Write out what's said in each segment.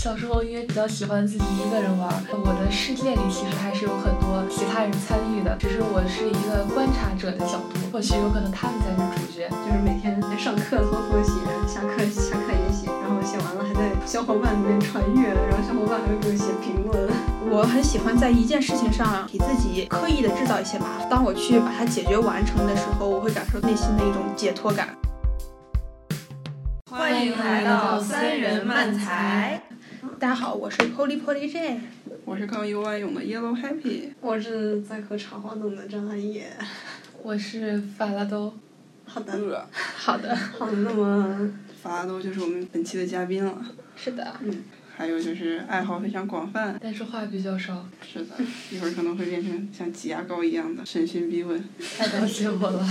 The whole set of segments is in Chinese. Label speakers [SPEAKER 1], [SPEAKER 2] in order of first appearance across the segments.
[SPEAKER 1] 小时候因为比较喜欢自己一个人玩，我的世界里其实还是有很多其他人参与的，只是我是一个观察者的角度，或许有可能他们才是主角。
[SPEAKER 2] 就是每天上课偷偷写，下课下课也写，然后写完了还在小伙伴里面传阅，然后小伙伴还会给我写评论。
[SPEAKER 3] 我很喜欢在一件事情上给自己刻意的制造一些麻烦。当我去把它解决完成的时候，我会感受内心的一种解脱感。
[SPEAKER 4] 欢迎来到三人漫才。
[SPEAKER 3] 大家好，我是 Polly Polly J。
[SPEAKER 5] 我是刚游完泳的 Yellow Happy。
[SPEAKER 2] 我是在喝茶花弄的张涵野。
[SPEAKER 1] 我是法拉都，
[SPEAKER 2] 好的，
[SPEAKER 5] 呃，
[SPEAKER 3] 好的，
[SPEAKER 2] 好的，那么
[SPEAKER 5] 法拉都就是我们本期的嘉宾了。
[SPEAKER 3] 是的，
[SPEAKER 5] 还有就是爱好非常广泛，
[SPEAKER 1] 但是话比较少，
[SPEAKER 5] 是的，一会儿可能会变成像挤牙膏一样的审讯逼问。
[SPEAKER 1] 太了解我了。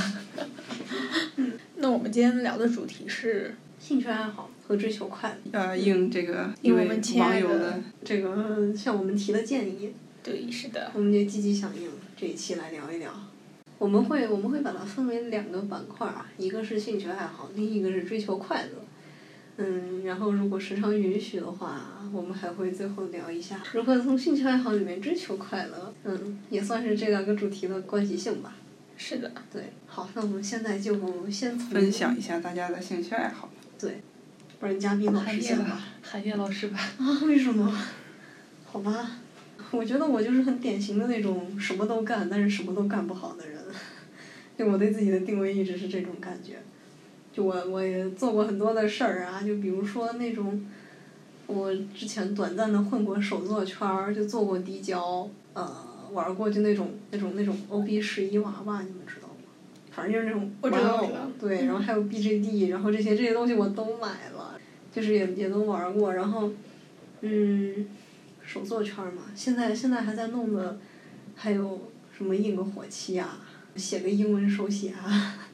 [SPEAKER 3] 那我们今天聊的主题是，
[SPEAKER 2] 兴趣爱好和追求快乐
[SPEAKER 5] 呃，应这个一
[SPEAKER 3] 应我
[SPEAKER 5] 位
[SPEAKER 3] 们亲
[SPEAKER 5] 网
[SPEAKER 3] 爱
[SPEAKER 5] 友
[SPEAKER 3] 的
[SPEAKER 5] 的
[SPEAKER 2] 这个向我们提的建议，
[SPEAKER 3] 对，是的，
[SPEAKER 2] 我们就积极响应。这一期来聊一聊，我们会我们会把它分为两个板块啊，一个是兴趣爱好，另一个是追求快乐。嗯，然后如果时长允许的话，我们还会最后聊一下如何从兴趣爱好里面追求快乐。嗯，也算是这两个主题的关系性吧。
[SPEAKER 3] 是的，
[SPEAKER 2] 对，好，那我们现在就先从
[SPEAKER 5] 分享一下大家的兴趣爱好。
[SPEAKER 2] 不然嘉宾老
[SPEAKER 1] 韩
[SPEAKER 2] 师
[SPEAKER 1] 烨
[SPEAKER 5] 哎
[SPEAKER 2] 先
[SPEAKER 1] 吧，韩烨老师吧，
[SPEAKER 2] 啊，为什么？好吧，我觉得我就是很典型的那种什么都干，但是什么都干不好的人。就我对自己的定位一直是这种感觉。就我我也做过很多的事儿啊，就比如说那种，我之前短暂的混过手作圈儿，就做过滴胶，呃，玩过就那种那种那种 OB 十一娃娃，你们知道吗？反正就是那种
[SPEAKER 3] 我知
[SPEAKER 2] 玩
[SPEAKER 3] 道
[SPEAKER 2] 偶
[SPEAKER 3] 我知道，嗯
[SPEAKER 2] 对，然后还有 BGD，然后这些这些东西我都买了，就是也也都玩过，然后，嗯，手作圈儿嘛，现在现在还在弄的，还有什么印个火漆啊，写个英文手写啊。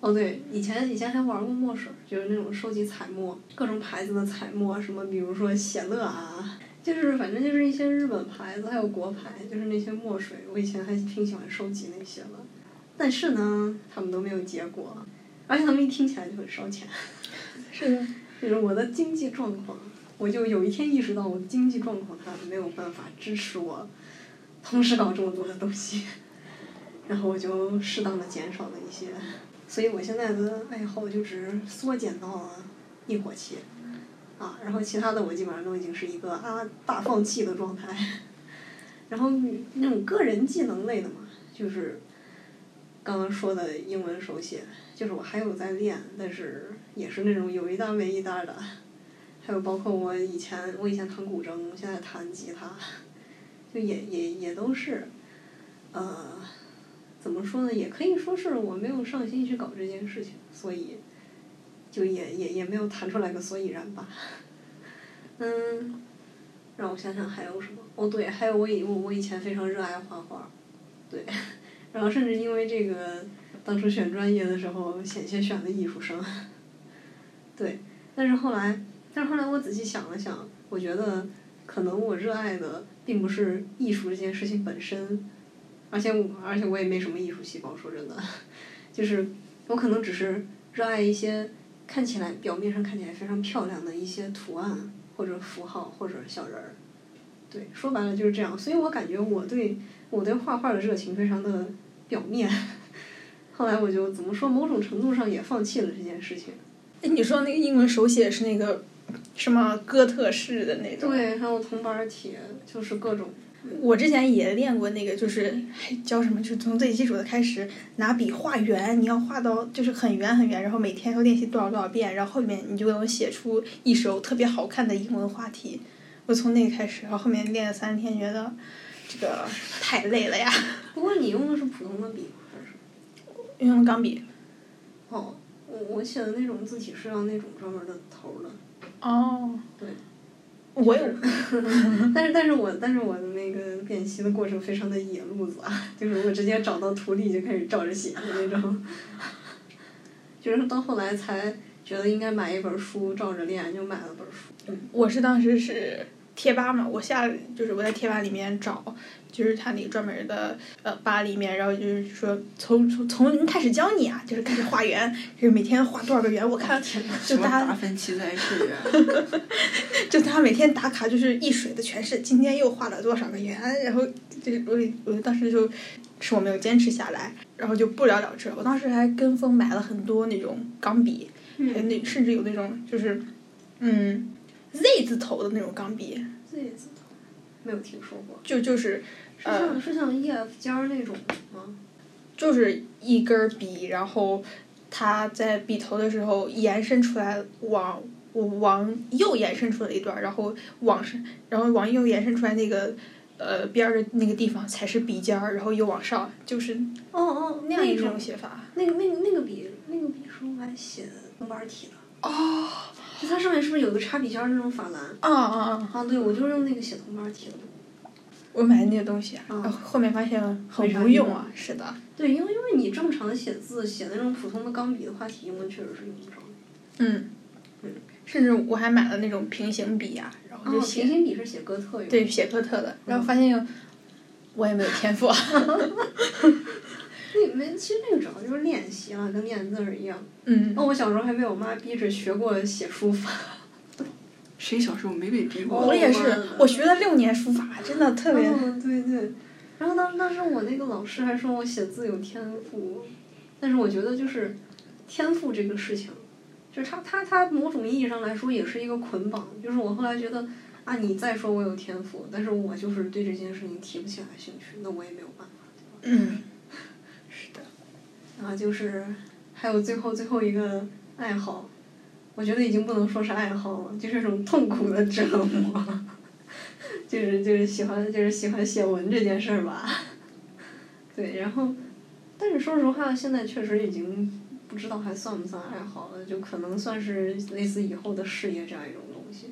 [SPEAKER 2] 哦对，以前以前还玩过墨水儿，就是那种收集彩墨，各种牌子的彩墨，什么比如说写乐啊，就是反正就是一些日本牌子，还有国牌，就是那些墨水，我以前还挺喜欢收集那些的。但是呢，他们都没有结果，而且他们一听起来就很烧钱。
[SPEAKER 3] 是的，
[SPEAKER 2] 就是我的经济状况，我就有一天意识到我的经济状况它没有办法支持我，同时搞这么多的东西， 然后我就适当的减少了一些，所以我现在的爱好就只缩减到了一火气，啊，然后其他的我基本上都已经是一个啊大放弃的状态， 然后那种个人技能类的嘛，就是刚刚说的英文手写，就是我还有在练，但是也是那种有一搭没一搭的。还有包括我以前，我以前弹古筝，我现在弹吉他，就也也也都是，呃，怎么说呢？也可以说是我没有上心去搞这件事情，所以就也也也没有弹出来个所以然吧。嗯，让我想想还有什么？哦，对，还有我以我我以前非常热爱画画，对，然后甚至因为这个当初选专业的时候，险些选了艺术生。 对，但是后来，但是后来我仔细想了想，我觉得可能我热爱的并不是艺术这件事情本身，而且我而且我也没什么艺术细胞，说真的， 就是我可能只是热爱一些看起来表面上看起来非常漂亮的一些图案或者符号或者小人儿。对，说白了就是这样，所以我感觉我对我对画画的热情非常的表面，后来我就怎么说，某种程度上也放弃了这件事情。
[SPEAKER 3] 哎，你说那个英文手写是那个什么哥特式的那种？
[SPEAKER 2] 对，还有铜板儿铁，就是各种。
[SPEAKER 3] 我之前也练过那个，就是还教什么，就是从最基础的开始，拿笔画圆，你要画到就是很圆很圆，然后每天要练习多少多少遍，然后后面你就能写出一首特别好看的英文话题。我从那个开始，然后后面练了三天，觉得这个太累了呀，
[SPEAKER 2] 不过你用的是普通的笔吗？还是？
[SPEAKER 3] 用钢笔。
[SPEAKER 2] 哦，我我写的那种字体是要那种专门的头儿的，
[SPEAKER 3] 哦，
[SPEAKER 2] 对，
[SPEAKER 3] 我有
[SPEAKER 2] 就是 但是但是我但是我的那个练习的过程非常的野路子啊，就是我直接找到图例就开始照着写的那种， 就是到后来才觉得应该买一本书照着练，就买了本书。
[SPEAKER 3] 我是当时是贴吧嘛，我下就是我在贴吧里面找，就是他那个专门的呃吧里面，然后就是说从从从零开始教你啊，就是开始画圆，就是每天画多少个圆，我看就
[SPEAKER 5] 什么
[SPEAKER 3] 大
[SPEAKER 5] 达
[SPEAKER 3] 家
[SPEAKER 5] 芬奇在世园？
[SPEAKER 3] 就他每天打卡就是一水的全是今天又画了多少个圆，然后就是我也我当时就是我没有坚持下来，然后就不了了之了。我当时还跟风买了很多那种钢笔，
[SPEAKER 2] 嗯
[SPEAKER 3] 还
[SPEAKER 2] 哎
[SPEAKER 3] 有那甚至有那种就是嗯 Z 字头的那种钢笔，
[SPEAKER 2] 自己自投，没有听说过。
[SPEAKER 3] 就就是
[SPEAKER 2] 是
[SPEAKER 3] 呃
[SPEAKER 2] 像是像 E F 尖儿那种吗？
[SPEAKER 3] 就是一根儿笔，然后它在笔头的时候延伸出来往。往右延伸出来一段儿，然后往上，然后往右延伸出来那个，呃边儿的那个地方才是笔尖儿，然后又往上，就是
[SPEAKER 2] 哦哦，
[SPEAKER 3] 那样一种
[SPEAKER 2] 种。
[SPEAKER 3] 写法。
[SPEAKER 2] 那个那个那个笔，那个笔是用来写红板体的。哦。就它上面是不是有个插笔尖儿那种法兰？
[SPEAKER 3] 啊啊啊！
[SPEAKER 2] 啊，对，我就是用那个写红板体的。
[SPEAKER 3] 我买的那个东西啊，
[SPEAKER 2] 嗯
[SPEAKER 3] 然后后面发现很
[SPEAKER 2] 没啥
[SPEAKER 3] 无用啊。是的，
[SPEAKER 2] 对，因为因为你正常的写字，写那种普通的钢笔的话，体英文确实是用不着。
[SPEAKER 3] 嗯，甚至我还买了那种平行笔啊，然后
[SPEAKER 2] 哦，
[SPEAKER 3] 就写、
[SPEAKER 2] 平行笔嗯是写哥特用。
[SPEAKER 3] 对写科特的，然后发现我也没有天 赋啊。
[SPEAKER 2] 那没，其实那个主要就是练习了，跟练字儿一样。哦
[SPEAKER 3] 嗯
[SPEAKER 2] 那、，我小时候还被我妈逼着学过写书法。
[SPEAKER 5] 谁小时候没被逼过？
[SPEAKER 3] 我也是
[SPEAKER 2] 我，
[SPEAKER 3] 我学了六年书法，真的特别。
[SPEAKER 2] 嗯，对对。然后当当时我那个老师还说我写字有天赋，但是我觉得就是天赋这个事情，就是它它它某种意义上来说也是一个捆绑。就是我后来觉得啊，你再说我有天赋，但是我就是对这件事情提不起来兴趣，那我也没有办法。
[SPEAKER 3] 嗯，是的，
[SPEAKER 2] 然后啊就是还有最后最后一个爱好，我觉得已经不能说是爱好了，就是一种痛苦的折磨。 就是就是喜欢就是喜欢写文这件事儿吧。 对，然后，但是说实话，现在确实已经不知道还算不算爱好了，就可能算是类似以后的事业这样一种东西。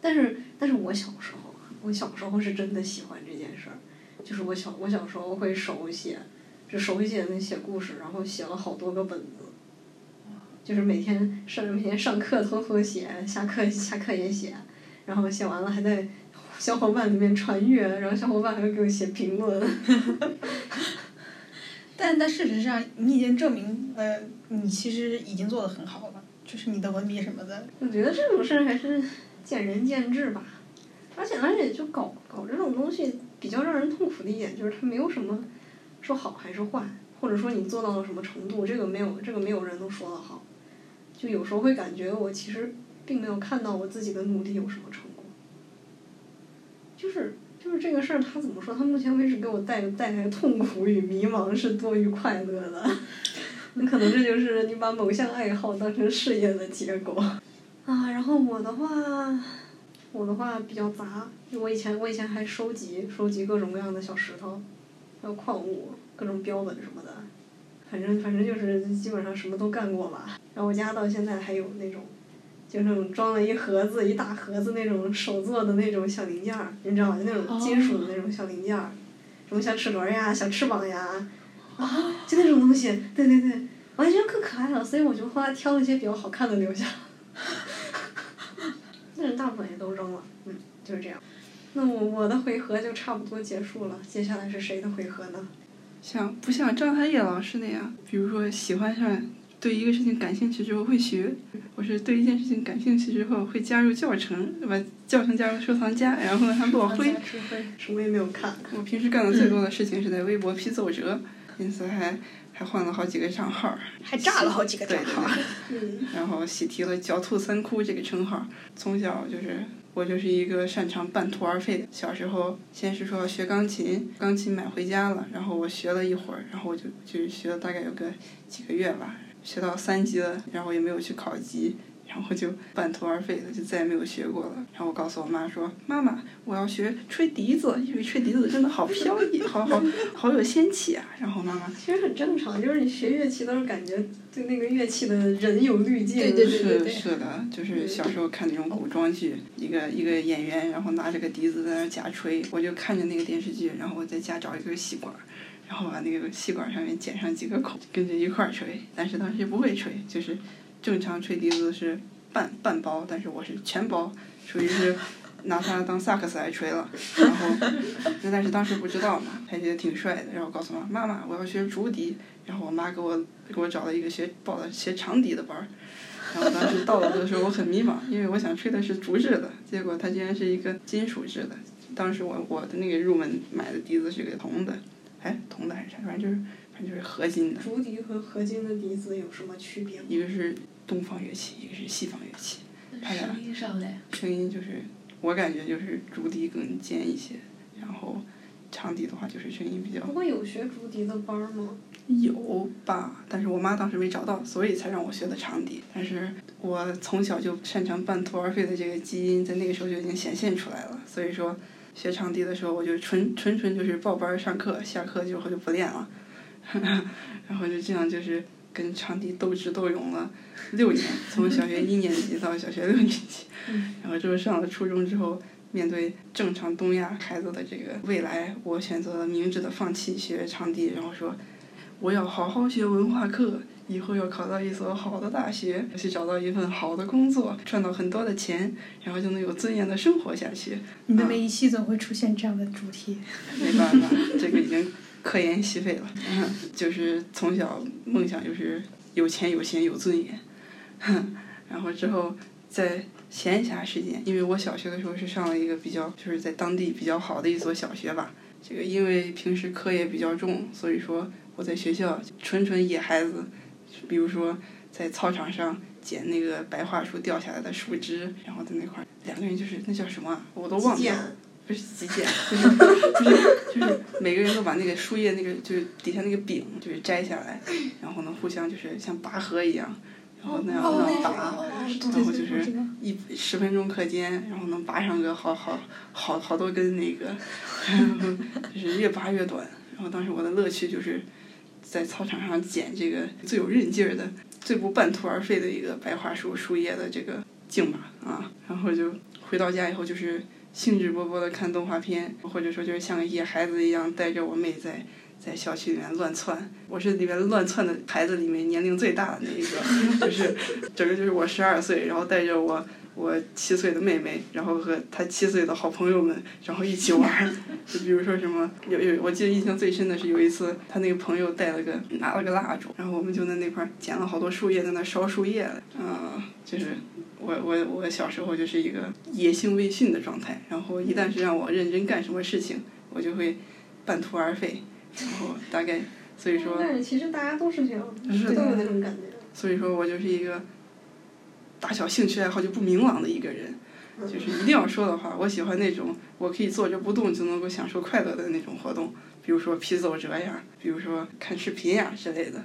[SPEAKER 2] 但是，但是我小时候啊，我小时候是真的喜欢这件事儿，就是我小我小时候会手写，就手写那写故事，然后写了好多个本子。就是每天上每天上课偷偷写，下课下课也写，然后写完了还在小伙伴里面传阅，然后小伙伴还会给我写评论。
[SPEAKER 3] 但但事实上，你已经证明呃，你其实已经做的很好了，就是你的文笔什么的。
[SPEAKER 2] 我觉得这种事儿还是见仁见智吧，而且而且就搞搞这种东西比较让人痛苦的一点就是它没有什么说好还是坏，或者说你做到了什么程度，这个没有这个没有人能说得好，就有时候会感觉我其实并没有看到我自己的努力有什么成果，就是。就是这个事儿，它怎么说？它目前为止给我带带来痛苦与迷茫是多于快乐的。 那可能这就是你把某项爱好当成事业的结果。啊，然后我的话，我的话比较杂，我以前我以前还收集收集各种各样的小石头，还有矿物，各种标本什么的，反正反正就是基本上什么都干过吧。然后我家到现在还有那种，就那种装了一盒子一大盒子那种手做的那种小零件儿，你知道吗？就那种金属的那种小零件儿，什么小齿轮呀、小翅膀呀，啊，就那种东西，对对对，我就觉得可可爱了，所以我就后来挑了一些比较好看的留下。但是大部分也都扔了，嗯，就是这样。那我我的回合就差不多结束了，接下来是谁的回合呢？
[SPEAKER 5] 像不像张涵野老师那样？比如说喜欢上对一个事情感兴趣之后会学，我是对一件事情感兴趣之后会加入教程，把教程加入收藏夹，然后呢还落灰。
[SPEAKER 2] 智慧，什么也没有看。
[SPEAKER 5] 我平时干的最多的事情是在微博批奏折，因此还还换了好几个账号儿。
[SPEAKER 3] 还炸了好几个
[SPEAKER 5] 对
[SPEAKER 3] 账
[SPEAKER 5] 对
[SPEAKER 3] 号。
[SPEAKER 5] 对。
[SPEAKER 2] 嗯，
[SPEAKER 5] 然后喜提了“狡兔三窟”这个称号。从小就是我就是一个擅长半途而废的。小时候先是说学钢琴，钢琴买回家了，然后我学了一会儿，然后我就就是学了大概有个几个月吧，学到三级了，然后也没有去考级。然后就半途而废了，就再也没有学过了。然后我告诉我妈说：“妈妈，我要学吹笛子，因为吹笛子真的好飘逸，好好好有仙气啊。”然后妈妈
[SPEAKER 2] 其实很正常，就是你学乐器都是感觉对那个乐器的人有滤镜。
[SPEAKER 3] 对对对
[SPEAKER 5] 是是的，就是
[SPEAKER 2] 嗯
[SPEAKER 5] 小时候看那种古装剧，一个一个演员，然后拿着个笛子在那儿假吹，我就看着那个电视剧，然后我在家找一根吸管儿，然后把那个吸管儿上面剪上几个孔，跟着一块儿吹。但是当时不会吹，就是正常吹笛子是半半包，但是我是全包，属于是拿它当萨克斯来吹了。然后，那但是当时不知道嘛，还觉得挺帅的。然后告诉妈妈妈，我要学竹笛。然后我妈给我给我找了一个学报了学长笛的班儿。然后当时到了的时候我很迷茫，因为我想吹的是竹制的，结果它居然是一个金属制的。当时我我的那个入门买的笛子是个铜的，哎，铜的还是啥，反正就是反正就是合金的。
[SPEAKER 2] 竹笛和合金的笛子有什么区别吗？
[SPEAKER 5] 一个是东方乐器，一个是西方乐器，它俩
[SPEAKER 1] 声音上嘞，
[SPEAKER 5] 声音就是我感觉就是竹笛更尖一些，然后长笛的话就是声音比较
[SPEAKER 2] 不过有学竹笛的班儿吗？
[SPEAKER 5] 有吧，但是我妈当时没找到，所以才让我学的长笛。但是我从小就擅长半途而废的这个基因，在那个时候就已经显现出来了。所以说，学长笛的时候，我就纯纯纯就是报班儿上课，下课就后就不练了， 然后就这样就是跟长笛斗智斗勇了六年，从小学一年级到小学六年级，然后就是上了初中之后。面对正常东亚孩子的这个未来，我选择了明智的放弃学长笛，然后说我要好好学文化课，以后要考到一所好的大学，去找到一份好的工作，赚到很多的钱，然后就能有尊严的生活下去。
[SPEAKER 3] 你的每一期总会出现这样的主题。
[SPEAKER 5] 没办法，这个已经科研吸废了。嗯， 就是从小梦想就是有钱、有闲、有尊严。 哼，然后之后在闲暇时间，因为我小学的时候是上了一个比较，就是在当地比较好的一所小学吧。这个因为平时课业比较重，所以说我在学校纯纯野孩子，比如说在操场上捡那个白桦树掉下来的树枝，然后在那块儿两个人就是那叫什么啊，我都忘记
[SPEAKER 2] 剑
[SPEAKER 5] 了。不是极简， 就是就是就是每个人都把那个树叶那个就是底下那个柄就是摘下来，然后呢互相就是像拔河一样，然后那样
[SPEAKER 2] 哦
[SPEAKER 5] 那
[SPEAKER 2] 那种
[SPEAKER 5] 样拔，
[SPEAKER 3] 对
[SPEAKER 5] 然后
[SPEAKER 3] 对
[SPEAKER 5] 就
[SPEAKER 3] 对，我知
[SPEAKER 5] 是
[SPEAKER 3] 道。
[SPEAKER 5] 一十分钟课间，然后能拔上个好好好好多根那个， 就是越拔越短。然后当时我的乐趣就是在操场上捡这个最有韧劲儿的、最不半途而废的一个白桦树树叶的这个茎吧啊，然后就回到家以后就是兴致勃勃的看动画片，或者说就是像个野孩子一样带着我妹在。在校区里面乱窜，我是里面乱窜的孩子里面年龄最大的那一个，就是整个就是我十二岁，然后带着我我七岁的妹妹，然后和她七岁的好朋友们，然后一起玩儿。 就比如说什么，有有，我记得印象最深的是有一次，她那个朋友带了个拿了个蜡烛，然后我们就在那块儿捡了好多树叶，在那烧树叶。嗯、就是我我我小时候就是一个野性未驯的状态，然后一旦是让我认真干什么事情，我就会半途而废，然后大概所以说。
[SPEAKER 2] 但是其实大家都是这样，
[SPEAKER 5] 是
[SPEAKER 2] 都
[SPEAKER 5] 的
[SPEAKER 2] 有那种感觉。
[SPEAKER 5] 所以说我就是一个打小兴趣爱好就不明朗的一个人，就是一定要说的话，我喜欢那种我可以坐着不动就能够享受快乐的那种活动，比如说批奏折呀，比如说看视频呀之类的，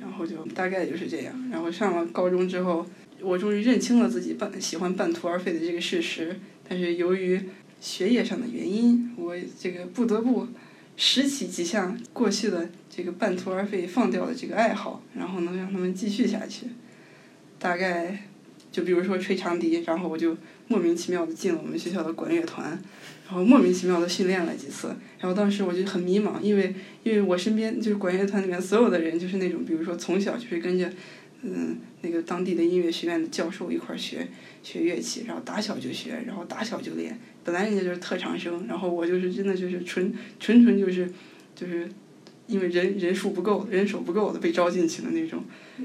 [SPEAKER 5] 然后就大概就是这样。然后上了高中之后，我终于认清了自己半喜欢半途而废的这个事实，但是由于学业上的原因，我这个不得不拾起几项过去的这个半途而废放掉的这个爱好，然后能让他们继续下去。大概就比如说吹长笛，然后我就莫名其妙的进了我们学校的管乐团，然后莫名其妙的训练了几次，然后当时我就很迷茫，因为因为我身边就是管乐团里面所有的人就是那种，比如说从小就是跟着。嗯，那个当地的音乐学院的教授一块儿学学乐器，然后打小就学，然后打小就练。本来人家就是特长生，然后我就是真的就是纯纯纯就是就是因为人人数不够，人手不够的被招进去的那种，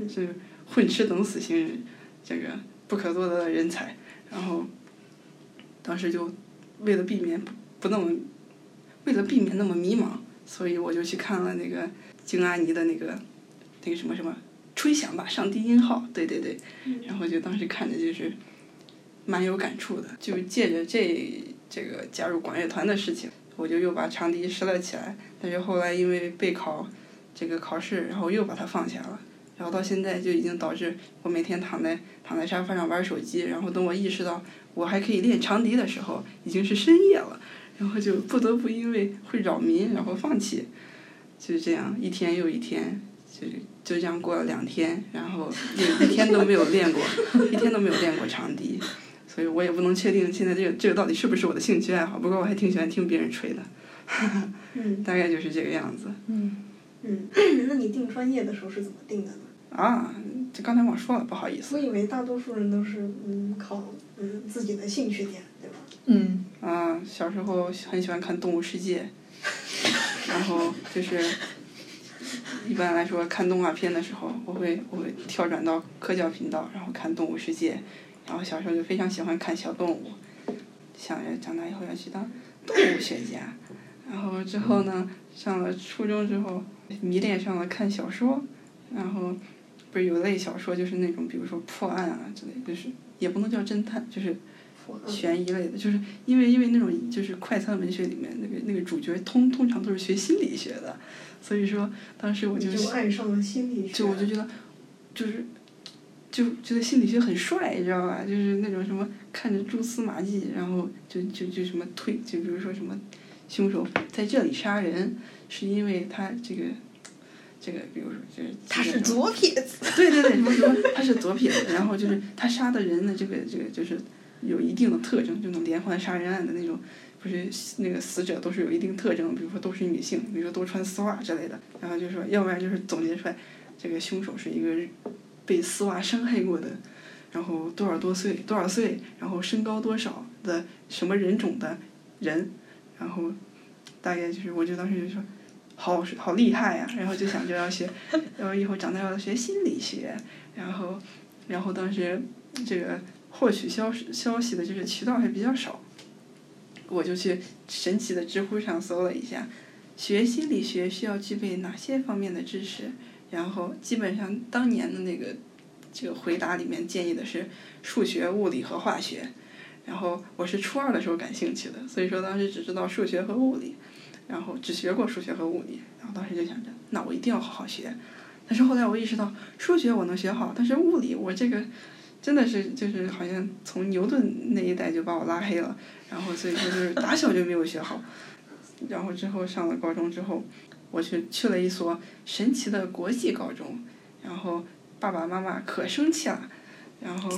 [SPEAKER 5] 是混吃等死型人，这个不可多得的人才。然后当时就为了避免不不那么，为了避免那么迷茫，所以我就去看了那个京阿尼的那个那个什么什么。吹响吧，上低音号，对对对，然后就当时看着嗯就是蛮有感触的，就借着这这个加入管乐团的事情，我就又把长笛拾了起来，但是后来因为备考这个考试，然后又把它放下了，然后到现在就已经导致我每天躺在躺在沙发上玩手机，然后等我意识到我还可以练长笛的时候，已经是深夜了，然后就不得不因为会扰民，然后放弃，就是这样一天又一天。就是就这样过了两天，然后一一天都没有练过，一天都没有练过长笛，所以我也不能确定现在这个这个到底是不是我的兴趣爱好。不过我还挺喜欢听别人吹的，
[SPEAKER 2] 嗯
[SPEAKER 5] 大概就是这个样子
[SPEAKER 3] 嗯，
[SPEAKER 2] 嗯，那你定专业的时候是怎么定的呢？
[SPEAKER 5] 啊。这刚才忘说了，不好意思
[SPEAKER 2] 我以为大多数人都是嗯靠嗯自己的兴趣点，对吧？
[SPEAKER 3] 嗯，
[SPEAKER 5] 啊。小时候很喜欢看《动物世界》，然后就是一般来说看动画片的时候，我会我会跳转到科教频道，然后看《动物世界》，然后小时候就非常喜欢看小动物，想着长大以后要去当动物学家。然后之后呢，上了初中之后，迷恋上了看小说，然后不是有类小说，就是那种比如说破案啊之类，就是也不能叫侦探，就是
[SPEAKER 2] 嗯
[SPEAKER 5] 悬疑类的，就是因为因为那种就是快餐文学里面那个那个主角通通常都是学心理学的，所以说当时我
[SPEAKER 2] 你
[SPEAKER 5] 就
[SPEAKER 2] 就是爱上了心理学。
[SPEAKER 5] 就我就觉得就是。就觉得心理学很帅，你知道吧？就是那种什么看着蛛丝马迹，然后就就就什么推，就比如说什么凶手在这里杀人，是因为他这个这个，比如说这
[SPEAKER 3] 他是左撇子，
[SPEAKER 5] 对对对，什么什么，他是左撇子，然后就是他杀的人的这个这个就是有一定的特征，这种连环杀人案的那种，不是那个死者都是有一定特征，比如说都是女性，比如说都穿丝袜之类的，然后就说要不然就是总结出来，这个凶手是一个被丝袜伤害过的，然后多少多岁多少岁，然后身高多少的什么人种的人，然后大概就是我就当时就说。好好厉害呀、 然后就想着要学，然后以后长大要学心理学，然后，然后当时这个获取消息消息的这个渠道还比较少，我就去神奇的知乎上搜了一下，学心理学需要具备哪些方面的知识，然后基本上当年的那个这个回答里面建议的是数学、物理和化学，然后我是初二的时候感兴趣的，所以说当时只知道数学和物理。然后只学过数学和物理，然后当时就想着，那我一定要好好学。但是后来我意识到，数学我能学好，但是物理我这个真的是就是好像从牛顿那一代就把我拉黑了，然后所以说就是打小就没有学好。 然后之后上了高中之后，我去去了一所神奇的国际高中，然后爸爸妈妈可生气了，然后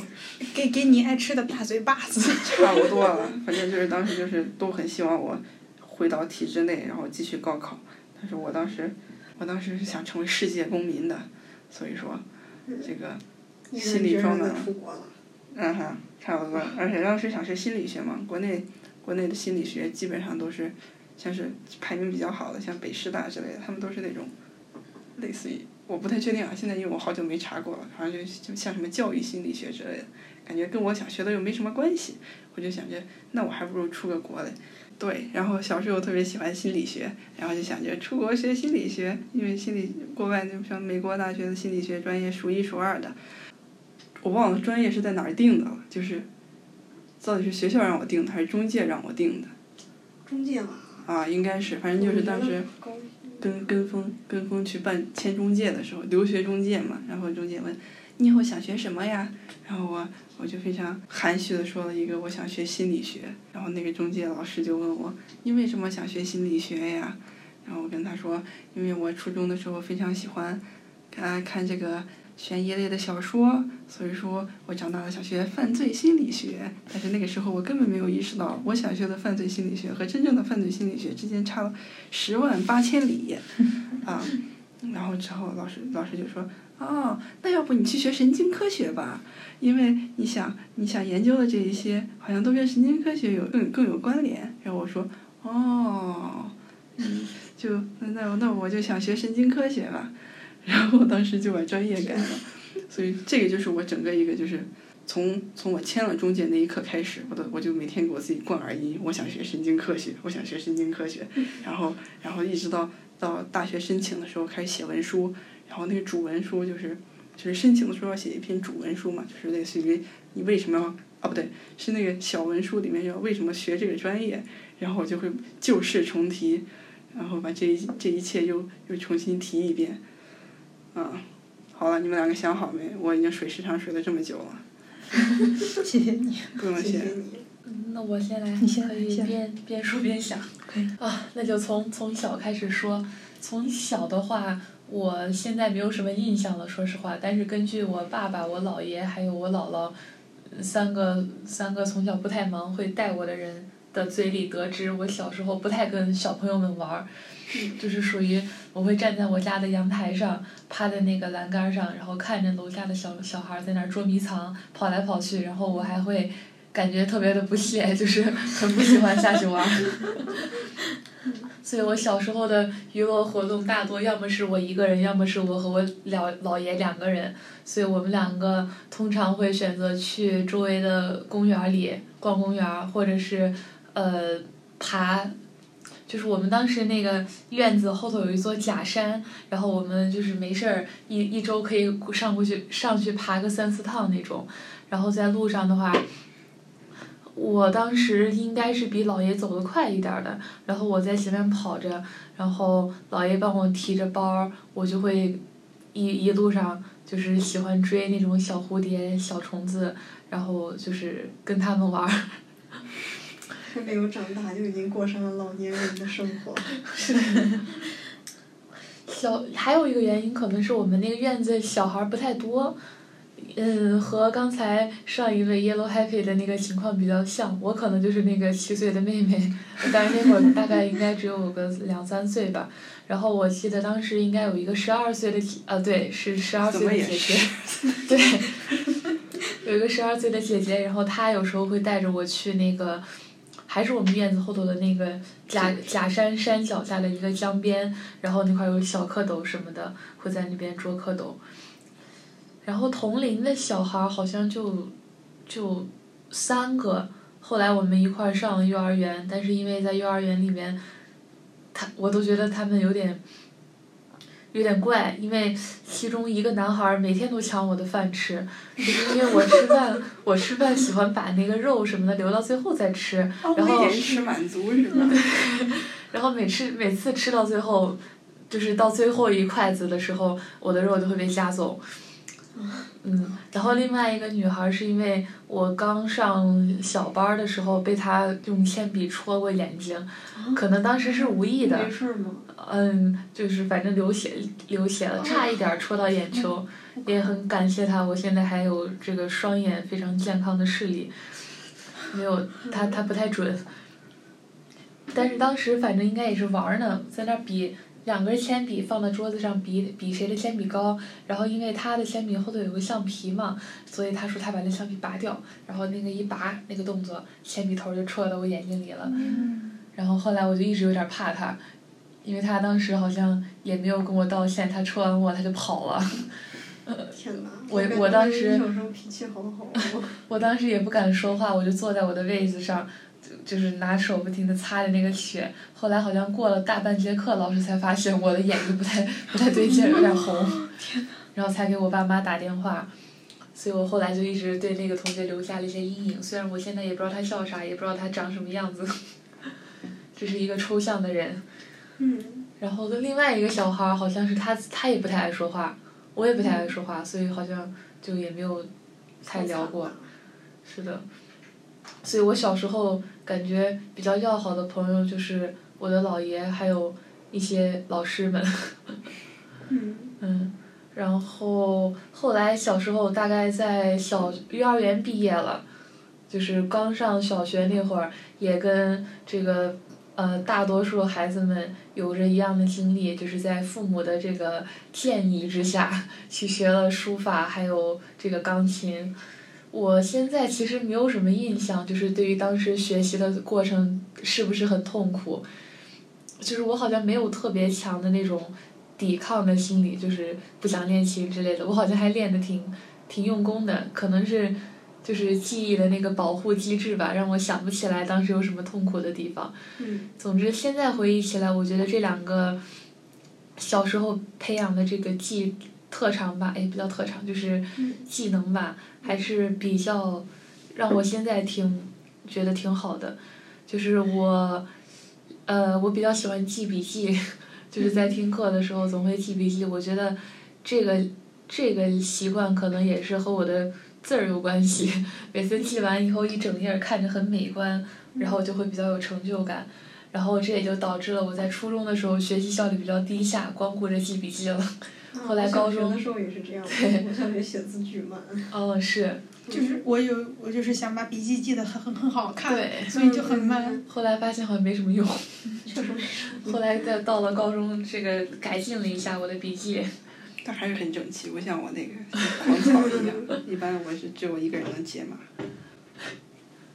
[SPEAKER 3] 给给你爱吃的大嘴巴子。
[SPEAKER 5] 差不多了，反正就是当时就是都很希望我回到体制内，然后继续高考。但是我当时，我当时是想成为世界公民的，所以说，这个，
[SPEAKER 2] 毅
[SPEAKER 5] 心
[SPEAKER 2] 然
[SPEAKER 5] 理
[SPEAKER 2] 决
[SPEAKER 5] 状
[SPEAKER 2] 然
[SPEAKER 5] 态
[SPEAKER 2] 的出国了。
[SPEAKER 5] 嗯哼，差不多。而且当时想学心理学嘛，国内国内的心理学基本上都是，像是排名比较好的，像北师大之类的，他们都是那种，类似于我不太确定啊，现在因为我好久没查过了，好像就就像什么教育心理学之类的，感觉跟我想学的又没什么关系，我就想着那我还不如出个国嘞。对，然后小时候特别喜欢心理学，然后就想着出国学心理学，因为心理国外那像美国大学的心理学专业数一数二的，我忘了专业是在哪儿定的了，就是到底是学校让我定的还是中介让我定的
[SPEAKER 2] 中介嘛，
[SPEAKER 5] 啊？应该是，反正就是当时
[SPEAKER 2] 高
[SPEAKER 5] 跟跟风跟风去办签中介的时候，留学中介嘛，然后中介问你以后想学什么呀？然后我我就非常含蓄的说了一个我想学心理学，然后那个中介老师就问我你为什么想学心理学呀？然后我跟他说，因为我初中的时候非常喜欢看看这个悬疑类的小说，所以说我长大了想学犯罪心理学，但是那个时候我根本没有意识到，我想学的犯罪心理学和真正的犯罪心理学之间差了十万八千里，啊，然后之后老师老师就说，哦，那要不你去学神经科学吧，因为你想你想研究的这一些好像都跟神经科学有更更有关联，然后我说，哦，嗯，就那那那我就想学神经科学吧，然后当时就把专业改了。所以这个就是我整个一个就是从从我签了中介那一刻开始，我的我就每天给我自己灌耳音，我想学神经科学，我想学神经科学，然后然后一直到到大学申请的时候开始写文书，然后那个主文书就是就是申请的时候要写一篇主文书嘛，就是类似于你为什么要。啊，不对，是那个小文书里面要为什么学这个专业，然后我就会旧事重提，然后把这一这一切又又重新提一遍，嗯。好了，你们两个想好没？我已经水时长水了这么久了，
[SPEAKER 3] 谢谢你。
[SPEAKER 5] 不用
[SPEAKER 2] 谢
[SPEAKER 5] 谢
[SPEAKER 2] 谢。你。
[SPEAKER 1] 嗯那我先来，
[SPEAKER 3] 你先来
[SPEAKER 1] 可以
[SPEAKER 3] 先来
[SPEAKER 1] 边边说边想。
[SPEAKER 3] 可以
[SPEAKER 1] 啊，那就从从小开始说。从小的话，我现在没有什么印象了，说实话。但是根据我爸爸、我姥爷还有我姥姥，嗯三个三个从小不太忙会带我的人的嘴里得知，我小时候不太跟小朋友们玩儿，
[SPEAKER 3] 嗯
[SPEAKER 1] 就是属于我会站在我家的阳台上，趴在那个栏杆上，然后看着楼下的小小孩在那儿捉迷藏，跑来跑去，然后我还会感觉特别的不屑，就是很不喜欢下去玩儿。所以我小时候的娱乐活动大多要么是我一个人，要么是我和我老姥爷两个人，所以我们两个通常会选择去周围的公园里逛公园，或者是呃爬。就是我们当时那个院子后头有一座假山，然后我们就是没事儿一一周可以上过去上去爬个三四趟那种，然后在路上的话，我当时应该是比姥爷走得快一点儿的，然后我在前面跑着，然后姥爷帮我提着包儿，我就会一一路上就是喜欢追那种小蝴蝶、小虫子，然后就是跟他们玩儿。
[SPEAKER 2] 没有长大就已经过上了老年人的生活。
[SPEAKER 1] 小还有一个原因可能是我们那个院子小孩儿不太多，嗯，和刚才上一位 Yellow Happy 的那个情况比较像。我可能就是那个七岁的妹妹，当然那会儿大概应该只有个两三岁吧。然后我记得当时应该有一个十二岁的姐，啊对，是十二
[SPEAKER 5] 怎
[SPEAKER 1] 岁
[SPEAKER 5] 么
[SPEAKER 1] 的
[SPEAKER 5] 也
[SPEAKER 1] 姐姐，对，有一个十二岁的姐姐，然后她有时候会带着我去那个。还是我们院子后头的那个假假山山脚下的一个江边，然后那块儿有小蝌蚪什么的，会在那边捉蝌蚪。然后同龄的小孩儿好像就就三个，后来我们一块儿上了幼儿园，但是因为在幼儿园里面，他我都觉得他们有点有点怪，因为其中一个男孩儿每天都抢我的饭吃，就是因为我吃饭 我吃饭喜欢把那个肉什么的留到最后再吃，然后
[SPEAKER 5] 威廉吃满足是吧？
[SPEAKER 1] 然后每吃每次吃到最后，就是到最后一筷子的时候，我的肉就会被夹走。嗯，然后另外一个女孩是因为我刚上小班儿的时候被她用铅笔戳过眼睛，可能当时是无意的，
[SPEAKER 2] 没事儿吗？
[SPEAKER 1] 嗯，就是反正流血流血了，差一点儿戳到眼球，也很感谢他，我现在还有这个双眼非常健康的视力，没有
[SPEAKER 2] 嗯
[SPEAKER 1] 他他不太准，但是当时反正应该也是玩儿呢，在那儿比两根铅笔放在桌子上比比谁的铅笔高，然后因为他的铅笔后头有个橡皮嘛，所以他说他把那橡皮拔掉，然后那个一拔那个动作，铅笔头儿就戳到我眼睛里了，
[SPEAKER 3] 嗯
[SPEAKER 1] 然后后来我就一直有点儿怕他。因为他当时好像也没有跟我道歉，他戳完我他就跑了。
[SPEAKER 2] 天哪！
[SPEAKER 1] 我
[SPEAKER 2] 感觉
[SPEAKER 1] 我当时
[SPEAKER 2] 你小时候脾气好好哦。
[SPEAKER 1] 我当时也不敢说话，我就坐在我的位子上，就就是拿手不停的擦着那个血。后来好像过了大半节课，老师才发现我的眼睛不太不太对劲儿，有点红，然后才给我爸妈打电话。所以我后来就一直对那个同学留下了一些阴影，虽然我现在也不知道他叫啥，也不知道他长什么样子，这是一个抽象的人。
[SPEAKER 2] 嗯，
[SPEAKER 1] 然后跟另外一个小孩儿好像是他，他也不太爱说话，我也不太爱说话，所以好像就也没有太聊过。是的，所以我小时候感觉比较要好的朋友就是我的姥爷，还有一些老师们。
[SPEAKER 2] 嗯，
[SPEAKER 1] 嗯，然后后来小时候大概在小幼儿园毕业了，就是刚上小学那会儿，也跟这个呃大多数孩子们有着一样的经历，就是在父母的这个建议之下去学了书法，还有这个钢琴。我现在其实没有什么印象，就是对于当时学习的过程是不是很痛苦，就是我好像没有特别强的那种抵抗的心理，就是不想练琴之类的。我好像还练得挺挺用功的，可能是就是记忆的那个保护机制吧，让我想不起来当时有什么痛苦的地方。
[SPEAKER 2] 嗯，
[SPEAKER 1] 总之，现在回忆起来，我觉得这两个小时候培养的这个技特长吧，哎，不叫特长，就是
[SPEAKER 2] 嗯
[SPEAKER 1] 技能吧，还是比较让我现在挺觉得挺好的。就是我，呃，我比较喜欢记笔记，就是在听课的时候总会记笔记。我觉得这个这个习惯可能也是和我的字儿有关系。 每次记完以后，一整页儿看着很美观，然后就会比较有成就感。然后这也就导致了我在初中的时候学习效率比较低下，光顾着记笔记了。后来高中
[SPEAKER 2] 啊我小学的时候也是这样，我小学写字巨 慢。
[SPEAKER 1] 哦，是，
[SPEAKER 3] 就是我有我就是想把笔记记得很很很好看，
[SPEAKER 1] 对
[SPEAKER 3] 所以就很慢。
[SPEAKER 2] 嗯
[SPEAKER 1] 后来发现好像没什么用。
[SPEAKER 2] 确实
[SPEAKER 1] 后来在到了高中，这个改进了一下我的笔记。
[SPEAKER 5] 但还是很整齐，不像我 那个像狂草一样。一般我是只有一个人能解码。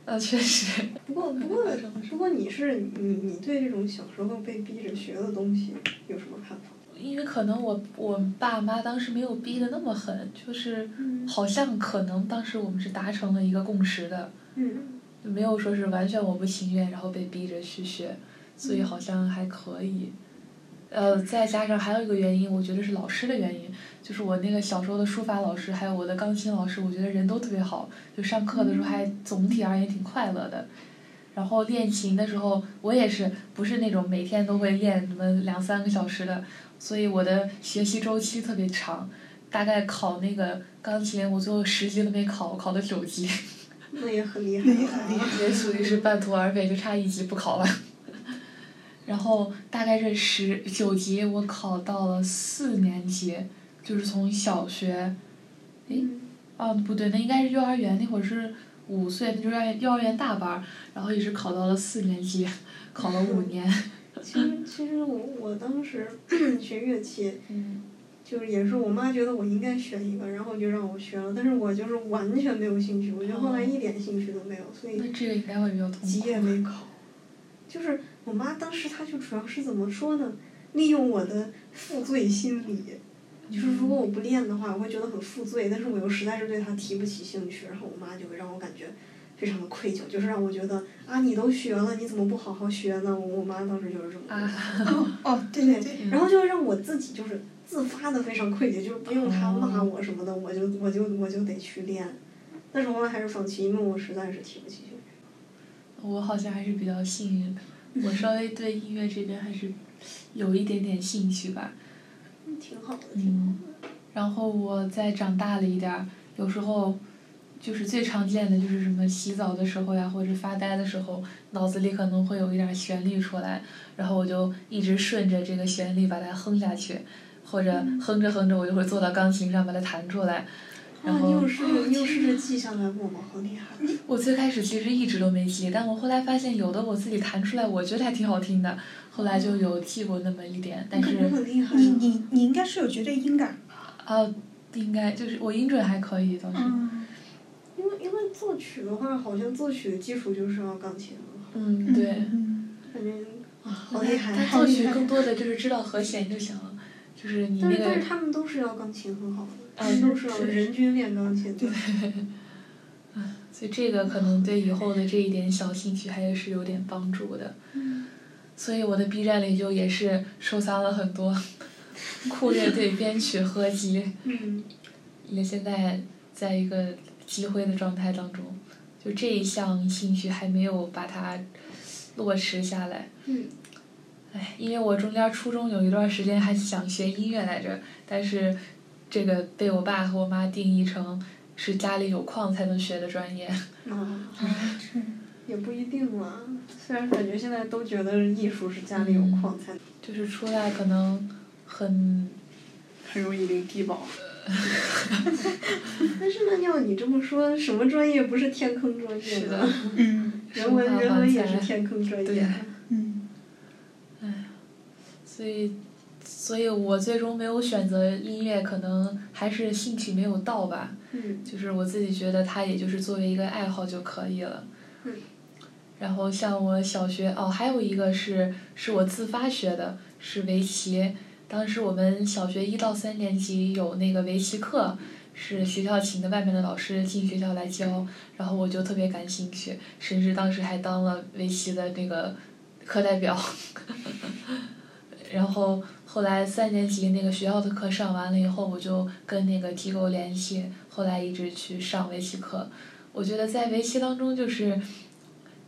[SPEAKER 1] 呃，确实，
[SPEAKER 2] 不过不过不过你是你你对这种小时候被逼着学的东西有什么看法？
[SPEAKER 1] 因为可能我我爸妈当时没有逼得那么狠，就是
[SPEAKER 2] 嗯
[SPEAKER 1] 好像可能当时我们是达成了一个共识的，
[SPEAKER 2] 嗯
[SPEAKER 1] 没有说是完全我不情愿，然后被逼着去学，所以
[SPEAKER 2] 嗯
[SPEAKER 1] 好像还可以。呃，再加上还有一个原因，我觉得是老师的原因，就是我那个小时候的书法老师，还有我的钢琴老师，我觉得人都特别好，就上课的时候还总体而言挺快乐的。然后练琴的时候，我也是不是那种每天都会练什么两三个小时的，所以我的学习周期特别长，大概考那个钢琴，我最后十级都没考，我考的九级。
[SPEAKER 2] 那也很厉害了。
[SPEAKER 1] 也属于是半途而废，就差一级不考了。 然后大概是十九级，我考到了四年级，就是从小学，
[SPEAKER 2] 哎
[SPEAKER 1] 诶，啊不对，那应该是幼儿园那会儿是五岁，就是幼儿园幼儿园大班儿，然后一直考到了四年级， 考了五年。
[SPEAKER 2] 其实其实我我当时 学乐器，就是也是我妈觉得我应该学一个，然后就让我学了，但是我就是完全没有兴趣，我就后来一点兴趣都没有，所以
[SPEAKER 1] 那这个应该会比较痛
[SPEAKER 2] 级
[SPEAKER 1] 苦。
[SPEAKER 2] 也没考。就是我妈当时她就主要是怎么说呢？利用我的负罪心理，就是如果我不练的话，我会觉得很负罪，但是我又实在是对它提不起兴趣，然后我妈就会让我感觉非常的愧疚，就是让我觉得啊，你都学了，你怎么不好好学呢？我我妈当时就是这么跟我说。
[SPEAKER 1] 啊，
[SPEAKER 3] 哦，对
[SPEAKER 2] 对
[SPEAKER 3] 对对，
[SPEAKER 2] 然后就让我自己就是自发的非常愧疚，就是不用他骂我什么的，我就我就我就得去练。但是我后来还是放弃，因为我实在是提不起劲。
[SPEAKER 1] 我好像还是比较幸运的，我稍微对音乐这边还是有一点点兴趣吧。
[SPEAKER 2] 嗯挺好的，挺
[SPEAKER 1] 嗯，然后我再长大了一点儿，有时候就是最常见的就是什么洗澡的时候呀，或者发呆的时候，脑子里可能会有一点儿旋律出来，然后我就一直顺着这个旋律把它哼下去，或者哼着哼着我就会坐到钢琴上把它弹出来。然
[SPEAKER 2] 啊，
[SPEAKER 1] 后
[SPEAKER 2] 你有试着你有试着记下来过吗？好厉害！
[SPEAKER 1] 我最开始其实一直都没记，但我后来发现有的我自己弹出来，我觉得还挺好听的，后来就有记过那么一点，但
[SPEAKER 2] 你
[SPEAKER 1] 是
[SPEAKER 2] 感觉很厉害
[SPEAKER 3] 你
[SPEAKER 2] 啊！
[SPEAKER 3] 你你应该是有绝对音感。
[SPEAKER 1] 啊，应该就是我音准还可以倒是。
[SPEAKER 3] 嗯，
[SPEAKER 2] 因为因为作曲的话，好像作曲的基础就是要钢琴了，
[SPEAKER 1] 嗯，对。
[SPEAKER 3] 嗯
[SPEAKER 2] 反正啊，好厉害，
[SPEAKER 1] 但
[SPEAKER 2] 好
[SPEAKER 1] 作
[SPEAKER 2] 厉
[SPEAKER 1] 曲
[SPEAKER 2] 害！
[SPEAKER 1] 更多的就是知道和弦就行了，就是你那
[SPEAKER 2] 但是但
[SPEAKER 1] 个
[SPEAKER 2] 是他们都是要钢琴很好的，
[SPEAKER 1] 啊
[SPEAKER 2] 他们都是要
[SPEAKER 1] 是
[SPEAKER 2] 人均练钢琴的。
[SPEAKER 1] 所以这个可能对以后的这一点小兴趣还是有点帮助的。
[SPEAKER 2] 嗯
[SPEAKER 1] 所以我的 B 站里就也是收藏了很多 酷乐队编曲合集，
[SPEAKER 2] 嗯，
[SPEAKER 1] 也现在在一个积灰的状态当中，就这一项兴趣还没有把它落实下来。
[SPEAKER 2] 嗯
[SPEAKER 1] 唉，哎因为我中间初中有一段时间还想学音乐来着，但是这个被我爸和我妈定义成是家里有矿才能学的专业。
[SPEAKER 2] 啊。
[SPEAKER 3] 嗯是
[SPEAKER 2] 也不一定啦，嗯虽然感觉现在都觉得艺术是家里有矿才能，
[SPEAKER 1] 就是出来可能很
[SPEAKER 5] 很容易零低保。
[SPEAKER 2] 但是呢，要你这么说，什么专业不是天坑专业呢？
[SPEAKER 3] 嗯
[SPEAKER 2] 人文
[SPEAKER 1] 生化
[SPEAKER 2] 人文
[SPEAKER 1] 环
[SPEAKER 2] 也是
[SPEAKER 1] 材
[SPEAKER 2] 天坑专业
[SPEAKER 5] 对。
[SPEAKER 3] 嗯
[SPEAKER 1] 所以，所以我最终没有选择音乐，可能还是兴趣没有到吧。
[SPEAKER 2] 嗯
[SPEAKER 1] 就是我自己觉得它也就是作为一个爱好就可以了。
[SPEAKER 2] 嗯
[SPEAKER 1] 然后像我小学哦，还有一个是是我自发学的，是围棋。当时我们小学一到三年级有那个围棋课，是学校请的外面的老师进学校来教，然后我就特别感兴趣，甚至当时还当了围棋的那个课代表。然后后来三年级那个学校的课上完了以后，我就跟那个机构联系，后来一直去上围棋课。我觉得在围棋当中，就是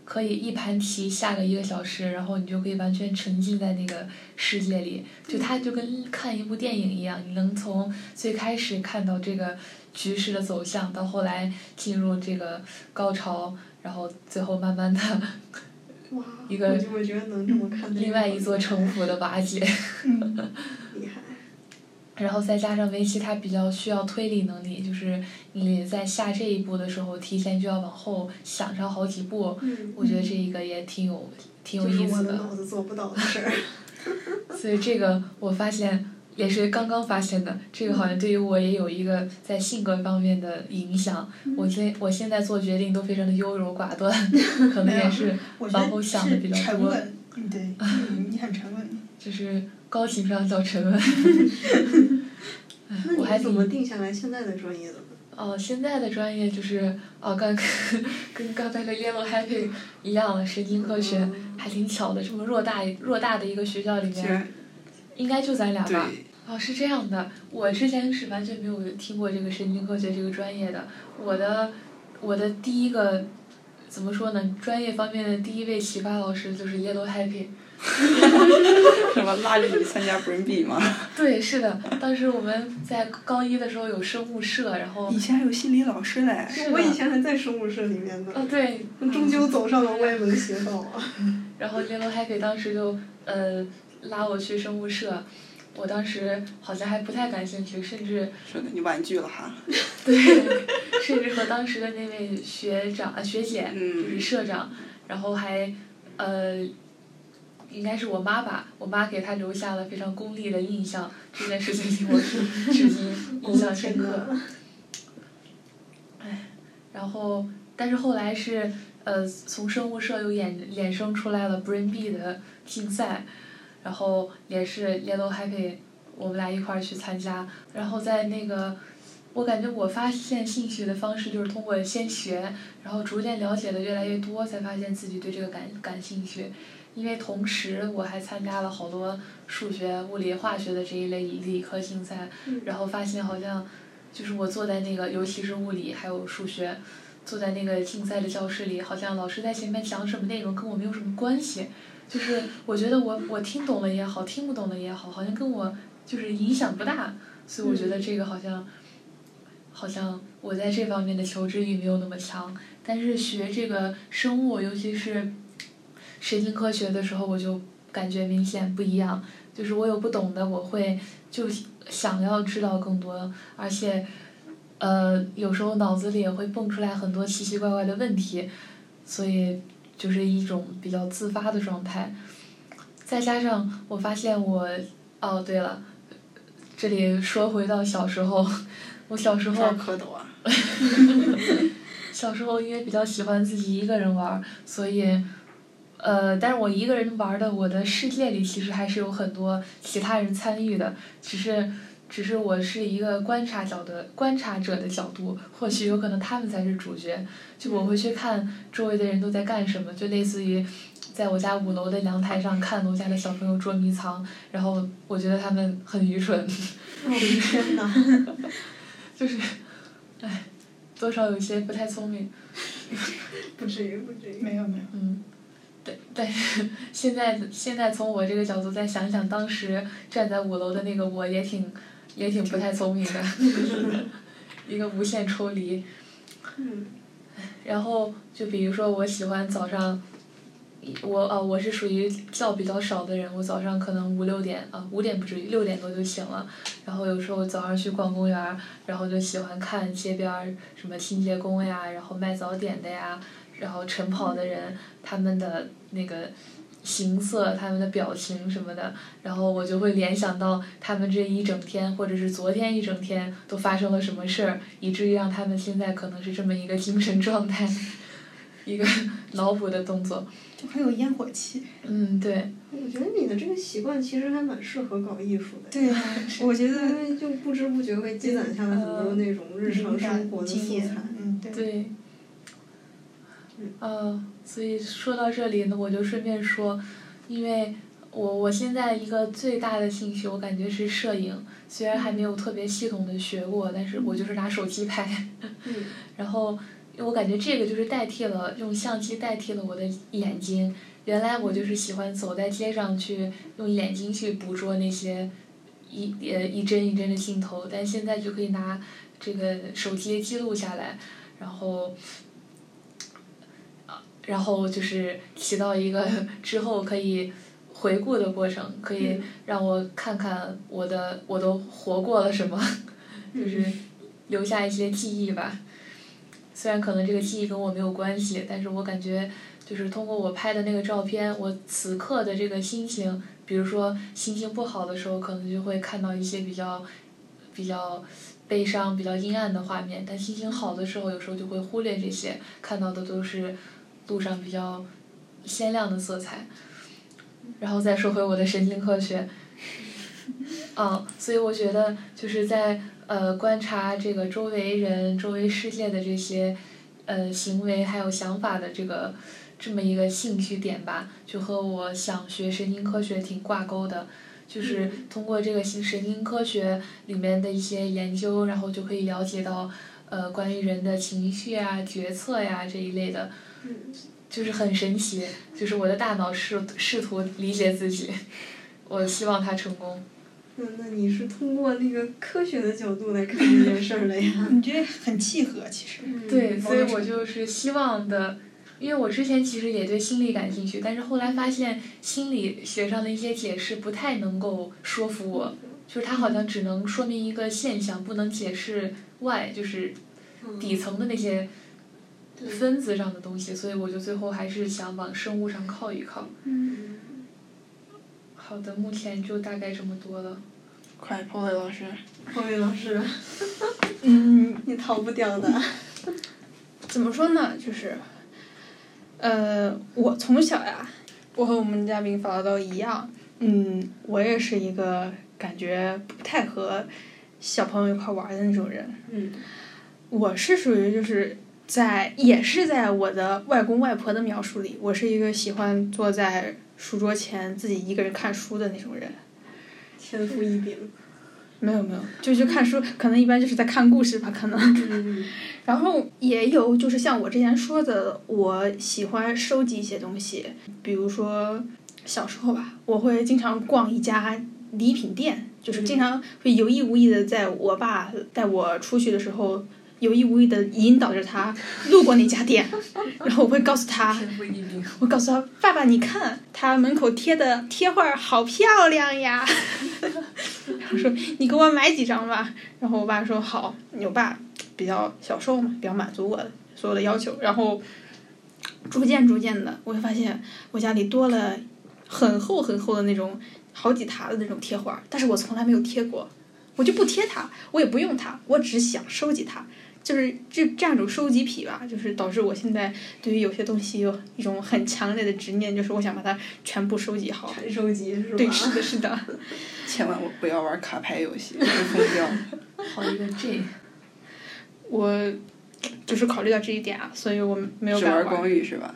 [SPEAKER 1] 可以一盘棋下个一个小时，然后你就可以完全沉浸在那个世界里，就它就跟看一部电影一样，你能从最开始看到这个局势的走向，到后来进入这个高潮，然后最后慢慢的
[SPEAKER 2] 哇，
[SPEAKER 1] 一个
[SPEAKER 2] 我就我觉得能这么看的人
[SPEAKER 1] 另外一座城府的瓦解。
[SPEAKER 3] 嗯
[SPEAKER 2] 厉害。
[SPEAKER 1] 然后再加上围棋，它比较需要推理能力，就是你在下这一步的时候，提前就要往后想上好几步。
[SPEAKER 2] 嗯，
[SPEAKER 1] 我觉得这一个也挺有挺有
[SPEAKER 2] 就是
[SPEAKER 1] 意
[SPEAKER 2] 我
[SPEAKER 1] 思
[SPEAKER 2] 的
[SPEAKER 1] 的，
[SPEAKER 2] 脑子做不到的事儿。
[SPEAKER 1] 所以这个我发现也是刚刚发现的，这个好像对于我也有一个在性格方面的影响。
[SPEAKER 2] 嗯
[SPEAKER 1] 我现我现在做决定都非常的优柔寡 断，可能也是
[SPEAKER 3] 我觉
[SPEAKER 1] 往后
[SPEAKER 3] 得
[SPEAKER 1] 想的
[SPEAKER 3] 是
[SPEAKER 1] 比较
[SPEAKER 3] 沉
[SPEAKER 1] 多，
[SPEAKER 3] 稳，嗯对，嗯你很沉稳。
[SPEAKER 1] 就是高情商叫沉 稳。哎
[SPEAKER 2] 那
[SPEAKER 1] 我还挺
[SPEAKER 2] 你怎么定下来现在的专业的呢？
[SPEAKER 1] 哦，现在的专业就是哦，刚跟刚才的 Yellow Happy 一样了，神经科学，
[SPEAKER 2] 嗯
[SPEAKER 1] 还挺巧的，这么偌大偌大的一个学校里
[SPEAKER 5] 居
[SPEAKER 1] 面，
[SPEAKER 5] 然
[SPEAKER 1] 应该就咱俩吧。
[SPEAKER 5] 对
[SPEAKER 1] 哦，是这样的，我之前是完全没有听过这个神经科学这个专业的。我的我的第一个怎么说呢？专业方面的第一位启发老师就是 Yellow Happy。
[SPEAKER 5] 什么拉着你参加 Brain B 吗？
[SPEAKER 1] 对，是的，当时我们在高一的时候有生物社，然后
[SPEAKER 5] 以前还有心理老师嘞，
[SPEAKER 1] 是
[SPEAKER 2] 我以
[SPEAKER 1] 的，
[SPEAKER 2] 前还在生物社里面呢，
[SPEAKER 1] 哦对，
[SPEAKER 2] 终究走上了歪门邪道 啊！
[SPEAKER 1] 然后 Yellow Happy 当时就呃拉我去生物社，我当时好像还不太感兴趣，甚至
[SPEAKER 5] 说的你婉拒了哈。
[SPEAKER 1] 对，甚至和当时的那位学长啊学姐，就
[SPEAKER 5] 嗯
[SPEAKER 1] 是社长，然后还呃，应该是我妈吧，我妈给她留下了非常功利的印象，这件事情令我至至今印象深刻。唉，然后但是后来是呃，从生物社又衍衍生出来了 Brain B 的竞赛，然后也是 Yellow Happy，我们俩一块儿去参加，然后在那个。我感觉我发现兴趣的方式就是通过先学，然后逐渐了解的越来越多，才发现自己对这个感感兴趣。因为同时我还参加了好多数学、物理、化学的这一类理科竞赛，然后发现好像就是我坐在那个，尤其是物理还有数学，坐在那个竞赛的教室里，好像老师在前面讲什么内容跟我没有什么关系，就是我觉得我我听懂了也好，听不懂了也好，好像跟我就是影响不大，所以我觉得这个好像。好像我在这方面的求知欲没有那么强，但是学这个生物，尤其是神经科学的时候，我就感觉明显不一样。就是我有不懂的，我会就想要知道更多，而且，呃，有时候脑子里也会蹦出来很多奇奇怪怪的问题，所以就是一种比较自发的状态。再加上我发现我，哦，对了，这里说回到小时候，我小时候
[SPEAKER 5] 抓蝌蚪啊！
[SPEAKER 1] 小时候因为比较喜欢自己一个人玩儿，所以，呃，但是我一个人玩儿的，我的世界里其实还是有很多其他人参与的，只是，只是我是一个观察角的观察者的角度，或许有可能他们才是主角。就我会去看周围的人都在干什么，就类似于。在我家五楼的阳台上看楼下的小朋友捉迷藏，然后我觉得他们很愚蠢，
[SPEAKER 2] 我
[SPEAKER 1] 哦
[SPEAKER 2] 的天哪！
[SPEAKER 1] 就是，唉，多少有些不太聪明。
[SPEAKER 2] 不至于，不至于。
[SPEAKER 3] 没有没有，
[SPEAKER 1] 嗯，对，但是 现在现在从我这个角度再想想，当时站在五楼的那个我也挺也挺不太聪明的， 一个无限抽离。
[SPEAKER 2] 嗯
[SPEAKER 1] 然后就比如说，我喜欢早上，我啊、我是属于觉比较少的人，我早上可能五六点啊五、点不至于，六点多就醒了。然后有时候早上去逛公园儿，然后就喜欢看街边儿什么清洁工呀，然后卖早点的呀，然后晨跑的人他们的那个形色、他们的表情什么的，然后我就会联想到他们这一整天或者是昨天一整天都发生了什么事儿，以至于让他们现在可能是这么一个精神状态， 一个 脑补的动作。
[SPEAKER 3] 就很有烟火气。
[SPEAKER 1] 嗯，对，
[SPEAKER 2] 我觉得你的这个习惯其实还蛮适合搞艺术的。
[SPEAKER 3] 对 啊，我觉
[SPEAKER 2] 因
[SPEAKER 3] 得
[SPEAKER 2] 为就不知不觉会积攒下来很多
[SPEAKER 1] 呃
[SPEAKER 2] 那种日常生活的
[SPEAKER 3] 经
[SPEAKER 2] 素
[SPEAKER 3] 验
[SPEAKER 2] 材。，
[SPEAKER 3] 嗯对。
[SPEAKER 1] 对
[SPEAKER 2] 嗯。
[SPEAKER 1] 呃，所以说到这里呢，我就顺便说，因为我我现在一个最大的兴趣，我感觉是摄影，虽然还没有特别系统的学过，但是我就是拿手机拍。
[SPEAKER 2] 嗯，
[SPEAKER 1] 然后因为我感觉这个就是代替了用相机代替了我的眼睛。原来我就是喜欢走在街上去用眼睛去捕捉那些一呃一帧一帧的镜头，但现在就可以拿这个手机记录下来，然后。啊然后就是起到一个之后可以回顾的过程，可以让我看看我的我都活过了什么，
[SPEAKER 2] 嗯
[SPEAKER 1] 就是留下一些记忆吧。虽然可能这个记忆跟我没有关系，但是我感觉就是通过我拍的那个照片，我此刻的这个心情，比比如说心情不好的时候，可能就会看到一些比较比较悲伤、比较阴暗的画面，但心情好的时候，有时候就会忽略这些，看到的都是路上比较鲜亮的色彩。然后再说回我的神经科学，嗯，所以我觉得就是在呃观察这个周围人、周围世界的这些呃行为还有想法的这个这么一个兴趣点吧，就和我想学神经科学挺挂钩的。就是通过这个神神经科学里面的一些研究，然后就可以了解到呃关于人的情绪啊、决策呀、这一类的，
[SPEAKER 2] 嗯
[SPEAKER 1] 就是很神奇。就是我的大脑试试图理解自己，我希望它成功。
[SPEAKER 2] 那嗯那你是通过那个科学的角度来看这件事儿的呀？
[SPEAKER 3] 你这很契合，其实。
[SPEAKER 2] 嗯
[SPEAKER 1] 对，
[SPEAKER 3] 某
[SPEAKER 1] 所以
[SPEAKER 3] 种
[SPEAKER 1] 我
[SPEAKER 3] 程
[SPEAKER 1] 就是希望的，因为我之前其实也对心理感兴趣，但是后来发现心理学上的一些解释不太能够说服我，就是它好像只能说明一个现象，不能解释 why，就是
[SPEAKER 2] 嗯
[SPEAKER 1] 底层的那些分子上的东西，所以我就最后还是想往生物上靠一靠。
[SPEAKER 2] 嗯
[SPEAKER 1] 好的，目前就大概这么多了。
[SPEAKER 5] 快 p o l 老师，
[SPEAKER 2] 彭伟老师，
[SPEAKER 3] 嗯，
[SPEAKER 2] 你逃不掉的。
[SPEAKER 3] 怎么说呢？就是，呃，我从小呀，我和我们嘉宾法拉都一样，嗯，我也是一个感觉不太和小朋友一块玩的那种人。
[SPEAKER 2] 嗯
[SPEAKER 3] 我是属于就是在也是在我的外公外婆的描述里，我是一个喜欢坐在书桌前自己一个人看书的那种人。
[SPEAKER 2] 天赋异禀。
[SPEAKER 3] 没有没有，就去看书，可能一般就是在看故事吧，可能。
[SPEAKER 2] 嗯
[SPEAKER 3] 然后也有就是像我之前说的，我喜欢收集一些东西，比如说小时候吧，我会经常逛一家礼品店，
[SPEAKER 2] 嗯
[SPEAKER 3] 就是经常会有意无意的在我爸带我出去的时候，有意无意的引导着他路过那家店，然后我会告 诉他，
[SPEAKER 1] 天赋异禀。
[SPEAKER 3] 我告诉他，爸爸你看，他门口贴的贴画儿好漂亮呀。我说你给我买几张吧，然后我爸说好，我爸比较小瘦嘛，比较满足我的所有的要求，然后逐渐逐渐的，我就发现我家里多了很厚很厚的那种好几沓的那种贴画儿，但是我从来没有贴过，我就不贴它，我也不用它，我只想收集它。就是这这样一种收集癖吧，就是导致我现在对于有些东西有一种很强烈的执念，就是我想把它全部收集好。
[SPEAKER 2] 全收集是吧？
[SPEAKER 3] 对，是的，是的。
[SPEAKER 5] 千万我不要玩卡牌游戏，会疯掉。
[SPEAKER 1] 好一个 J，
[SPEAKER 3] 我就是考虑到这一点啊，所以我 没有
[SPEAKER 5] 只
[SPEAKER 3] 敢
[SPEAKER 5] 玩
[SPEAKER 3] 玩
[SPEAKER 5] 光遇是吧？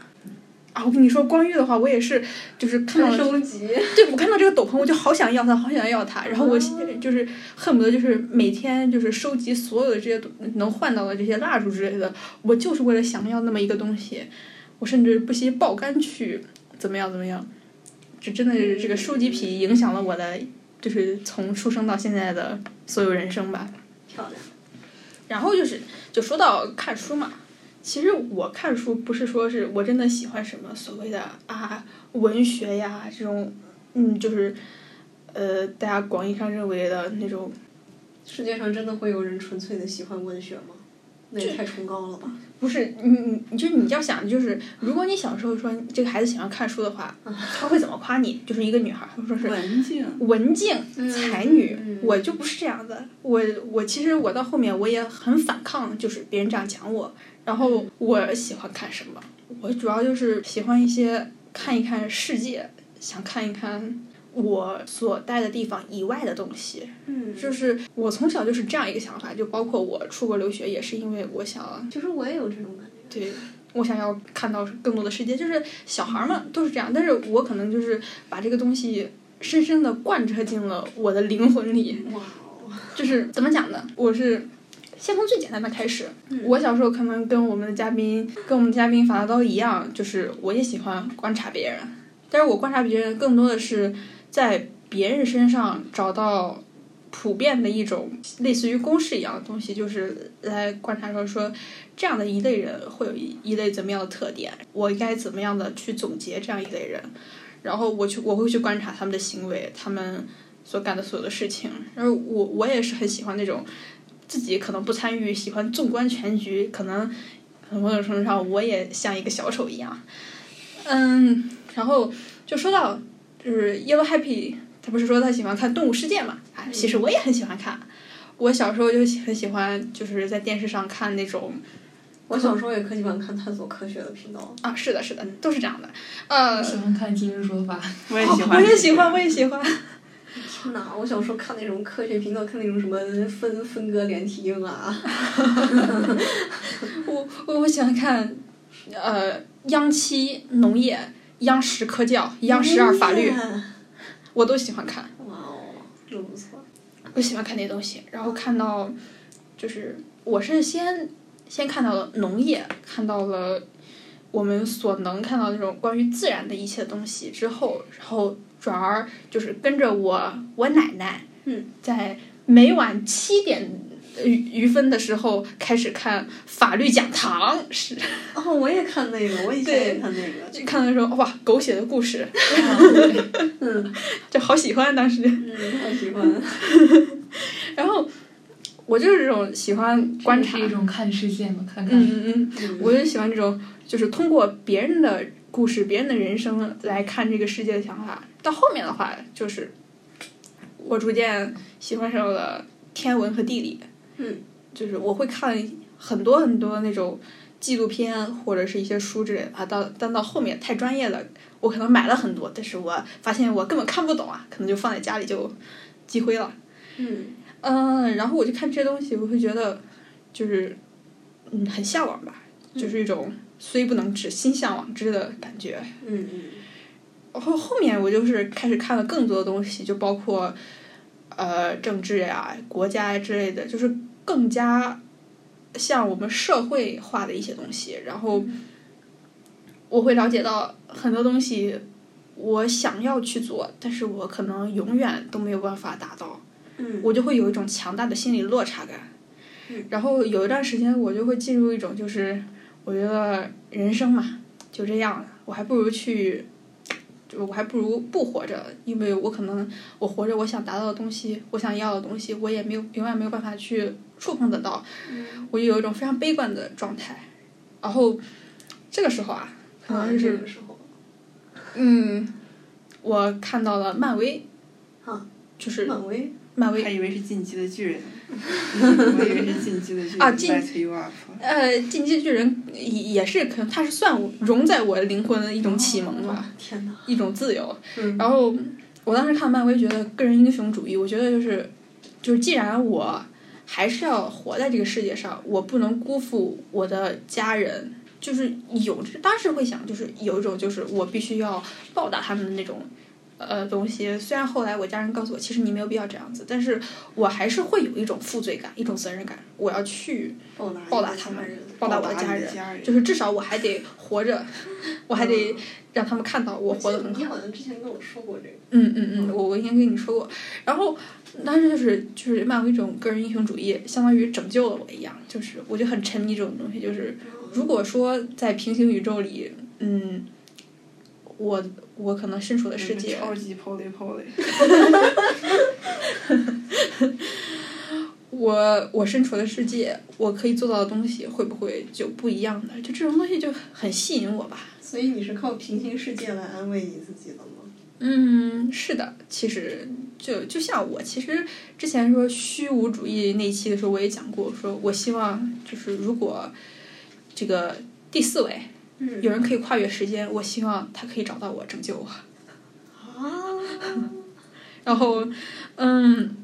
[SPEAKER 3] 啊。我跟你说，光遇的话，我也是，就是看到
[SPEAKER 2] 全
[SPEAKER 3] 了，
[SPEAKER 2] 收集。
[SPEAKER 3] 对我看到这个斗篷，我就好想要它，好想要它。然后我就是恨不得就是每天就是收集所有的这些东能换到的这些蜡烛之类的，我就是为了想要那么一个东西。我甚至不惜爆肝去怎么样怎么样，这真的是这个收集癖影响了我的，就是从出生到现在的所有人生吧。
[SPEAKER 2] 漂亮。
[SPEAKER 3] 然后就是，就说到看书嘛，其实我看书不是说是我真的喜欢什么所谓的啊文学呀这种，嗯，就是，呃，大家广义上认为的那种，
[SPEAKER 2] 世界上真的会有人纯粹的喜欢文学吗？那也太崇高了吧！
[SPEAKER 3] 不是你你你就是你要想就是，如果你小时候说这个孩子喜欢看书的话，他会怎么夸你？就是一个女孩，他会说是
[SPEAKER 5] 文静，
[SPEAKER 3] 文静才女，
[SPEAKER 2] 嗯嗯
[SPEAKER 3] 我就不是这样的。我我其实我到后面我也很反抗，就是别人这样讲我。然后
[SPEAKER 2] 嗯
[SPEAKER 3] 我喜欢看什么？我主要就是喜欢一些看一看世界，想看一看我所待的地方以外的东西。
[SPEAKER 2] 嗯
[SPEAKER 3] 就是我从小就是这样一个想法，就包括我出国留学也是因为我想
[SPEAKER 2] 其实我也有这种感觉。
[SPEAKER 3] 对。我想要看到更多的世界，就是小孩儿嘛都是这样，但是我可能就是把这个东西深深的贯彻进了我的灵魂里，
[SPEAKER 2] 哇哦！
[SPEAKER 3] 就是怎么讲呢？我是先从最简单的开始。
[SPEAKER 2] 嗯
[SPEAKER 3] 我小时候可能跟我们的嘉宾，跟我们的嘉宾法拉刀一样，就是我也喜欢观察别人，但是我观察别人更多的是在别人身上找到普遍的一种类似于公式一样的东西，就是来观察说说这样的一类人会有一一类怎么样的特点，我应该怎么样的去总结这样一类人。然后我去，我会去观察他们的行为，他们所干的所有的事情。然后我我也是很喜欢那种自己可能不参与，喜欢纵观全局，可能某种程度上我也像一个小丑一样。嗯，然后就说到就是 Yellow Happy，他不是说他喜欢看《动物世界》嘛？啊，其实我也很喜欢看。我小时候就很喜欢，就是在电视上看那种
[SPEAKER 2] 我小时候也科技版看探索科学的频道，
[SPEAKER 3] 啊，是的，是的，都是这样的。呃
[SPEAKER 1] 我，喜欢看《今日说法》，
[SPEAKER 5] 哦我也喜 欢，
[SPEAKER 3] 我也喜欢，我也喜欢。
[SPEAKER 2] 天哪！我小时候看那种科学频道，看那种什么分分割连体婴啊，
[SPEAKER 3] 我我我喜欢看，呃，央七农业、央十科教、央十二法
[SPEAKER 2] 嗯
[SPEAKER 3] 律，我都喜欢看。
[SPEAKER 2] 哇哦，真不错。
[SPEAKER 3] 我喜欢看那些东西，然后看到，就是我是先先看到了农业，看到了我们所能看到那种关于自然的一切东西之后，然后转而就是跟着我我奶奶，
[SPEAKER 2] 嗯，
[SPEAKER 3] 在每晚七点余余分的时候开始看法律讲堂，是
[SPEAKER 2] 哦，我也看那个，我以前
[SPEAKER 3] 对
[SPEAKER 2] 也看那个。
[SPEAKER 3] 就看到说哇狗血的故事，
[SPEAKER 2] 嗯
[SPEAKER 3] 就好喜欢当时。
[SPEAKER 2] 嗯，好喜欢。
[SPEAKER 3] 然后我就是这种喜欢观察，
[SPEAKER 1] 这是一种看世界嘛，看看。
[SPEAKER 3] 嗯嗯嗯。我就喜欢这种，就是通过别人的故事、别人的人生来看这个世界的想法。到后面的话，就是我逐渐喜欢上了天文和地理。
[SPEAKER 2] 嗯，
[SPEAKER 3] 就是我会看很多很多那种纪录片或者是一些书之类的啊。到但到后面太专业了，我可能买了很多，但是我发现我根本看不懂啊，可能就放在家里就积灰了。
[SPEAKER 2] 嗯
[SPEAKER 3] 嗯，然后我就看这些东西，我会觉得就是嗯很向往吧，就是一种虽不能至，心向往之的感觉。
[SPEAKER 2] 嗯嗯
[SPEAKER 3] 然后后面我就是开始看了更多的东西，就包括呃政治呀、国家呀之类的，就是更加像我们社会化的一些东西。然后我会了解到很多东西，我想要去做，但是我可能永远都没有办法达到。
[SPEAKER 2] 嗯
[SPEAKER 3] 我就会有一种强大的心理落差感
[SPEAKER 2] 嗯。
[SPEAKER 3] 然后有一段时间，我就会进入一种就是，我觉得人生嘛就这样了，我还不如去，就我还不如不活着，因为我可能我活着，我想达到的东西，我想要的东西，我也没有永远没有办法去触碰得到，我就有一种非常悲观的状态。然后这个时候啊，可
[SPEAKER 2] 啊，
[SPEAKER 3] 能
[SPEAKER 2] 这
[SPEAKER 3] 就是
[SPEAKER 2] 个时候，
[SPEAKER 3] 嗯，我看到了漫威，
[SPEAKER 2] 啊，
[SPEAKER 3] 就是
[SPEAKER 2] 漫威
[SPEAKER 3] 漫威
[SPEAKER 5] 还以为是进击的巨 人，我以为是进击的巨人
[SPEAKER 3] 啊进
[SPEAKER 5] Let You Up。
[SPEAKER 3] 呃，进击巨人也也是可能它是算我融在我灵魂的一种启蒙吧，
[SPEAKER 2] 啊，天哪！
[SPEAKER 3] 一种自由。
[SPEAKER 2] 嗯
[SPEAKER 3] 然后我当时看漫威，觉得个人英雄主义，我觉得就是就是既然我还是要活在这个世界上，我不能辜负我的家人。就是有，当时会想，就是有一种就是我必须要报答他们的那种。呃，东西虽然后来我家人告诉我，其实你没有必要这样子，但是我还是会有一种负罪感，一种责任感，我要去
[SPEAKER 2] 报答
[SPEAKER 3] 报答
[SPEAKER 2] 一个
[SPEAKER 3] 他
[SPEAKER 2] 家
[SPEAKER 3] 们
[SPEAKER 2] 人，
[SPEAKER 3] 报答我的
[SPEAKER 5] 你
[SPEAKER 3] 家
[SPEAKER 5] 的
[SPEAKER 3] 人，
[SPEAKER 5] 家人
[SPEAKER 3] 就是至少我还得活着，我还得
[SPEAKER 2] 嗯
[SPEAKER 3] 让他们看到我活得
[SPEAKER 2] 记得
[SPEAKER 3] 很
[SPEAKER 2] 你
[SPEAKER 3] 好。
[SPEAKER 2] 好像之前跟我说过这个。
[SPEAKER 3] 嗯嗯嗯，我我应该跟你说过。然后当时就是就是漫威这种个人英雄主义，相当于拯救了我一样，就是我就很沉迷这种东西。就是如果说在平行宇宙里，嗯，我我可能身处的世
[SPEAKER 5] 嗯
[SPEAKER 3] 界，
[SPEAKER 5] 超级 Polly Polly。
[SPEAKER 3] 我我身处的世界，我可以做到的东西会不会就不一样的？就这种东西就很吸引我吧。
[SPEAKER 2] 所以你是靠平行世界来安慰你自己的吗？
[SPEAKER 3] 嗯，是的，其实就就像我，其实之前说虚无主义那一期的时候，我也讲过，说我希望就是如果这个第四位
[SPEAKER 2] 嗯
[SPEAKER 3] 有人可以跨越时间，我希望他可以找到我，拯救我。
[SPEAKER 2] 啊，
[SPEAKER 3] 然后，嗯，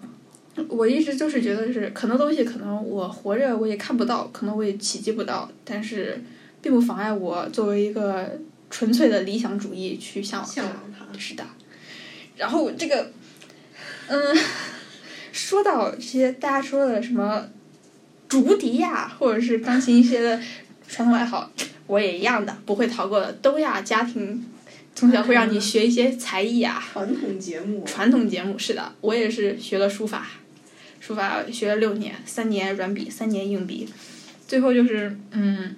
[SPEAKER 3] 我一直就是觉得是很多东西，可能我活着我也看不到，可能我也企及不到，但是并不妨碍我作为一个纯粹的理想主义去向往它
[SPEAKER 2] 向往它。
[SPEAKER 3] 是的。然后这个，嗯，说到这些大家说的什么竹笛呀，或者是钢琴一些的传统爱好，我也一样的，不会逃过的。东亚家庭从小会让你学一些才艺啊，
[SPEAKER 2] 传统节目，
[SPEAKER 3] 传统节目是的，我也是学了书法，书法学了六年，三年软笔，三年硬笔，最后就是嗯，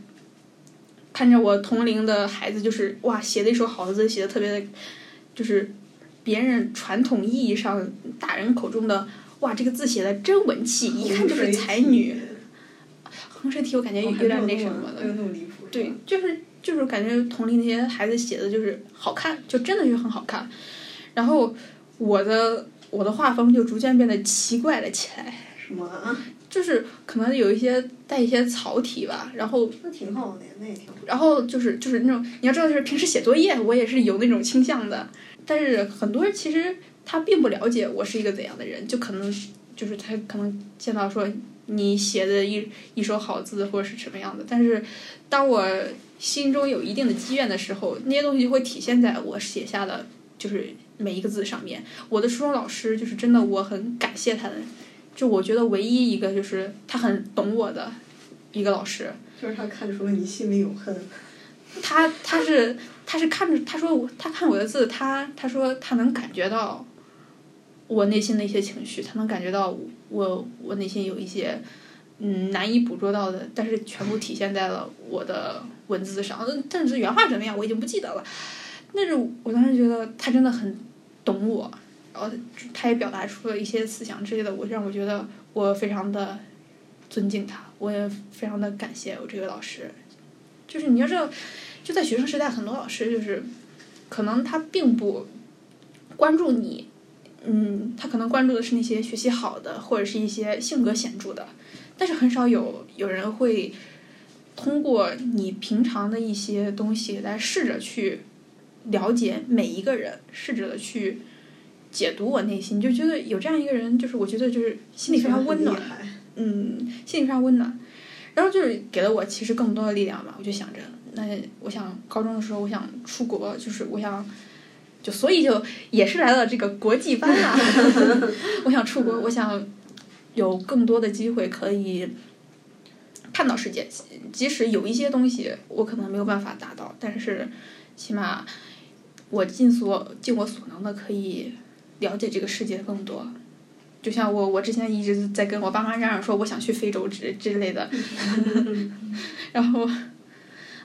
[SPEAKER 3] 看着我同龄的孩子，就是哇，写的一手好字，写的特别的，就是别人传统意义上大人口中的哇，这个字写的真文气，一看就是才女。横水体我感觉
[SPEAKER 2] 哦，
[SPEAKER 3] 有
[SPEAKER 2] 还没
[SPEAKER 3] 点那
[SPEAKER 2] 那
[SPEAKER 3] 什么的
[SPEAKER 2] 没，有那么离谱。
[SPEAKER 3] 对，，就是就是感觉同龄那些孩子写的就是好看，就真的就很好看。然后我的我的画风就逐渐变得奇怪了起来，
[SPEAKER 2] 什么啊？
[SPEAKER 3] 就是可能有一些带一些草体吧，然后
[SPEAKER 2] 那挺好的呀，那也挺好。
[SPEAKER 3] 然后就是就是那种你要知道，就是平时写作业我也是有那种倾向的，但是很多人其实他并不了解我是一个怎样的人，就可能就是他可能见到说你写的一一手好字或者是什么样的，但是当我心中有一定的积怨的时候，那些东西就会体现在我写下的就是每一个字上面。我的初中老师就是真的，我很感谢他的，就我觉得唯一一个就是他很懂我的一个老师，
[SPEAKER 2] 就是他看出了你心里有恨，
[SPEAKER 3] 他他是他是看着他说我他看我的字，他他说他能感觉到我内心的一些情绪，他能感觉到我我内心有一些嗯难以捕捉到的，但是全部体现在了我的文字上。嗯但是原话怎么样我已经不记得了，但是我当时觉得他真的很懂我，然后他也表达出了一些思想之类的，我让我觉得我非常的尊敬他，我也非常的感谢我这个老师。就是你要知道，就在学生时代，很多老师就是，可能他并不关注你，嗯，他可能关注的是那些学习好的，或者是一些性格显著的，但是很少有有人会通过你平常的一些东西来试着去了解每一个人，试着去解读我内心，就觉得有这样一个人，就是我觉得就是心里非常温暖
[SPEAKER 2] 很厉。害。
[SPEAKER 3] 嗯，心理上温暖。然后就是给了我其实更多的力量吧，我就想着，那我想高中的时候我想出国，就是我想，就所以就也是来到这个国际班啊，我想出国，我想有更多的机会可以看到世界，即即使有一些东西我可能没有办法达到，但是起码我尽所尽我所能的可以了解这个世界更多。就像我，我之前一直在跟我爸妈嚷嚷说我想去非洲之之类的，然后，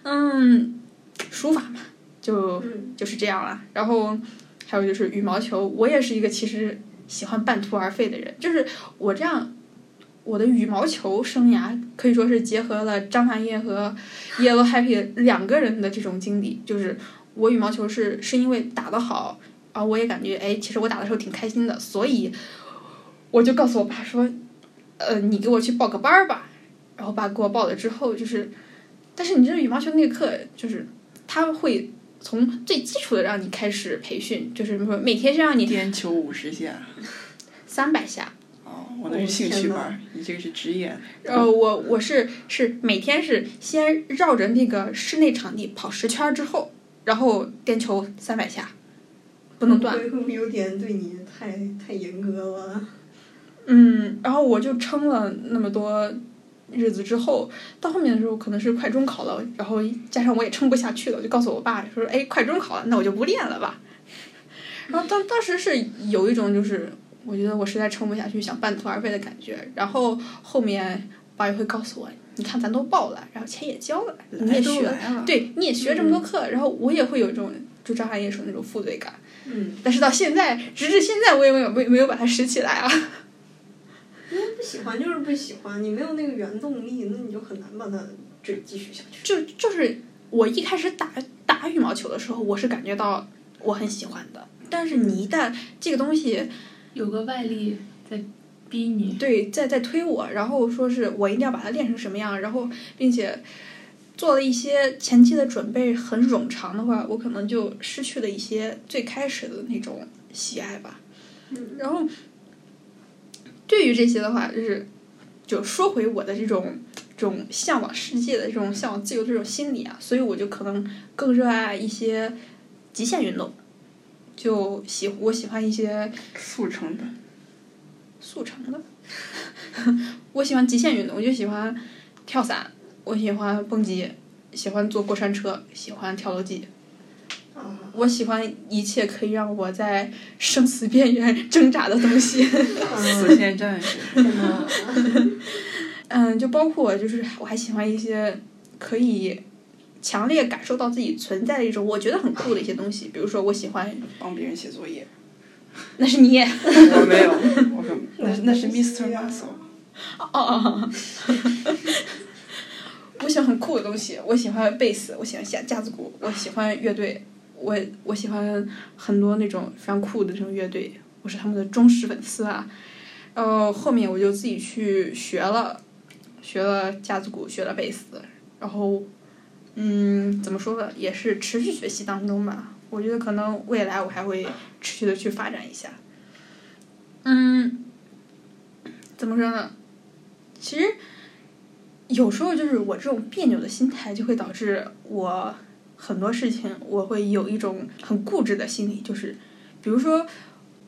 [SPEAKER 3] 嗯，书法嘛，就
[SPEAKER 2] 嗯，
[SPEAKER 3] 就是这样了。然后还有就是羽毛球，我也是一个其实喜欢半途而废的人，就是我这样，我的羽毛球生涯可以说是结合了张含韵和 Yellow Happy 两个人的这种经历，就是我羽毛球是是因为打得好，啊，我也感觉哎，其实我打的时候挺开心的，所以我就告诉我爸说，呃，你给我去报个班儿吧。然后爸给我报了之后，就是，但是你知道羽毛球那个课，就是他会从最基础的让你开始培训，就是说每天是让你
[SPEAKER 5] 颠球五十下。
[SPEAKER 3] 三百下，
[SPEAKER 5] 哦，我那是兴趣班儿，你这个是职业的。
[SPEAKER 3] 呃，我我是是每天是先绕着那个室内场地跑十圈儿之后，然后颠球三百下，不能断。
[SPEAKER 2] 会不会有点对你太太严格了？
[SPEAKER 3] 嗯，然后我就撑了那么多日子之后，到后面的时候可能是快中考了，然后加上我也撑不下去了，我就告诉我爸说：“哎，快中考了，那我就不练了吧。”然后当当时是有一种就是我觉得我实在撑不下去，想半途而废的感觉。然后后面爸也会告诉我：“你看咱都报了，然后钱也交了，你也
[SPEAKER 5] 哎来嗯都
[SPEAKER 3] 学了，
[SPEAKER 5] 来了，
[SPEAKER 3] 对你也学这么多课。”然后我也会有一种就张含韵说那种负罪感。
[SPEAKER 2] 嗯，
[SPEAKER 3] 但是到现在，直至现在我也没有没有没有把它拾起来啊。
[SPEAKER 2] 嗯不喜欢就是不喜欢，你没有那个原动力，那你就很难把它这继续下去。
[SPEAKER 3] 就就是我一开始打打羽毛球的时候，我是感觉到我很喜欢的，但是你一旦这个东西
[SPEAKER 1] 有个外力在逼你。
[SPEAKER 3] 对在在推我，然后说是我一定要把它练成什么样，然后并且做了一些前期的准备很冗长的话，我可能就失去了一些最开始的那种喜爱吧。
[SPEAKER 2] 嗯
[SPEAKER 3] 然后对于这些的话，就是就说回我的这种这种向往世界的这种向往自由的这种心理啊，所以我就可能更热爱一些极限运动，就喜我喜欢一些
[SPEAKER 5] 速成的。
[SPEAKER 3] 速成的， 我喜欢极限运动，我就喜欢跳伞，我喜欢蹦极，喜欢坐过山车，喜欢跳楼机。
[SPEAKER 2] 啊，
[SPEAKER 3] 我喜欢一切可以让我在生死边缘挣扎的东西。
[SPEAKER 5] 死线战士，
[SPEAKER 3] 嗯，就包括就是我还喜欢一些可以强烈感受到自己存在的一种我觉得很酷的一些东西，比如说我喜欢，
[SPEAKER 5] 帮别人写作 业。
[SPEAKER 3] 那是你也
[SPEAKER 5] 我没有， 我可那那是 Mr.
[SPEAKER 2] 啊
[SPEAKER 5] Muscle。
[SPEAKER 3] 哦哦哦，我喜欢很酷的东西，我喜欢贝斯，我喜欢架架子鼓，我喜欢乐队，我我喜欢很多那种非常酷的这种乐队，我是他们的忠实粉丝啊。然后后面我就自己去学了，学了架子鼓，学了贝斯，然后，嗯，怎么说呢，也是持续学习当中吧。我觉得可能未来我还会持续的去发展一下。嗯，怎么说呢？其实有时候就是我这种别扭的心态，就会导致我很多事情我会有一种很固执的心理，就是比如说，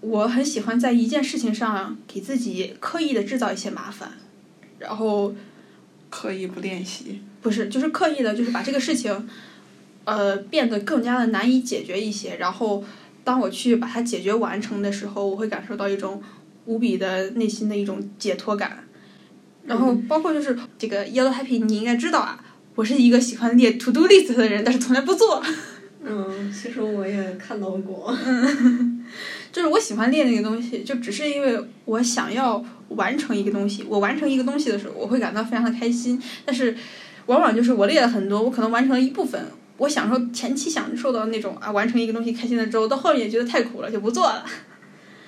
[SPEAKER 3] 我很喜欢在一件事情上给自己刻意的制造一些麻烦，然后
[SPEAKER 5] 刻意不练习，
[SPEAKER 3] 不是就是刻意的，就是把这个事情呃变得更加的难以解决一些，然后。当我去把它解决完成的时候，我会感受到一种无比的内心的一种解脱感。然后包括就是这个 Yellow Happy，你应该知道啊，我是一个喜欢列 To Do List 的人，但是从来不做。
[SPEAKER 2] 嗯，其实我也看到过。
[SPEAKER 3] 就是我喜欢列那个东西，就只是因为我想要完成一个东西。我完成一个东西的时候，我会感到非常的开心。但是往往就是我列了很多，我可能完成了一部分。我享受前期享受到那种啊，完成一个东西开心了之后，到后面觉得太苦了就不做了。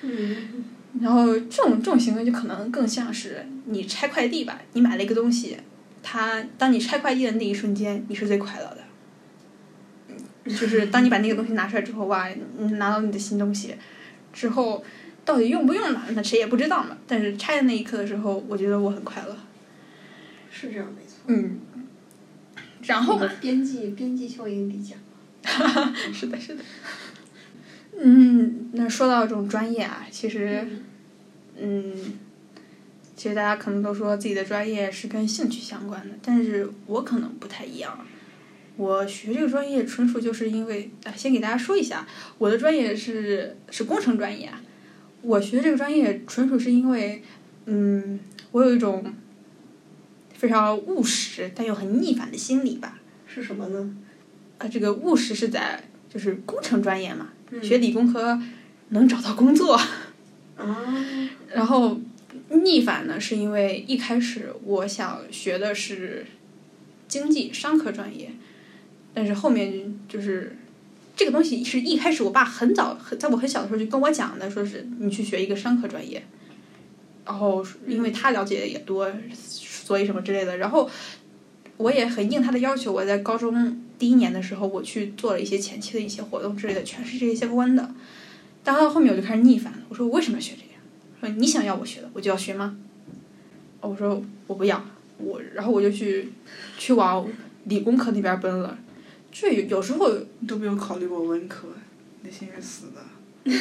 [SPEAKER 2] 嗯，
[SPEAKER 3] 然后这种这种行为就可能更像是你拆快递吧，你买了一个东西，它当你拆快递的那一瞬间，你是最快乐的。嗯就是当你把那个东西拿出来之后，哇，你拿到你的新东西之后，到底用不用呢？那谁也不知道嘛。但是拆的那一刻的时候，我觉得我很快乐。
[SPEAKER 2] 是这样没错。
[SPEAKER 3] 嗯。然后嘛，
[SPEAKER 2] 边际边际效应理讲。
[SPEAKER 3] 是的，是的。嗯，那说到这种专业啊，其实，嗯，其实大家可能都说自己的专业是跟兴趣相关的，但是我可能不太一样。我学这个专业纯属就是因为，啊，先给大家说一下，我的专业是是工程专业啊。我学这个专业纯属是因为，嗯，我有一种非常务实但又很逆反的心理吧。
[SPEAKER 2] 是什么呢？
[SPEAKER 3] 啊，这个务实是在就是工程专业嘛，
[SPEAKER 2] 嗯
[SPEAKER 3] 学理工科能找到工作。
[SPEAKER 2] 啊，
[SPEAKER 3] 然后逆反呢，是因为一开始我想学的是经济商科专业，但是后面就是这个东西是一开始我爸很早，很在我很小的时候就跟我讲的，说是你去学一个商科专业。然后因为他了解的也多，所以什么之类的。然后我也很应他的要求，我在高中第一年的时候，我去做了一些前期的一些活动之类的，全是这些相关的。但到后面我就开始逆反了，我说我为什么要学这个？说你想要我学的，我就要学吗？哦我说我不要，我然后我就去去往理工科那边奔了。这有有时候
[SPEAKER 5] 你都没有考虑过文科，内心是死的。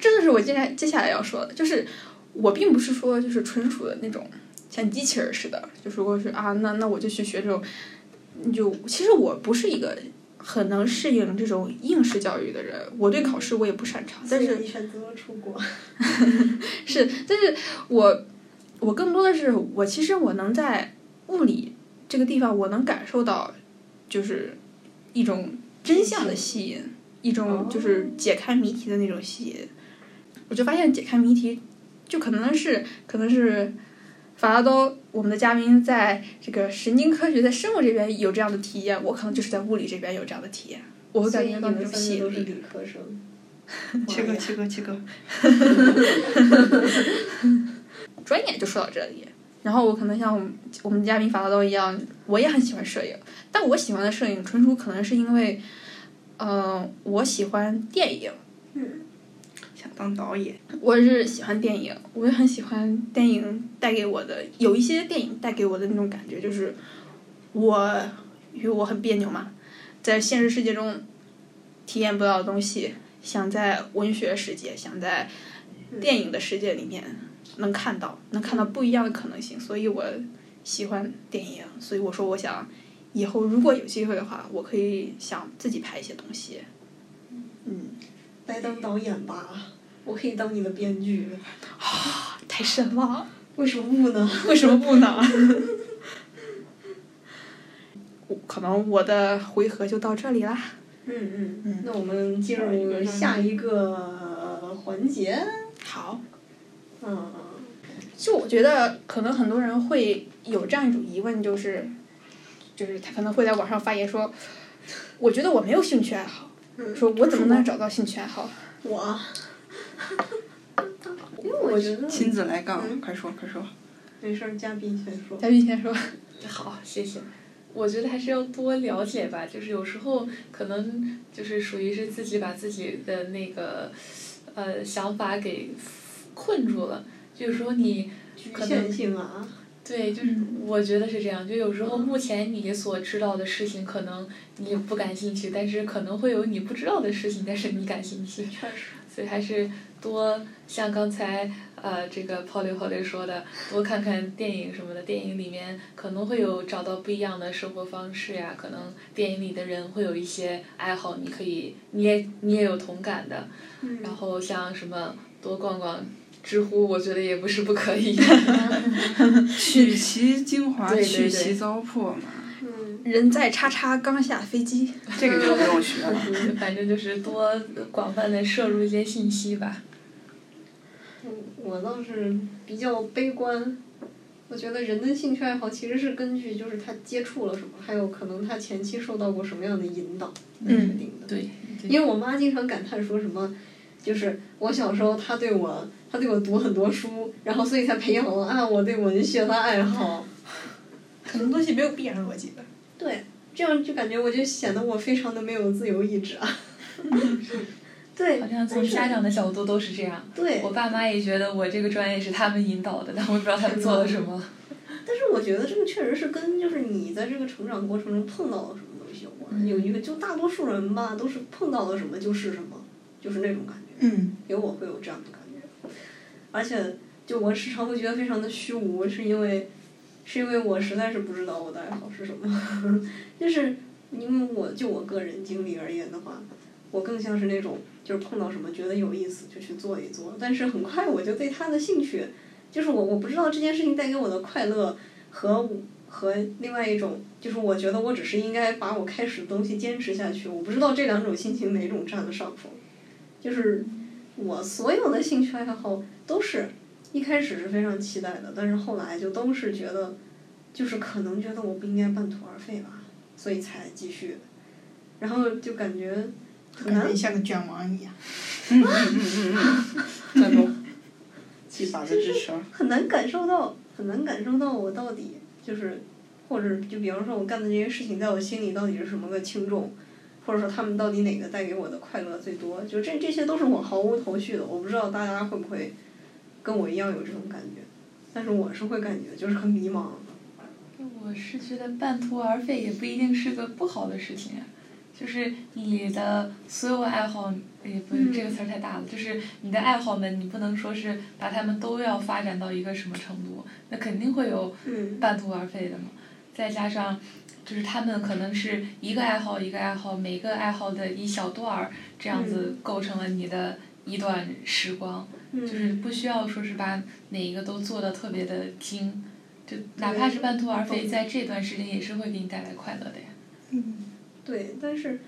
[SPEAKER 3] 这就是我接下来接下来要说的，就是我并不是说就是纯属的那种像机器人似的，就是我是啊，那那我就去学这种，你就其实我不是一个很能适应这种应试教育的人，我对考试我也不擅长，但
[SPEAKER 2] 所
[SPEAKER 3] 是
[SPEAKER 2] 以你选择了出国。
[SPEAKER 3] 是，但是我我更多的是我其实我能在物理这个地方，我能感受到就是一种真相的吸引，一
[SPEAKER 2] 哦
[SPEAKER 3] 种就是解开谜题的那种吸引。我就发现解开谜题，就可能是可能是法拉多我们的嘉宾在这个神经科学在生物这边有这样的体验，我可能就是在物理这边有这样的体验，我会
[SPEAKER 2] 所
[SPEAKER 3] 感
[SPEAKER 2] 以
[SPEAKER 3] 觉
[SPEAKER 2] 你
[SPEAKER 3] 到那
[SPEAKER 2] 们
[SPEAKER 3] 种
[SPEAKER 2] 三
[SPEAKER 3] 吸
[SPEAKER 2] 个都
[SPEAKER 3] 引
[SPEAKER 2] 是
[SPEAKER 3] 力。
[SPEAKER 2] 理科 生。
[SPEAKER 5] 切
[SPEAKER 2] 哇
[SPEAKER 5] 割
[SPEAKER 2] 呀
[SPEAKER 5] 切割切割，
[SPEAKER 3] 专业就说到这里。然后我可能像我们我们嘉宾法拉都一样，我也很喜欢摄影，但我喜欢的摄影纯属可能是因为，嗯、我喜欢电影，
[SPEAKER 2] 嗯
[SPEAKER 5] 想当导演。
[SPEAKER 3] 我是喜欢电影，我也很喜欢电影带给我的有一些电影带给我的那种感觉，就是我因为我很别扭嘛，在现实世界中体验不到的东西，想在文学世界，想在电影的世界里面能看到，能看到不一样的可能性，所以我喜欢电影，所以我说我想以后如果有机会的话，我可以想自己拍一些东西，嗯，
[SPEAKER 2] 来当导演吧，我可以当你的编剧，
[SPEAKER 3] 太深了。
[SPEAKER 2] 为什么不呢？
[SPEAKER 3] 为什么不呢？我可能我的回合就到这里啦。
[SPEAKER 2] 嗯
[SPEAKER 3] 嗯
[SPEAKER 2] 嗯，那我们进入下一个呃环节。
[SPEAKER 3] 好，
[SPEAKER 2] 嗯，
[SPEAKER 3] 就我觉得可能很多人会有这样一种疑问，就是，就是他可能会在网上发言说，我觉得我没有兴趣爱好，
[SPEAKER 6] 嗯
[SPEAKER 3] 说我怎么能找到兴趣爱好？
[SPEAKER 2] 我，因为我觉得
[SPEAKER 5] 亲自来杠，快说快说。
[SPEAKER 2] 没事儿，嘉宾先说。
[SPEAKER 3] 嘉宾先说，
[SPEAKER 1] 好，谢谢。我觉得还是要多了解吧，就是有时候可能就是属于是自己把自己的那个呃想法给困住了，就是说你
[SPEAKER 2] 局
[SPEAKER 1] 可能
[SPEAKER 2] 限性啊，
[SPEAKER 1] 对，就是我觉得是这样。就有时候目前你所知道的事情，可能你不感兴趣，但是可能会有你不知道的事情，但是你感兴趣。
[SPEAKER 2] 确实。
[SPEAKER 1] 所以还是多像刚才呃这个泡溜泡溜说的，多看看电影什么的，电影里面可能会有找到不一样的生活方式呀、可能电影里的人会有一些爱好，你可以你也你也有同感的。
[SPEAKER 2] 嗯
[SPEAKER 1] 然后像什么多逛逛知乎，我觉得也不是不可以。
[SPEAKER 5] 取其精华，
[SPEAKER 1] 对对
[SPEAKER 5] 去
[SPEAKER 1] 对
[SPEAKER 5] 其糟粕嘛，
[SPEAKER 2] 嗯，
[SPEAKER 3] 人在叉叉刚下飞机，
[SPEAKER 6] 嗯
[SPEAKER 5] 这个就不用学了。
[SPEAKER 1] 嗯反正就是多广泛的摄入一些信息吧。
[SPEAKER 2] 我倒是比较悲观。我觉得人的兴趣爱好其实是根据就是他接触了什么，还有可能他前期受到过什么样的引导
[SPEAKER 3] 嗯
[SPEAKER 2] 决定的。
[SPEAKER 1] 对，
[SPEAKER 2] 因为我妈经常感叹说什么，就是我小时候她对我，她对我读很多书，然后所以才培养了啊我对文学的爱好。
[SPEAKER 3] 很多东西没有必然逻辑的。
[SPEAKER 2] 对，这样就感觉我就显得我非常的没有自由意志啊。对
[SPEAKER 1] 好像从家长的角度都是这样。
[SPEAKER 2] 对，
[SPEAKER 1] 我爸妈也觉得我这个专业是他们引导的，但我也不知道他们做了什么。
[SPEAKER 2] 但是我觉得这个确实是跟就是你在这个成长过程中碰到了什么东西有关。
[SPEAKER 1] 嗯
[SPEAKER 2] 有一个就大多数人吧，都是碰到了什么就是什么，就是那种感觉。
[SPEAKER 3] 嗯，
[SPEAKER 2] 因为我会有这样的感觉，而且就我时常会觉得非常的虚无，是因为是因为我实在是不知道我的爱好是什么， 就是因为我就我个人经历而言的话，我更像是那种就是碰到什么觉得有意思就去做一做，但是很快我就对他的兴趣，就是我我不知道这件事情带给我的快乐和我和另外一种就是我觉得我只是应该把我开始的东西坚持下去，我不知道这两种心情哪种占了上风，就是我所有的兴趣爱好都是一开始是非常期待的，但是后来就都是觉得，就是可能觉得我不应该半途而废吧，所以才继续，然后就感觉很
[SPEAKER 6] 感觉
[SPEAKER 2] 难
[SPEAKER 6] 你像个卷王一样。
[SPEAKER 5] 赞 同，技法的支持。
[SPEAKER 2] 很难感受到，很难感受到我到底就是，或者就比方说我干的这些事情在我心里到底是什么个轻重，或者说他们到底哪个带给我的快乐最多，就这这些都是我毫无头绪的，我不知道大家会不会跟我一样有这种感觉，但是我是会感觉就是很迷茫。
[SPEAKER 1] 我是觉得半途而废也不一定是个不好的事情呀、就是你的所有爱好，也不是
[SPEAKER 2] 嗯
[SPEAKER 1] 这个词儿太大了，就是你的爱好们，你不能说是把它们都要发展到一个什么程度，那肯定会有
[SPEAKER 2] 嗯
[SPEAKER 1] 半途而废的嘛。再加上，就是他们可能是一个爱好一个爱好，每个爱好的一小段儿，这样子构成了你的一段时光，就是不需要说是把哪一个都做的特别的精，就哪怕是半途而废，
[SPEAKER 2] 懂
[SPEAKER 1] 在这段时间也是会给你带来快乐的呀。
[SPEAKER 6] 嗯，
[SPEAKER 2] 对，但是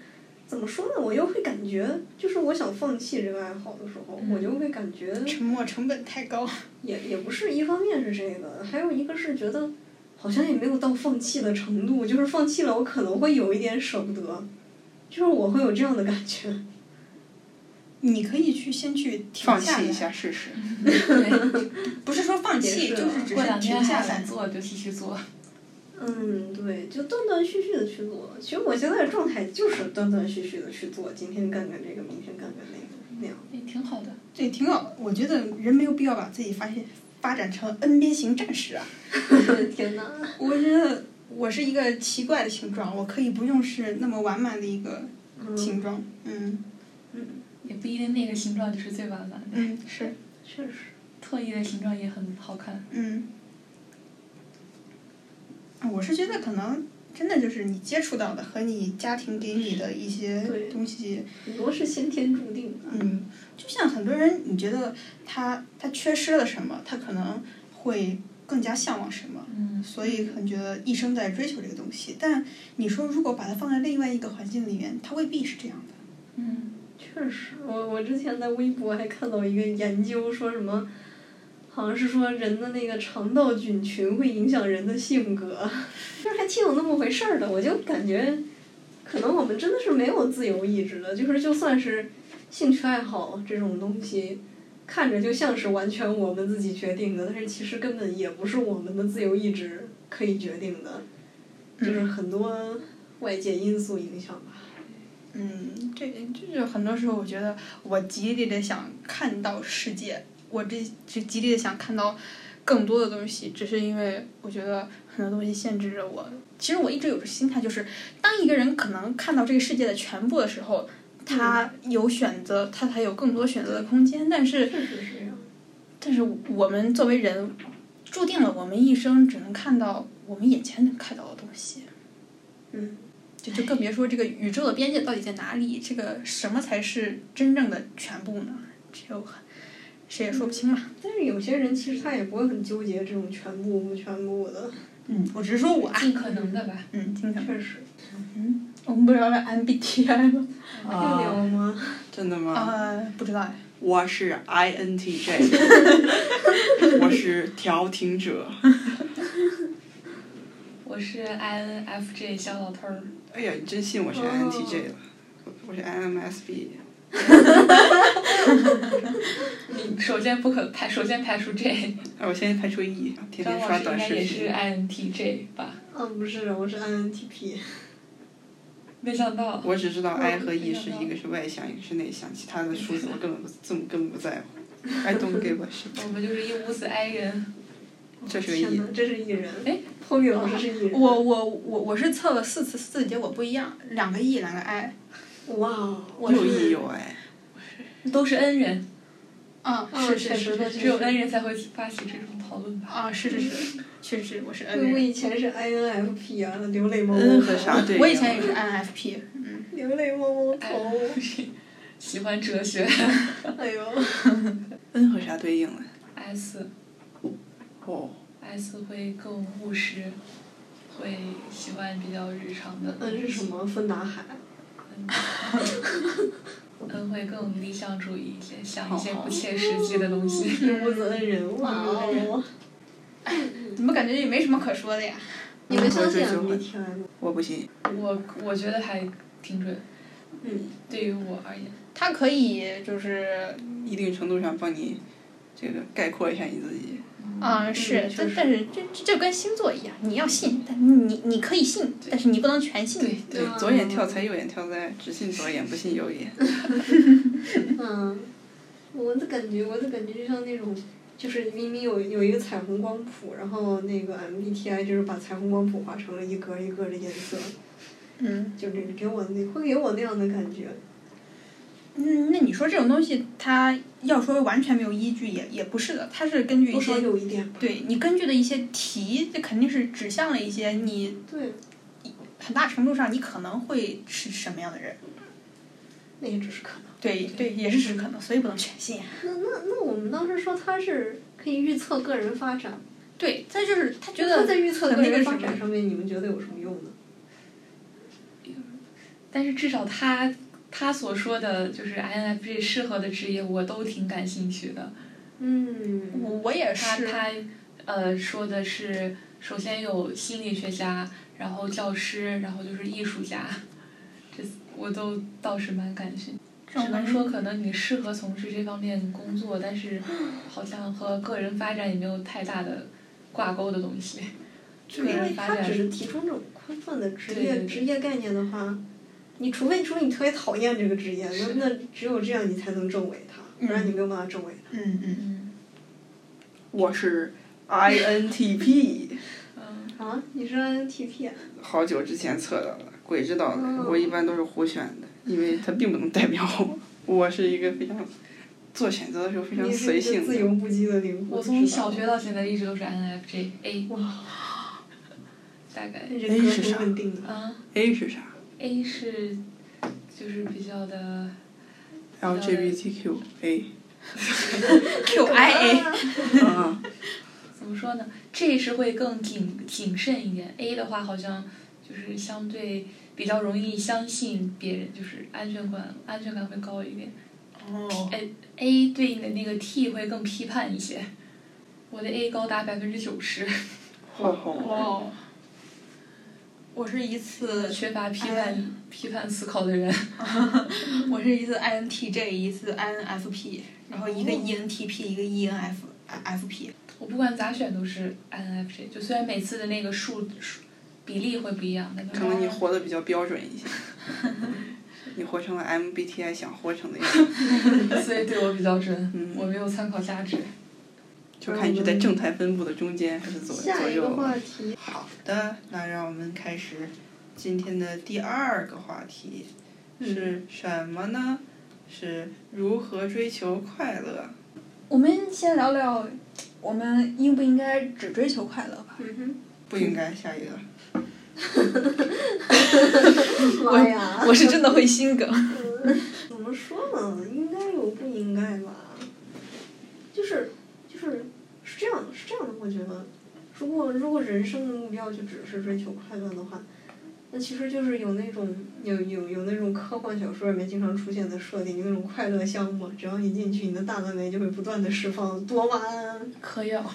[SPEAKER 2] 怎么说呢？我又会感觉，就是我想放弃这个爱好的时候，
[SPEAKER 1] 嗯
[SPEAKER 2] 我就会感觉
[SPEAKER 6] 沉默成本太高。
[SPEAKER 2] 也也不是一方面是这个，还有一个是觉得好像也没有到放弃的程度，就是放弃了我可能会有一点舍不得，就是我会有这样的感觉。
[SPEAKER 6] 你可以去先去停
[SPEAKER 5] 放
[SPEAKER 6] 下
[SPEAKER 5] 弃一
[SPEAKER 6] 来，
[SPEAKER 5] 下试试。
[SPEAKER 1] 对，
[SPEAKER 6] 不是说放
[SPEAKER 2] 也
[SPEAKER 6] 弃，
[SPEAKER 2] 是啊
[SPEAKER 6] 就是只
[SPEAKER 1] 过两
[SPEAKER 6] 是
[SPEAKER 1] 天
[SPEAKER 6] 停下
[SPEAKER 1] 还
[SPEAKER 6] 来
[SPEAKER 1] 想。做就继续做。
[SPEAKER 2] 嗯，对，就断断续续的去做。其实我现在的状态就是断断续续的去做，今天干干这个，明天干干那个，那样。
[SPEAKER 1] 也挺好的，
[SPEAKER 6] 对，挺好。我觉得人没有必要把自己发现发展成 N 边形战士啊。
[SPEAKER 2] 天哪！
[SPEAKER 6] 我觉得我是一个奇怪的形状，我可以不用是那么完满的一个
[SPEAKER 2] 嗯
[SPEAKER 6] 形状。嗯
[SPEAKER 2] 嗯，
[SPEAKER 1] 也不一定那个形状就是最完满的，
[SPEAKER 6] 嗯，是
[SPEAKER 2] 确实。
[SPEAKER 1] 特意的形状也很好看。
[SPEAKER 6] 嗯。啊我是觉得可能真的就是你接触到的和你家庭给你的一些
[SPEAKER 2] 对
[SPEAKER 6] 东西，
[SPEAKER 2] 很多是先天注定的。
[SPEAKER 6] 嗯，就像很多人，你觉得他他缺失了什么，他可能会更加向往什么。
[SPEAKER 1] 嗯，
[SPEAKER 6] 所以可能觉得一生在追求这个东西。但你说如果把它放在另外一个环境里面，它未必是这样的。
[SPEAKER 1] 嗯，
[SPEAKER 2] 确实，我我之前在微博还看到一个研究，说什么，好像是说人的那个肠道菌 群会影响人的性格，就是还挺有那么回事儿的。我就感觉，可能我们真的是没有自由意志的，就是就算是兴趣爱好这种东西，看着就像是完全我们自己决定的，但是其实根本也不是我们的自由意志可以决定的，就是很多外界因素影响吧。
[SPEAKER 3] 嗯，这就是很多时候，我觉得我极力的想看到世界，我这就极力的想看到更多的东西，只是因为我觉得很多东西限制着我。其实我一直有个心态，就是当一个人可能看到这个世界的全部的时候，他
[SPEAKER 6] 嗯
[SPEAKER 3] 有选择，他才有更多选择的空间。但是，
[SPEAKER 2] 确实是这样。
[SPEAKER 3] 但是我们作为人，注定了我们一生只能看到我们眼前能看到的东西。
[SPEAKER 2] 嗯，
[SPEAKER 3] 就就更别说这个宇宙的边界到底在哪里，这个什么才是真正的全部呢？只有谁也说不清嘛。
[SPEAKER 2] 但是有些人其实他也不会很纠结这种全部不全部的，
[SPEAKER 3] 嗯，我只是说我啊，
[SPEAKER 1] 尽可能的吧。
[SPEAKER 3] 嗯，经常。
[SPEAKER 2] 确实。
[SPEAKER 3] 我们不聊聊 MBTI 吗？
[SPEAKER 2] 要聊吗？
[SPEAKER 5] 真的吗？
[SPEAKER 3] 呃，不知道哎。
[SPEAKER 5] 我是 INTJ，我是调停者。
[SPEAKER 1] 我是 INFJ 小老头儿，
[SPEAKER 5] 哎呀，你真信我是 INTJ 了？我我是 INFSB。
[SPEAKER 1] 你首先不可排，首先排除 J，
[SPEAKER 5] 哎，我现在排除 E，天
[SPEAKER 1] 张老
[SPEAKER 5] 天刷
[SPEAKER 1] 师应
[SPEAKER 5] 短
[SPEAKER 1] 该
[SPEAKER 5] 视
[SPEAKER 1] 也是
[SPEAKER 5] 频。
[SPEAKER 1] INTJ 吧？
[SPEAKER 2] 啊，不是，我是 INTP。
[SPEAKER 1] 没想到，
[SPEAKER 5] 我只知道 I 和 E
[SPEAKER 1] 没
[SPEAKER 5] 是
[SPEAKER 1] 想到
[SPEAKER 5] 一个是外向，一个是内向，其他的数字我根本不字母根本不在乎。I don't give a shit。
[SPEAKER 1] 我们就是一屋子 I 人。
[SPEAKER 5] 这是个
[SPEAKER 2] 天
[SPEAKER 5] E
[SPEAKER 2] 哪，。这是艺人。
[SPEAKER 1] 哎，
[SPEAKER 2] 后面老师是艺人。
[SPEAKER 3] 我我我我是测了四次，四结果不一样，两个 E，两个 I。
[SPEAKER 2] 哇哦！
[SPEAKER 3] 我
[SPEAKER 5] 又 E
[SPEAKER 3] 是
[SPEAKER 5] 又 I。
[SPEAKER 1] 都是 N 人，
[SPEAKER 3] 嗯，
[SPEAKER 2] 嗯
[SPEAKER 3] 是
[SPEAKER 2] 确
[SPEAKER 3] 是
[SPEAKER 2] 实
[SPEAKER 3] 是
[SPEAKER 2] 的
[SPEAKER 3] 是
[SPEAKER 1] 只有 N 人才会发起这种讨论吧。
[SPEAKER 3] 啊，是是是，确实我是 N
[SPEAKER 2] 我
[SPEAKER 3] 人。
[SPEAKER 2] 以前是 INFP 啊，流泪摸摸
[SPEAKER 5] N
[SPEAKER 2] 头
[SPEAKER 5] 和，啥对应啊？
[SPEAKER 3] 我以前也是 INFP，嗯，
[SPEAKER 2] 流泪摸摸头，
[SPEAKER 1] 喜欢哲学
[SPEAKER 2] 哎呦，
[SPEAKER 5] N 和啥对应啊？
[SPEAKER 1] ，S
[SPEAKER 5] 哦，
[SPEAKER 1] S 会更务实，会喜欢比较日常的。
[SPEAKER 2] 那是什么？芬达海？
[SPEAKER 1] N 会更理想主义一些，想
[SPEAKER 5] 好
[SPEAKER 1] 一些不切实际的东西。
[SPEAKER 2] 一屋子恩人，哇哦！
[SPEAKER 3] 怎么感觉也没什么可说的呀？
[SPEAKER 2] 你们相信啊
[SPEAKER 5] 我会追
[SPEAKER 2] MBTI
[SPEAKER 5] 求
[SPEAKER 2] 吗？
[SPEAKER 5] 我不信。
[SPEAKER 1] 我我觉得还挺准，
[SPEAKER 2] 哦嗯，
[SPEAKER 1] 对于我而言，
[SPEAKER 3] 它可以就是，
[SPEAKER 5] 一定程度上帮你这个概括一下你自己。
[SPEAKER 3] 嗯，是
[SPEAKER 2] 确，
[SPEAKER 3] 但
[SPEAKER 2] 实
[SPEAKER 3] 但是这这就跟星座一样，你要信，但你你可以信，但是你不能全
[SPEAKER 2] 嗯
[SPEAKER 3] 信。
[SPEAKER 1] 对
[SPEAKER 5] 对，左眼跳财，右眼跳灾，只信左眼不信右眼。
[SPEAKER 2] 嗯，我的感觉，我的感觉就像那种，就是明明有有一个彩虹光谱，然后那个 MBTI 就是把彩虹光谱画成了一格一格的颜色，
[SPEAKER 3] 嗯
[SPEAKER 2] 就这个给我那会给我那样的感觉。
[SPEAKER 3] 嗯，那你说这种东西，它要说完全没有依据也也不是的，它是根据一
[SPEAKER 2] 多少
[SPEAKER 3] 些
[SPEAKER 2] 有一点吧。
[SPEAKER 3] 对你根据的一些题，这肯定是指向了一些你
[SPEAKER 2] 对，
[SPEAKER 3] 很大程度上你可能会是什么样的人。
[SPEAKER 2] 那也只是可能。
[SPEAKER 3] 对对，也是只可能，所以不能全信。啊
[SPEAKER 2] 那那那我们当时说他是可以预测个人发展，
[SPEAKER 3] 对，它就是他觉
[SPEAKER 2] 那
[SPEAKER 3] 得
[SPEAKER 2] 在预测
[SPEAKER 3] 很
[SPEAKER 2] 个
[SPEAKER 3] 那个
[SPEAKER 2] 人
[SPEAKER 3] 什
[SPEAKER 2] 发
[SPEAKER 3] 么
[SPEAKER 2] 展上面，你们觉得有什么用呢？
[SPEAKER 1] 但是至少他他所说的就是 INFJ 适合的职业，我都挺感兴趣的。
[SPEAKER 2] 嗯，
[SPEAKER 3] 我我也
[SPEAKER 1] 他
[SPEAKER 3] 是，
[SPEAKER 1] 他呃说的是，首先有心理学家，然后教师，然后就是艺术家，这我都倒是蛮感兴趣。
[SPEAKER 3] 这
[SPEAKER 1] 只
[SPEAKER 3] 种
[SPEAKER 1] 能
[SPEAKER 3] 感
[SPEAKER 1] 说
[SPEAKER 3] 觉
[SPEAKER 1] 可能你适合从事这方面工作，但 是好像和个人发展也没有太大的挂钩的东西。
[SPEAKER 2] 因为他只是提出这种宽泛的职业
[SPEAKER 1] 对对对
[SPEAKER 2] 职业概念的话，你除非除非你特别讨厌这个职业，那
[SPEAKER 1] 是
[SPEAKER 2] 那只有这样你才能证伪它，不然你没有办法证伪它。
[SPEAKER 3] 嗯嗯。
[SPEAKER 1] 嗯
[SPEAKER 5] 我是 INTP，
[SPEAKER 1] 嗯，
[SPEAKER 2] 啊，你是 INTP 啊？
[SPEAKER 5] 好久之前测到了，鬼知道
[SPEAKER 2] 哦
[SPEAKER 5] 的。我一般都是胡选的，因为它并不能代表我。我是一个非常做选择的时候非常
[SPEAKER 2] 你是
[SPEAKER 5] 随
[SPEAKER 2] 一个
[SPEAKER 5] 性
[SPEAKER 2] 自
[SPEAKER 5] 的。
[SPEAKER 2] 由不羁的灵魂。
[SPEAKER 1] 我从小学到现在一直都是 INFJ A，
[SPEAKER 2] 哇，
[SPEAKER 1] 大概
[SPEAKER 2] 那这
[SPEAKER 5] 哎
[SPEAKER 2] 歌
[SPEAKER 5] 是
[SPEAKER 2] 挺
[SPEAKER 5] 啥
[SPEAKER 2] 稳定的。
[SPEAKER 1] 啊
[SPEAKER 5] A 是啥
[SPEAKER 1] A 是就是比较的
[SPEAKER 5] ？LGBTQA。
[SPEAKER 3] QIA
[SPEAKER 2] 嗯
[SPEAKER 5] 啊，
[SPEAKER 1] 怎么说呢？J 是会更谨谨慎一点，A 的话好像就是相对比较容易相信别人，就是安全感安全感会高一点。
[SPEAKER 3] 哦，
[SPEAKER 1] A 对应的那个 T 会更批判一些。我的 A 高达百分之九十，
[SPEAKER 3] 哦
[SPEAKER 5] 好好。
[SPEAKER 3] 哇，我是一次
[SPEAKER 1] 呃缺乏
[SPEAKER 3] 哎
[SPEAKER 1] 批判批判思考的人，
[SPEAKER 3] 我是一次 INTJ，一次 INFP，然后一个 E
[SPEAKER 1] 哦
[SPEAKER 3] ENTP，一个 ENF FP。
[SPEAKER 1] 我不管咋选都是 INFJ，就虽然每次的那个数数比例会不一样，但
[SPEAKER 5] 可能你
[SPEAKER 1] 是
[SPEAKER 5] 活得比较标 准一些，你活成了 MBTI 想活成的样 子，
[SPEAKER 1] 所以对我比较准，
[SPEAKER 5] 嗯
[SPEAKER 1] 我没有参考价值。
[SPEAKER 5] 就看你是在正态分布的中间还是左左
[SPEAKER 2] 下一个
[SPEAKER 5] 右。
[SPEAKER 2] 话题，
[SPEAKER 5] 好的，那让我们开始今天的第二个话题是
[SPEAKER 1] 嗯
[SPEAKER 5] 什么呢？是如何追求快乐？
[SPEAKER 3] 我们先聊聊，我们应不应该只追求快乐吧？
[SPEAKER 2] 嗯
[SPEAKER 5] 不应该下一个。
[SPEAKER 2] 哼，妈呀，
[SPEAKER 3] 我是真的会心梗。
[SPEAKER 2] 怎么说呢？应该有不应该吧？就是就是是这样是这样的，我觉得，如果如果人生的目标就只是追求快乐的话，那其实就是有那种有有有那种科幻小说里面经常出现的设定，有那种快乐项目，只要你进去，你的大脑里面就会不断的释放多巴胺，
[SPEAKER 1] 嗑药，
[SPEAKER 3] 啊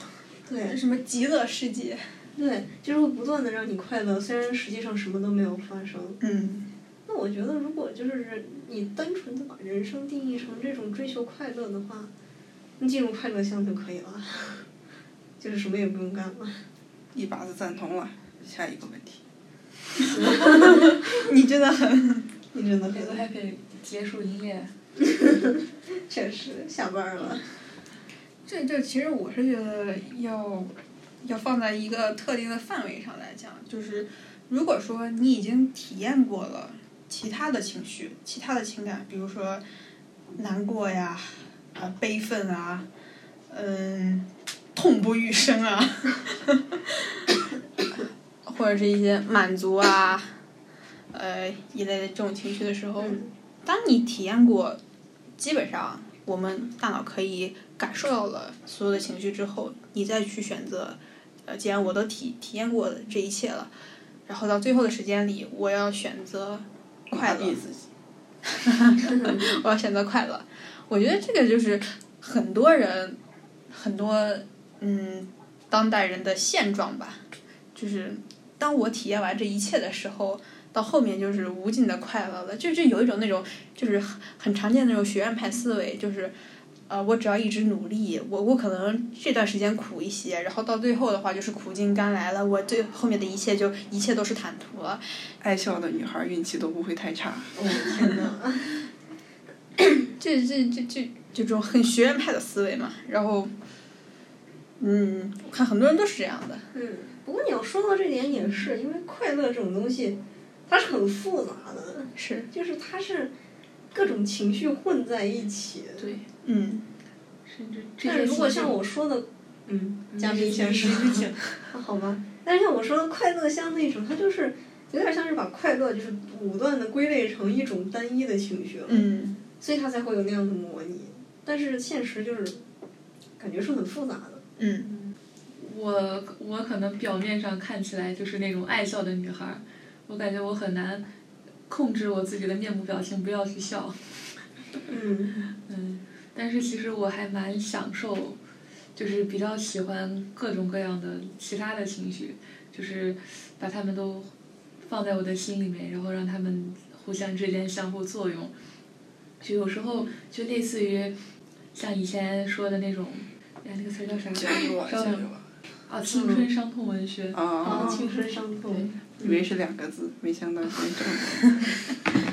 [SPEAKER 2] 对
[SPEAKER 3] 什么极乐世界？
[SPEAKER 2] 对，就是会不断的让你快乐，虽然实际上什么都没有发生。
[SPEAKER 3] 嗯，
[SPEAKER 2] 那我觉得，如果就是人，你单纯的把人生定义成这种追求快乐的话，你进入快乐乡就可以了， 就是什么也不用干了。
[SPEAKER 5] 一把子赞同了。下一个问题，
[SPEAKER 3] 你真的很
[SPEAKER 2] 你真的很
[SPEAKER 1] Hello Happy 结束一夜，
[SPEAKER 2] 确实下班了，
[SPEAKER 3] 这这其实我是觉得要要放在一个特定的范围上来讲，就是如果说你已经体验过了其他的情绪、其他的情感，比如说难过呀、啊、悲愤啊、嗯、痛不欲生啊，或者是一些满足啊，呃一类的这种情绪的时候，当你体验过，基本上我们大脑可以感受到了所有的情绪之后，你再去选择，呃，既然我都体体验过这一切了，然后到最后的时间里，我要选择快乐
[SPEAKER 5] 麻痹，自己。
[SPEAKER 3] 我要选择快乐。我觉得这个就是很多人，很多嗯，当代人的现状吧。就是当我体验完这一切的时候，到后面就是无尽的快乐了。就就有一种那种就是很很常见的那种学院派思维，就是。呃，我只要一直努力，我我可能这段时间苦一些，然后到最后的话就是苦尽甘来了，我最后面的一切就一切都是坦途了。
[SPEAKER 5] 爱笑的女孩运气都不会太差。
[SPEAKER 1] 嗯
[SPEAKER 2] 我、的天哪！
[SPEAKER 3] 这这这这就这种很学院派的思维嘛。然后，嗯，我看很多人都是这样的。
[SPEAKER 2] 嗯，不过你要说到这点也是，因为快乐这种东西，它是很复杂的，
[SPEAKER 3] 是，
[SPEAKER 2] 就是它是各种情绪混在一起。
[SPEAKER 1] 对，
[SPEAKER 3] 嗯，
[SPEAKER 1] 甚至这
[SPEAKER 2] 但
[SPEAKER 1] 些
[SPEAKER 2] 是如果
[SPEAKER 1] 情绪
[SPEAKER 2] 像我说的，嗯，嘉宾
[SPEAKER 1] 先
[SPEAKER 2] 先说。
[SPEAKER 1] 说。
[SPEAKER 2] 啊，好吧。但是像我说的快乐乡那种，它就是有点像是把快乐就是武断的归类成一种单一的情绪了，
[SPEAKER 3] 嗯，
[SPEAKER 2] 所以它才会有那样的模拟。但是现实就是感觉是很复杂的。
[SPEAKER 3] 嗯，
[SPEAKER 1] 我我可能表面上看起来就是那种爱笑的女孩儿，我感觉我很难控制我自己的面部表情，不要去笑。
[SPEAKER 2] 嗯
[SPEAKER 1] 嗯，但是其实我还蛮享受，就是比较喜欢各种各样的其他的情绪，就是把它们都放在我的心里面，然后让它们互相之间相互作用。就有时候就类似于像以前说的那种，哎，那个词儿叫啥？稍等
[SPEAKER 5] 我。
[SPEAKER 1] 啊，青春伤痛文学。
[SPEAKER 5] 啊，
[SPEAKER 1] 嗯
[SPEAKER 2] 青春伤痛。
[SPEAKER 5] 以为是两个字，没想到是这么。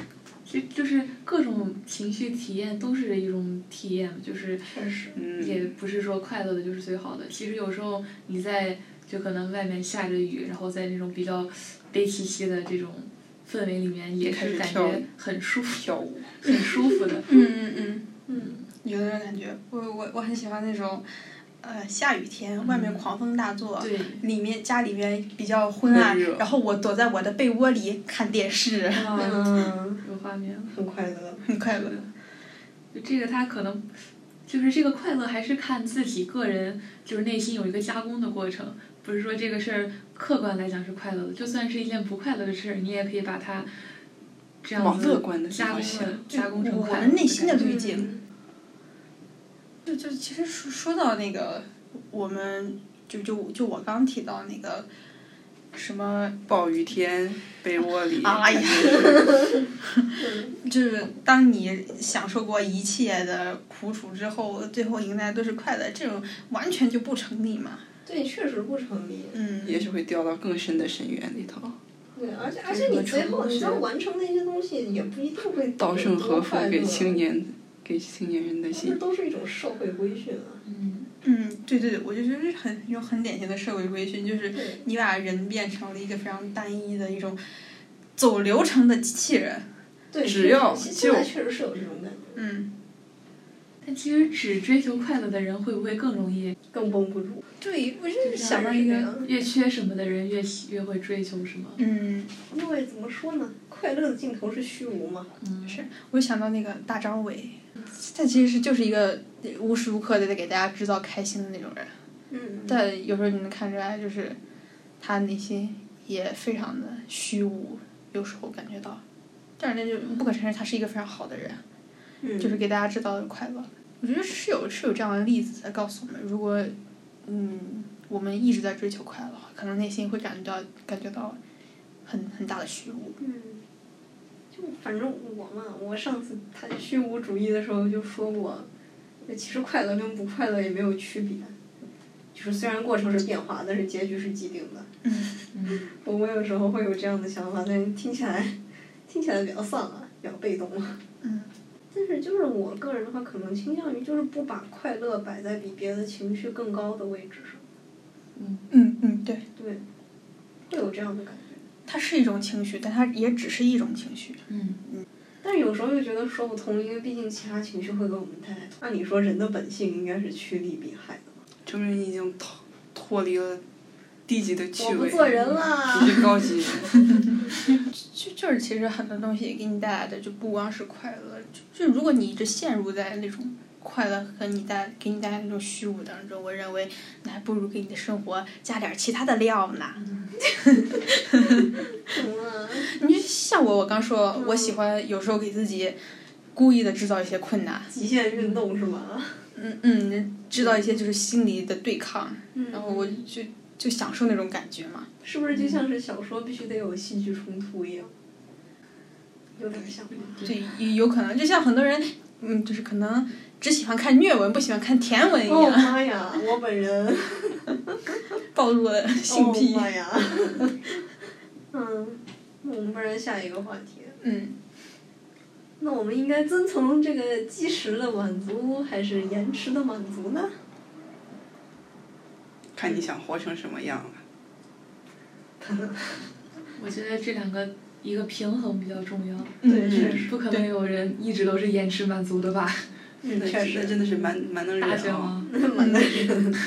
[SPEAKER 1] 就就是各种情绪体验都是一种体验，就是
[SPEAKER 2] 确实。
[SPEAKER 1] 也
[SPEAKER 5] 嗯，
[SPEAKER 1] 不是说快乐的就是最好的。其实有时候你在就可能外面下着雨，然后在那种比较悲戚戚的这种氛围里面，也
[SPEAKER 5] 开始
[SPEAKER 1] 是感
[SPEAKER 5] 跳
[SPEAKER 1] 觉
[SPEAKER 5] 舞
[SPEAKER 1] 很舒服、
[SPEAKER 5] 跳舞。
[SPEAKER 1] 很舒服 的。
[SPEAKER 3] 嗯嗯嗯，
[SPEAKER 2] 嗯。
[SPEAKER 3] 有那种感觉。我我我很喜欢那种，呃，下雨天外面狂风大作。
[SPEAKER 1] 对，
[SPEAKER 3] 里面家里面比较昏暗
[SPEAKER 5] 很热，
[SPEAKER 3] 然后我躲在我的被窝里看电视，
[SPEAKER 1] 啊，
[SPEAKER 2] 嗯，
[SPEAKER 1] 有画面了。
[SPEAKER 2] 很快乐。
[SPEAKER 3] 很快乐
[SPEAKER 1] 是。的就这个，他可能就是这个快乐，还是看自己个人，就是内心有一个加工的过程。不是说这个事儿客观来讲是快乐的，就算是一件不快乐的事儿，你也可以把它这样
[SPEAKER 5] 往乐
[SPEAKER 1] 子
[SPEAKER 5] 观的地
[SPEAKER 1] 加
[SPEAKER 5] 方
[SPEAKER 1] 工
[SPEAKER 5] 想
[SPEAKER 1] 了，加工成
[SPEAKER 3] 我
[SPEAKER 1] 快乐。
[SPEAKER 3] 们内心的
[SPEAKER 1] 感觉
[SPEAKER 2] 嗯
[SPEAKER 3] 滤镜。就就其实说说到那个，我们就就就我刚提到那个，什么
[SPEAKER 5] 暴雨天，被窝里，
[SPEAKER 3] 哎呀，就是当你享受过一切的苦楚之后，最后迎来都是快乐，这种完全就不成立嘛。
[SPEAKER 2] 对，确实不成立。
[SPEAKER 3] 嗯，
[SPEAKER 5] 也是会掉到更深的深渊里头。
[SPEAKER 2] 对，而且而且你最后你要完成那些东西，也不一定会
[SPEAKER 5] 稻盛和夫给青
[SPEAKER 2] 年，
[SPEAKER 5] 年给青年人的
[SPEAKER 2] 这
[SPEAKER 5] 信，
[SPEAKER 2] 都是一种社会规训啊。
[SPEAKER 1] 嗯，
[SPEAKER 3] 嗯，对对对，我就觉得是很有很典型的社会规训，就是
[SPEAKER 2] 对
[SPEAKER 3] 你把人变成了一个非常单一的一种走流程的机器人。
[SPEAKER 2] 对，确
[SPEAKER 5] 只
[SPEAKER 2] 实
[SPEAKER 5] 要
[SPEAKER 2] 现
[SPEAKER 5] 就
[SPEAKER 2] 现在确实是有这种感觉，
[SPEAKER 3] 嗯，
[SPEAKER 1] 但其实只追求快乐的人会不会更容易？
[SPEAKER 2] 更绷不住。
[SPEAKER 3] 对，我就是
[SPEAKER 2] 想
[SPEAKER 3] 想
[SPEAKER 2] 到
[SPEAKER 3] 到
[SPEAKER 2] 一
[SPEAKER 3] 一
[SPEAKER 2] 个
[SPEAKER 3] 个，
[SPEAKER 1] 越缺什么的人越喜越会追求什么？
[SPEAKER 3] 嗯，
[SPEAKER 2] 因为怎么说呢，快乐的尽头是虚无嘛。
[SPEAKER 1] 嗯，
[SPEAKER 3] 是我想到那个大张伟，他其实是就是一个无时无刻的在给大家制造开心的那种人，
[SPEAKER 2] 嗯，
[SPEAKER 3] 但有时候你能看出来，就是他内心也非常的虚无，有时候感觉到，但是那就不可承认他是一个非常好的人。
[SPEAKER 2] 嗯
[SPEAKER 3] 就是给大家制造的快乐。我觉得是有是有这样的例子在告诉我们，如果嗯我们一直在追求快乐，可能内心会感觉到感觉到很很大的虚无。
[SPEAKER 2] 嗯，就反正我嘛，我上次谈虚无主义的时候就说过，就其实快乐跟不快乐也没有区别，就是虽然过程是变化，但是结局是既定的。
[SPEAKER 3] 嗯
[SPEAKER 1] 嗯
[SPEAKER 2] 我我有时候会有这样的想法，但听起来听起来比较丧啊，比较被动啊。
[SPEAKER 3] 嗯
[SPEAKER 2] 但是就是我个人的话，可能倾向于就是不把快乐摆在比别的情绪更高的位置上，
[SPEAKER 3] 嗯嗯，对，
[SPEAKER 2] 对，会有这样的感觉。
[SPEAKER 3] 它是一种情绪，但它也只是一种情绪。
[SPEAKER 1] 嗯，
[SPEAKER 2] 但是有时候又觉得说不通，因为毕竟其他情绪会给我们带来痛。按理说人的本性应该是趋利避害的嘛，
[SPEAKER 5] 证明你已经脱脱离了低级的趣
[SPEAKER 2] 我不
[SPEAKER 5] 味，嗯
[SPEAKER 2] 做人 啦。
[SPEAKER 5] 你是高级人。
[SPEAKER 3] 就就是其实很多东西给你带来的就不光是快乐，就就如果你一直陷入在那种快乐和你带给你带来那种虚无当中，我认为那还不如给你的生活加点儿其他的料呢。
[SPEAKER 2] 懂了，
[SPEAKER 3] 你就像我，我刚说，
[SPEAKER 2] 嗯
[SPEAKER 3] 我喜欢有时候给自己故意的制造一些困难，
[SPEAKER 2] 极限运动是吗？
[SPEAKER 3] 嗯嗯，制造一些就是心理的对抗，
[SPEAKER 2] 嗯
[SPEAKER 3] 然后我就就享受那种感觉嘛。
[SPEAKER 2] 是不是就像是小说必须得有戏剧冲突一样？有点像吧。
[SPEAKER 3] 对，有有可能就像很多人，嗯，就是可能只喜欢看虐文，不喜欢看甜文一
[SPEAKER 2] 哦
[SPEAKER 3] 样，
[SPEAKER 2] 妈呀！我本人，
[SPEAKER 3] 暴露了性癖
[SPEAKER 2] 哦。妈呀！ 嗯，那我们不然下一个话题。
[SPEAKER 3] 嗯，
[SPEAKER 2] 那我们应该遵从这个及时的满足，还是延迟的满足呢？
[SPEAKER 5] 看你想活成什么样了。
[SPEAKER 1] 我觉得这两个一个平衡比较重要，
[SPEAKER 2] 对，
[SPEAKER 3] 嗯
[SPEAKER 2] 确实，
[SPEAKER 1] 不可能有人一直都是延迟满足的吧？
[SPEAKER 2] 嗯，确实
[SPEAKER 5] 那，真 的是蛮蛮能忍
[SPEAKER 1] 大卷
[SPEAKER 5] 啊。
[SPEAKER 1] 王，
[SPEAKER 2] 蛮难忍的。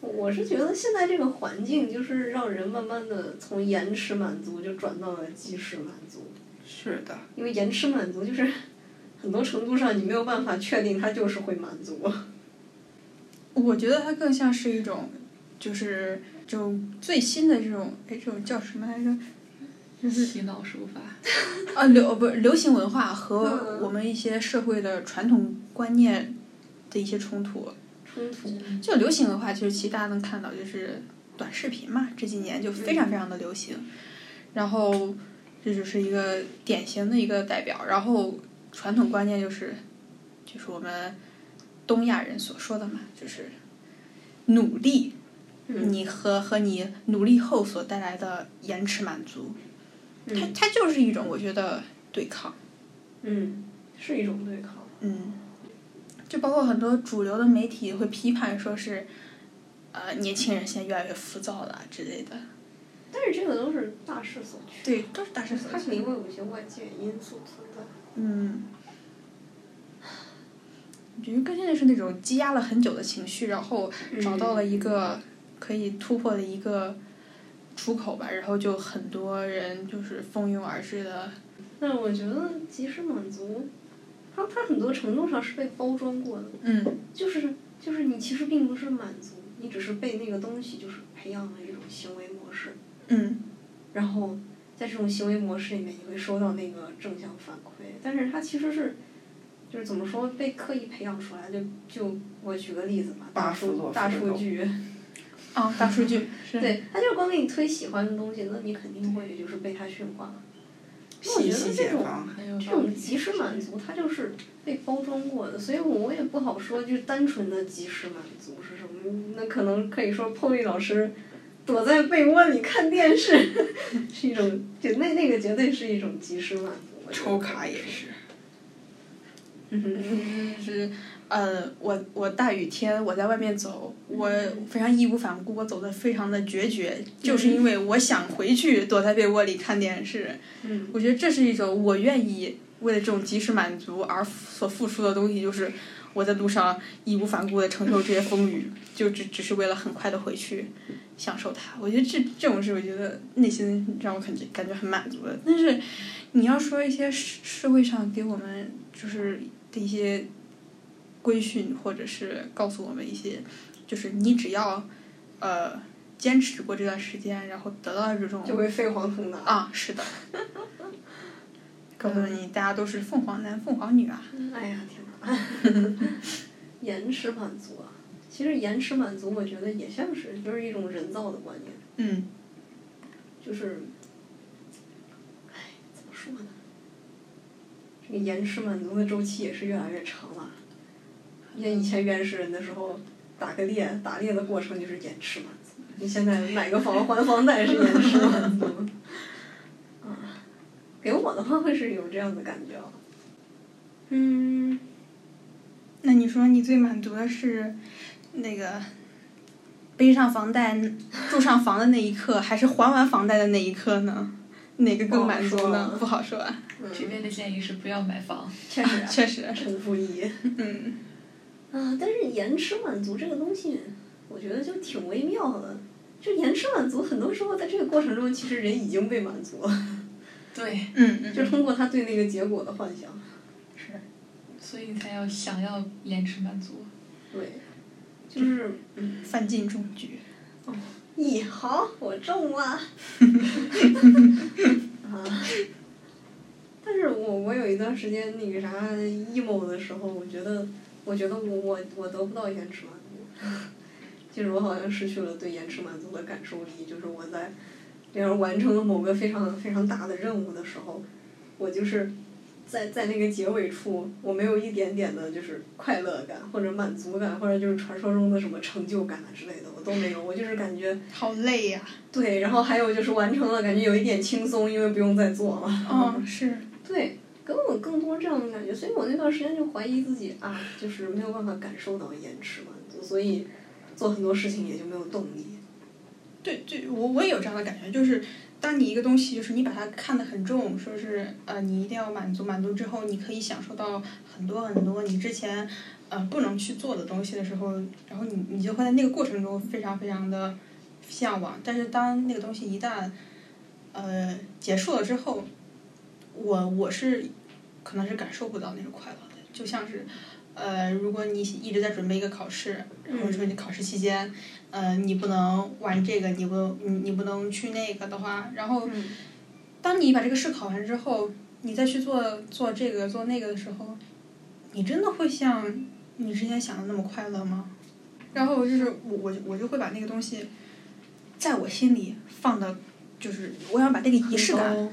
[SPEAKER 2] 我是觉得现在这个环境，就是让人慢慢的从延迟满足就转到了即时满足，
[SPEAKER 5] 是的，
[SPEAKER 2] 因为延迟满足就是很多程度上你没有办法确定它就是会满足。
[SPEAKER 3] 我觉得它更像是一种，就是这种最新的这种，哎，这种叫什么来着？就是
[SPEAKER 1] 洗脑手法，
[SPEAKER 3] 啊，流不是流行文化和
[SPEAKER 2] 嗯
[SPEAKER 3] 我们一些社会的传统观念的一些冲突。
[SPEAKER 2] 冲突，
[SPEAKER 3] 就流行文化，就是其实大家能看到，就是短视频嘛，这几年就非常非常的流行。然后这就是一个典型的一个代表。然后传统观念就是，就是我们东亚人所说的嘛，就是努力，
[SPEAKER 2] 嗯，
[SPEAKER 3] 你和和你努力后所带来的延迟满足，它
[SPEAKER 2] 嗯
[SPEAKER 3] 它就是一种我觉得对抗。
[SPEAKER 2] 嗯，是一种对抗。
[SPEAKER 3] 嗯，就包括很多主流的媒体会批判说是，呃，年轻人现在越来越浮躁了之类的。
[SPEAKER 2] 但是这个都是大势所趋，
[SPEAKER 3] 对，都是大势
[SPEAKER 2] 它肯定会有一些外界因素存在。
[SPEAKER 3] 嗯，我觉得更像是那种积压了很久的情绪，然后找到了一个可以突破的一个出口吧，然后就很多人就是蜂拥而至的。
[SPEAKER 2] 但我觉得及时满足，它它很多程度上是被包装过的。
[SPEAKER 3] 嗯
[SPEAKER 2] 就是就是你其实并不是满足，你只是被那个东西就是培养了一种行为模式，
[SPEAKER 3] 嗯
[SPEAKER 2] 然后在这种行为模式里面，你会收到那个正向反馈，但是它其实是。就是怎么说被刻意培养出来的，就就我举个例子吧，大
[SPEAKER 5] 巴甫洛
[SPEAKER 2] 数
[SPEAKER 5] 夫
[SPEAKER 2] 大数
[SPEAKER 5] 狗
[SPEAKER 2] 据，
[SPEAKER 3] 啊，大数据 是
[SPEAKER 2] 对，他就是光给你推喜欢的东西，那你肯定会就是被他驯化。那我觉
[SPEAKER 5] 信息
[SPEAKER 2] 得这
[SPEAKER 5] 解
[SPEAKER 2] 种
[SPEAKER 5] 放，
[SPEAKER 1] 很有
[SPEAKER 2] 这
[SPEAKER 1] 道
[SPEAKER 2] 种
[SPEAKER 1] 理。
[SPEAKER 2] 及时满足，它就是被包装过的，所以我也不好说就是单纯的及时满足是什么。嗯那可能可以说碰丽老师躲在被窝里看电视 是一种，就那那个绝对是一种及时满足。我觉得
[SPEAKER 5] 抽卡也是。
[SPEAKER 2] 嗯
[SPEAKER 3] 就是呃，我我大雨天我在外面走，我非常义无反顾，我走的非常的决绝，就是因为我想回去躲在被窝里看电视。
[SPEAKER 2] 嗯，
[SPEAKER 3] 我觉得这是一种我愿意为了这种及时满足而所付出的东西，就是我在路上义无反顾的承受这些风雨，就只只是为了很快的回去享受它。我觉得这这种事，我觉得内心让我感觉感觉很满足的。但是你要说一些社社会上给我们就是的一些规训，或者是告诉我们一些，就是你只要呃坚持过这段时间，然后得到这种
[SPEAKER 2] 就会飞黄腾达。
[SPEAKER 3] 啊，是 的。告诉你，大家都是凤凰男、凤凰女啊！
[SPEAKER 2] 哎呀，天哪！延迟满足啊，其实延迟满足，我觉得也像是就是一种人造的观念，
[SPEAKER 3] 嗯，
[SPEAKER 2] 就是，哎，怎么说呢？这个延迟满足的周期也是越来越长了。你像以前原始人的时候，打个猎，打猎的过程就是延迟满足。你现在买个房还房贷是延迟满足。啊，给我的话会是有这样的感觉啊。嗯。
[SPEAKER 7] 那你说你最满足的是那个背上房贷、住上房的那一刻，还是还完房贷的那一刻呢？哪个更满足呢？不
[SPEAKER 2] 不
[SPEAKER 7] 好说啊。
[SPEAKER 1] 这边的建议是不要买房。
[SPEAKER 2] 确实 啊，
[SPEAKER 7] 确实，
[SPEAKER 2] 陈负一
[SPEAKER 7] 嗯，
[SPEAKER 2] 啊，但是延迟满足这个东西，我觉得就挺微妙的。就延迟满足，很多时候在这个过程中，其实人已经被满足了，
[SPEAKER 1] 对，
[SPEAKER 7] 嗯嗯，
[SPEAKER 2] 就是通过他对那个结果的幻想。
[SPEAKER 1] 所以才要想要延迟满足。
[SPEAKER 2] 对，就是
[SPEAKER 7] 范进中举。
[SPEAKER 2] 咦，好，我中了。啊！但是我我有一段时间那个啥 emo 的时候，我觉得，我觉得我我我得不到延迟满足， 就是我好像失去了对延迟满足的感受力，就是我在，比如完成了某个非常非常大的任务的时候，我就是。在在那个结尾处，我没有一点点的就是快乐感或者满足感，或者就是传说中的什么成就感啊之类的，我都没有。我就是感觉
[SPEAKER 7] 好累呀、
[SPEAKER 2] 对，然后还有就是完成了，感觉有一点轻松，因为不用再做了。
[SPEAKER 7] 嗯，是。
[SPEAKER 2] 对，给我更多这样的感觉，所以我那段时间就怀疑自己啊，就是没有办法感受到延迟满足，所以做很多事情也就没有动力。
[SPEAKER 3] 对对，我我也有这样的感觉，就是当你一个东西，就是你把它看得很重，说是呃，你一定要满足，满足之后，你可以享受到很多很多你之前呃不能去做的东西的时候，然后你你就会在那个过程中非常非常的向往。但是当那个东西一旦呃结束了之后，我我是可能是感受不到那种快乐的，就像是。呃，如果你一直在准备一个考试，或者说
[SPEAKER 2] 嗯
[SPEAKER 3] 你考试期间，呃，你不能玩这个，你不你你不能去那个的话，然后，当你把这个试考完之后，你再去做做这个做那个的时候，你真的会像你之前想的那么快乐吗？然后就是我我就我就会把那个东西，在我心里放的，就是我想把那个仪式感，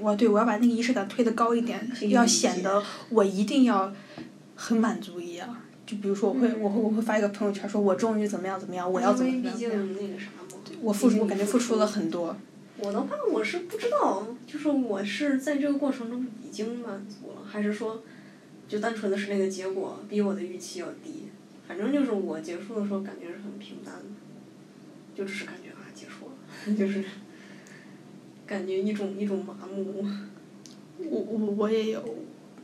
[SPEAKER 3] 我对我要把那个仪式感推得高一点，
[SPEAKER 2] 可以
[SPEAKER 3] 要
[SPEAKER 2] 理
[SPEAKER 3] 显
[SPEAKER 2] 解
[SPEAKER 3] 得我一定要很满足一样。就比如说，我会、我会我会发一个朋友圈，说我终于怎么样怎么样，我要怎么
[SPEAKER 2] 嗯因
[SPEAKER 3] 怎么
[SPEAKER 2] 为毕
[SPEAKER 3] 样怎么样。
[SPEAKER 2] 竟那个啥嘛。
[SPEAKER 3] 我付出，我感觉付出了很多。
[SPEAKER 2] 我的话，我是不知道，就是我是在这个过程中已经满足了，还是说，就单纯的是那个结果比我的预期要低。反正就是我结束的时候感觉是很平淡的，就只是感觉啊结束了， 就是感觉一种一种麻木。
[SPEAKER 3] 我我我也有，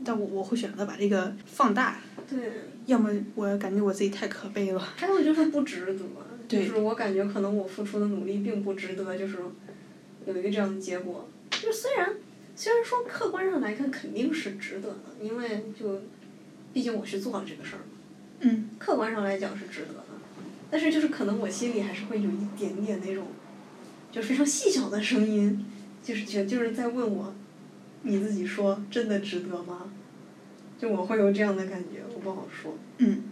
[SPEAKER 3] 但我我会选择把这个放大，
[SPEAKER 2] 对，
[SPEAKER 3] 要么我感觉我自己太可悲了。
[SPEAKER 2] 还有就是不值得，就
[SPEAKER 3] 对
[SPEAKER 2] 是我感觉可能我付出的努力并不值得，就是有一个这样的结果。就虽然虽然说客观上来看肯定是值得的，因为就毕竟我去做了这个事儿嘛，
[SPEAKER 3] 嗯，
[SPEAKER 2] 客观上来讲是值得的，但是就是可能我心里还是会有一点点那种，就是非常细小的声音，就是觉就是在问我，你自己说真的值得吗？就我会有这样的感觉，我不好说。
[SPEAKER 3] 嗯，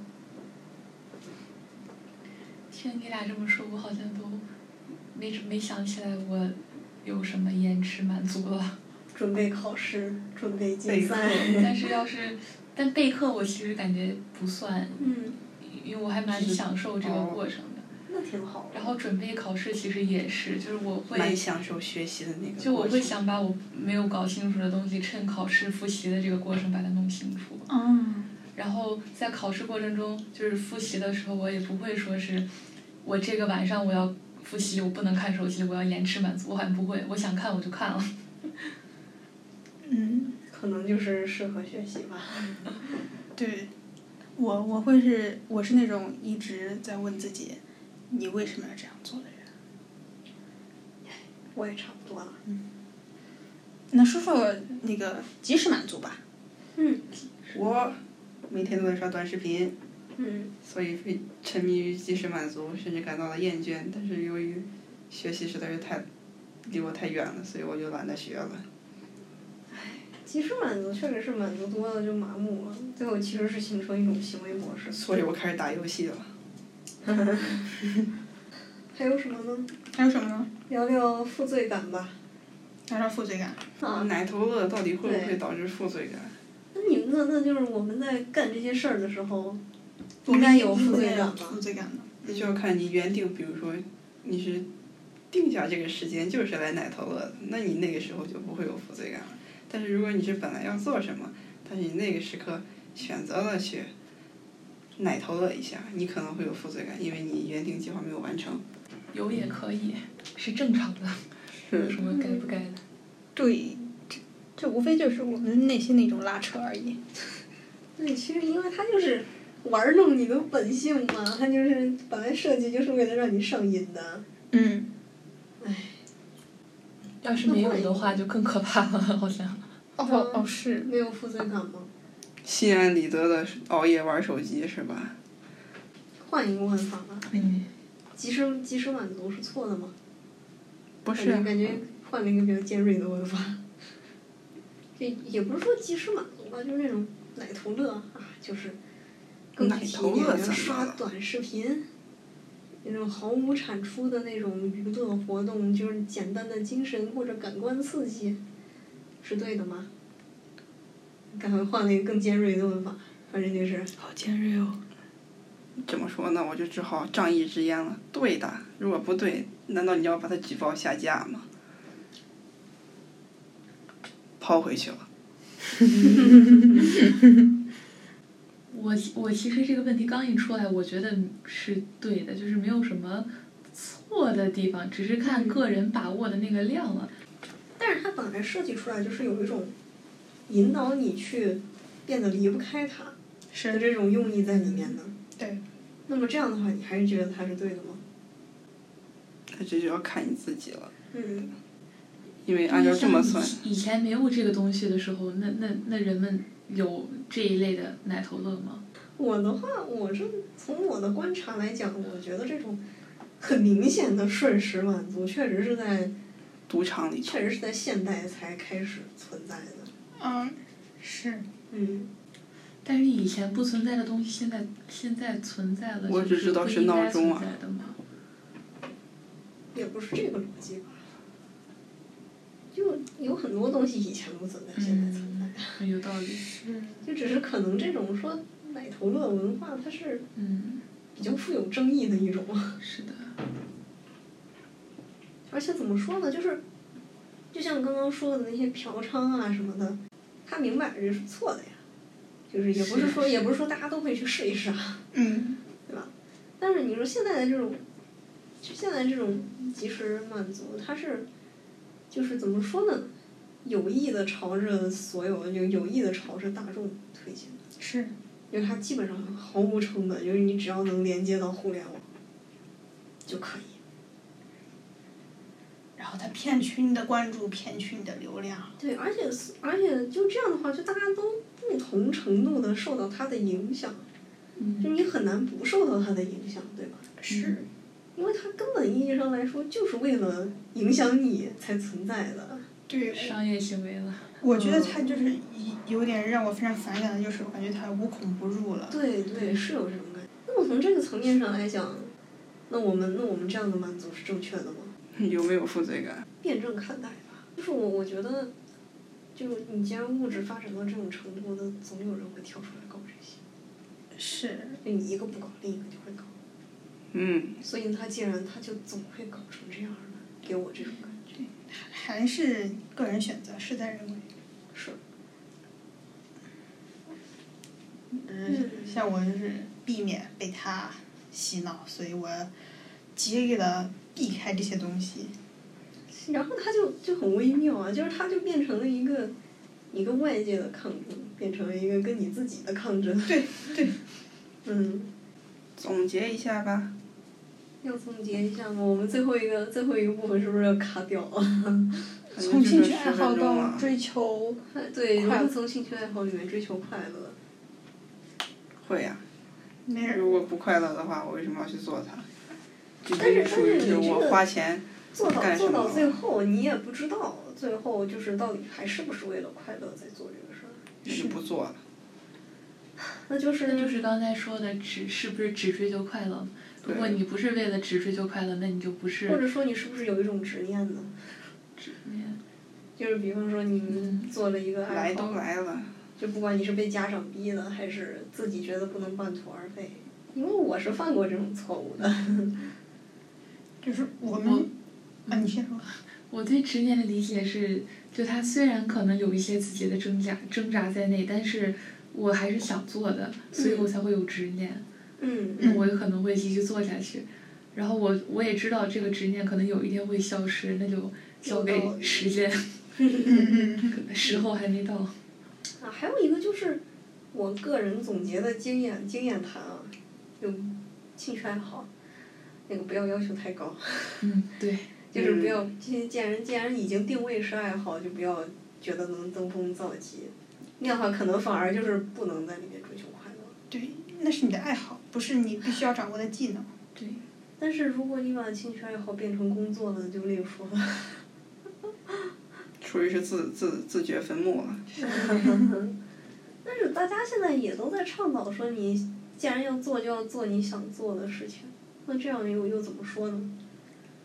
[SPEAKER 1] 听你俩这么说，我好像都没没想起来我有什么延迟满足 了。
[SPEAKER 2] 准备考试，准备竞
[SPEAKER 5] 备课
[SPEAKER 2] 赛，
[SPEAKER 1] 但是要是，但备课我其实感觉不算，
[SPEAKER 2] 嗯，
[SPEAKER 1] 因为我还蛮
[SPEAKER 5] 就是
[SPEAKER 1] 享受这个
[SPEAKER 5] 哦
[SPEAKER 1] 过程的。
[SPEAKER 2] 那挺好的。
[SPEAKER 1] 然后准备考试其实也是，就是我会
[SPEAKER 5] 蛮享受学习的那个。
[SPEAKER 1] 就我会，想把我没有搞清楚的东西，趁考试复习的这个过程把它弄清楚。
[SPEAKER 2] 哦
[SPEAKER 3] 嗯，
[SPEAKER 1] 然后在考试过程中，就是复习的时候，我也不会说是，我这个晚上我要复习，我不能看手机，我要延迟满足，我好像不会，我想看我就看了。
[SPEAKER 3] 嗯。
[SPEAKER 2] 可能就是适合学习吧。
[SPEAKER 6] 对，我我会是我是那种一直在问自己，你为什么要这样做的人。
[SPEAKER 2] 我也差不多了。
[SPEAKER 6] 那说说那个及时满足吧。
[SPEAKER 5] 我每天都在刷短视频，
[SPEAKER 2] 嗯，
[SPEAKER 5] 所以会沉迷于即时满足，甚至感到了厌倦。但是由于学习实在是太离我太远了，所以我就懒得学了。
[SPEAKER 2] 及时满足确实是满足多了就麻木了，最后其实是形成一种行为模式。
[SPEAKER 5] 所以我开始打游戏了。
[SPEAKER 2] 还有什么呢？
[SPEAKER 6] 还有什么呢？
[SPEAKER 2] 聊聊负罪感吧。
[SPEAKER 6] 聊聊负罪感。
[SPEAKER 2] 啊，
[SPEAKER 5] 奶头乐到底会不
[SPEAKER 2] 对
[SPEAKER 5] 会导致负罪感？
[SPEAKER 2] 那你们那那就是我们在干这些事儿的时候，
[SPEAKER 6] 我
[SPEAKER 2] 应该有负罪
[SPEAKER 6] 应该有
[SPEAKER 2] 感吧
[SPEAKER 6] 负罪感的。
[SPEAKER 5] 那就要看你原定，比如说你是定下这个时间就是来奶头乐的，那你那个时候就不会有负罪感了。但是如果你是本来要做什么，但是你那个时刻选择了去奶头乐一下，你可能会有负罪感，因为你原定计划没有完成。
[SPEAKER 1] 有也可以，是正常的，有什么该不该的？
[SPEAKER 3] 对，这这无非就是我们内心的一种拉扯而已。
[SPEAKER 2] 对，其实因为它就是玩弄你的本性嘛，它就是本来设计就是为了让你上瘾的。
[SPEAKER 3] 嗯，
[SPEAKER 1] 要是没有的话，就更可怕了，好像。
[SPEAKER 6] 嗯
[SPEAKER 3] 哦哦是，
[SPEAKER 2] 没有负罪感吗？
[SPEAKER 5] 心安理得的熬夜玩手机是吧？
[SPEAKER 2] 换一个问法吧，
[SPEAKER 1] 嗯，
[SPEAKER 2] 及时及时满足是错的吗？
[SPEAKER 5] 不
[SPEAKER 2] 感觉感觉换了一个比较尖锐的问法。这也不是说及时满足吧，就是那种奶头乐啊，就是更具体一
[SPEAKER 5] 奶头乐
[SPEAKER 2] 点，
[SPEAKER 5] 怎
[SPEAKER 2] 就
[SPEAKER 5] 么了
[SPEAKER 2] 刷短视频，那种毫无产出的那种娱乐活动，就是简单的精神或者感官刺激，是对的吗？刚才换了一个更尖锐的问法，反正就是
[SPEAKER 3] 好尖锐哦。
[SPEAKER 5] 怎么说呢？我就只好仗义执言了。对的，如果不对，难道你要把他举报下架吗？抛回去了。
[SPEAKER 1] 我我其实这个问题刚一出来，我觉得是对的，就是没有什么错的地方，只是看个人把握的那个量了。
[SPEAKER 2] 但是它本来设计出来就是有一种引导你去变得离不开它的
[SPEAKER 6] 是
[SPEAKER 2] 这种用意在里面的。
[SPEAKER 6] 对。
[SPEAKER 2] 那么这样的话，你还是觉得它是对的吗？
[SPEAKER 5] 那这就要看你自己了，
[SPEAKER 2] 嗯，
[SPEAKER 5] 因为按照这么算，
[SPEAKER 1] 以以前没有这个东西的时候，那那那人们有这一类的奶头乐吗？
[SPEAKER 2] 我的话，我是从我的观察来讲，我觉得这种很明显的瞬时满足，确实是在
[SPEAKER 5] 赌场里头
[SPEAKER 2] 确实是在现代才开始存在的。
[SPEAKER 6] 嗯，是。
[SPEAKER 2] 嗯，
[SPEAKER 1] 但是以前不存在的东西，现在现在存在了，
[SPEAKER 5] 我只知道
[SPEAKER 1] 就是不应该
[SPEAKER 5] 闹钟啊
[SPEAKER 1] 存在的吗？
[SPEAKER 2] 也不是这个逻辑吧。就有很多东西以前不存在，现在存在，
[SPEAKER 1] 很有道理。
[SPEAKER 2] 就只是可能这种说奶头乐文化，它是
[SPEAKER 1] 嗯，
[SPEAKER 2] 比较富有争议的一种。
[SPEAKER 1] 是的。
[SPEAKER 2] 而且怎么说呢，就是，就像刚刚说的那些嫖娼啊什么的，他明摆着是错的呀，就是也不是啊说
[SPEAKER 1] 是
[SPEAKER 2] 也不是说大家都会去试一试啊，
[SPEAKER 6] 嗯，
[SPEAKER 2] 但是你说现在的这种，就现在这种及时满足，它是，就是怎么说呢，有意的朝着所有有有意的朝着大众推进，
[SPEAKER 6] 是。
[SPEAKER 2] 因为它基本上毫无成本，就是你只要能连接到互联网，就可以。
[SPEAKER 6] 然后他骗取你的关注，骗取你的流量。
[SPEAKER 2] 对，而且是而且就这样的话，就大家都不同程度的受到它的影响，就
[SPEAKER 1] 嗯，
[SPEAKER 2] 你很难不受到它的影响，对吧？
[SPEAKER 1] 是。
[SPEAKER 2] 因为它根本意义上来说，就是为了影响你才存在的。
[SPEAKER 6] 对，
[SPEAKER 1] 商业行为了。
[SPEAKER 6] 我觉得他就是有有点让我非常反感的，就是我感觉他无孔不入了。
[SPEAKER 2] 对对，是有这种感觉。那么从这个层面上来讲，那我们那我们这样的满足是正确的吗？
[SPEAKER 5] 有没有负罪感？
[SPEAKER 2] 辩证看待吧，就是我我觉得，就你既然物质发展到这种程度，那总有人会跳出来搞这些，
[SPEAKER 3] 是，
[SPEAKER 2] 就你一个不搞，另一个就会搞，
[SPEAKER 5] 嗯，
[SPEAKER 2] 所以他既然他就总会搞成这样的，给我这种感觉。
[SPEAKER 3] 还是个人选择，事在人为。
[SPEAKER 2] 是，
[SPEAKER 3] 嗯，像我就是避免被他洗脑，所以我极力的避开这些东西。
[SPEAKER 2] 然后他就就很微妙啊，就是他就变成了一个一个外界的抗争，变成了一个跟你自己的抗争。
[SPEAKER 3] 对对，
[SPEAKER 2] 嗯，
[SPEAKER 5] 总结一下吧，
[SPEAKER 2] 要总结一下吗？我们最后一个最后一个部分是不是要卡掉啊？
[SPEAKER 5] 反正
[SPEAKER 6] 从
[SPEAKER 5] 就
[SPEAKER 6] 兴
[SPEAKER 5] 是
[SPEAKER 6] 趣爱
[SPEAKER 5] 10
[SPEAKER 6] 好
[SPEAKER 5] 分钟啊
[SPEAKER 6] 到追求，
[SPEAKER 2] 对，如
[SPEAKER 6] 快
[SPEAKER 2] 何
[SPEAKER 6] 乐
[SPEAKER 2] 从兴趣爱好里面追求快乐？
[SPEAKER 5] 会呀、
[SPEAKER 3] 没人
[SPEAKER 5] 如果不快乐的话，我为什么要去做它？这
[SPEAKER 2] 但是
[SPEAKER 5] 就属于
[SPEAKER 2] 但是
[SPEAKER 5] 是
[SPEAKER 2] 你这
[SPEAKER 5] 我
[SPEAKER 2] 个
[SPEAKER 5] 花钱，
[SPEAKER 2] 做到
[SPEAKER 5] 干什
[SPEAKER 2] 做
[SPEAKER 5] 么
[SPEAKER 2] 到
[SPEAKER 5] 了
[SPEAKER 2] 最后，你也不知道最后就是到底还是不是为了快乐在做这个事儿，
[SPEAKER 5] 那就不做了。
[SPEAKER 2] 那就是
[SPEAKER 1] 那就是刚才说的，只是不是只追求快乐？如果
[SPEAKER 5] 对
[SPEAKER 1] 你不是为了只追求快乐，那你就不
[SPEAKER 2] 或
[SPEAKER 1] 是
[SPEAKER 2] 者说你是不是有一种执念呢？
[SPEAKER 1] 只嗯
[SPEAKER 2] 就是比方说你做了一个爱
[SPEAKER 5] 来
[SPEAKER 2] 好
[SPEAKER 5] 都，来了，
[SPEAKER 2] 就不管你是被家长逼的，还是自己觉得不能半途而废，因为我是犯过这种错误的。
[SPEAKER 3] 就是我
[SPEAKER 1] 我
[SPEAKER 3] 们啊，你先说。
[SPEAKER 1] 我对执念的理解是，就他虽然可能有一些自己的挣扎挣扎在内，但是我还是想做的，所以我才会有执念，
[SPEAKER 2] 嗯
[SPEAKER 1] 那我有可能会继续做下去。然后我我也知道这个执念可能有一天会消失，那就交
[SPEAKER 2] 有道
[SPEAKER 1] 给
[SPEAKER 2] 理
[SPEAKER 1] 时间，
[SPEAKER 3] 嗯嗯
[SPEAKER 1] 可能时候还没到。
[SPEAKER 2] 啊，还有一个就是我个人总结的经验经验谈啊，就兴趣爱好，那个不要要求太高。
[SPEAKER 1] 嗯，对，
[SPEAKER 2] 就是不要，既既然既然已经定位是爱好，就不要觉得能登峰造极，那样的话可能反而就是不能在里面追求快乐。
[SPEAKER 3] 对，那是你的爱好，不是你必须要掌握的技能。
[SPEAKER 1] 对，
[SPEAKER 2] 但是如果你把兴趣爱好变成工作了，就另说了。
[SPEAKER 5] 属于是自自自掘坟墓了。
[SPEAKER 2] 但是大家现在也都在倡导说，你既然要做，就要做你想做的事情。那这样又又怎么说呢？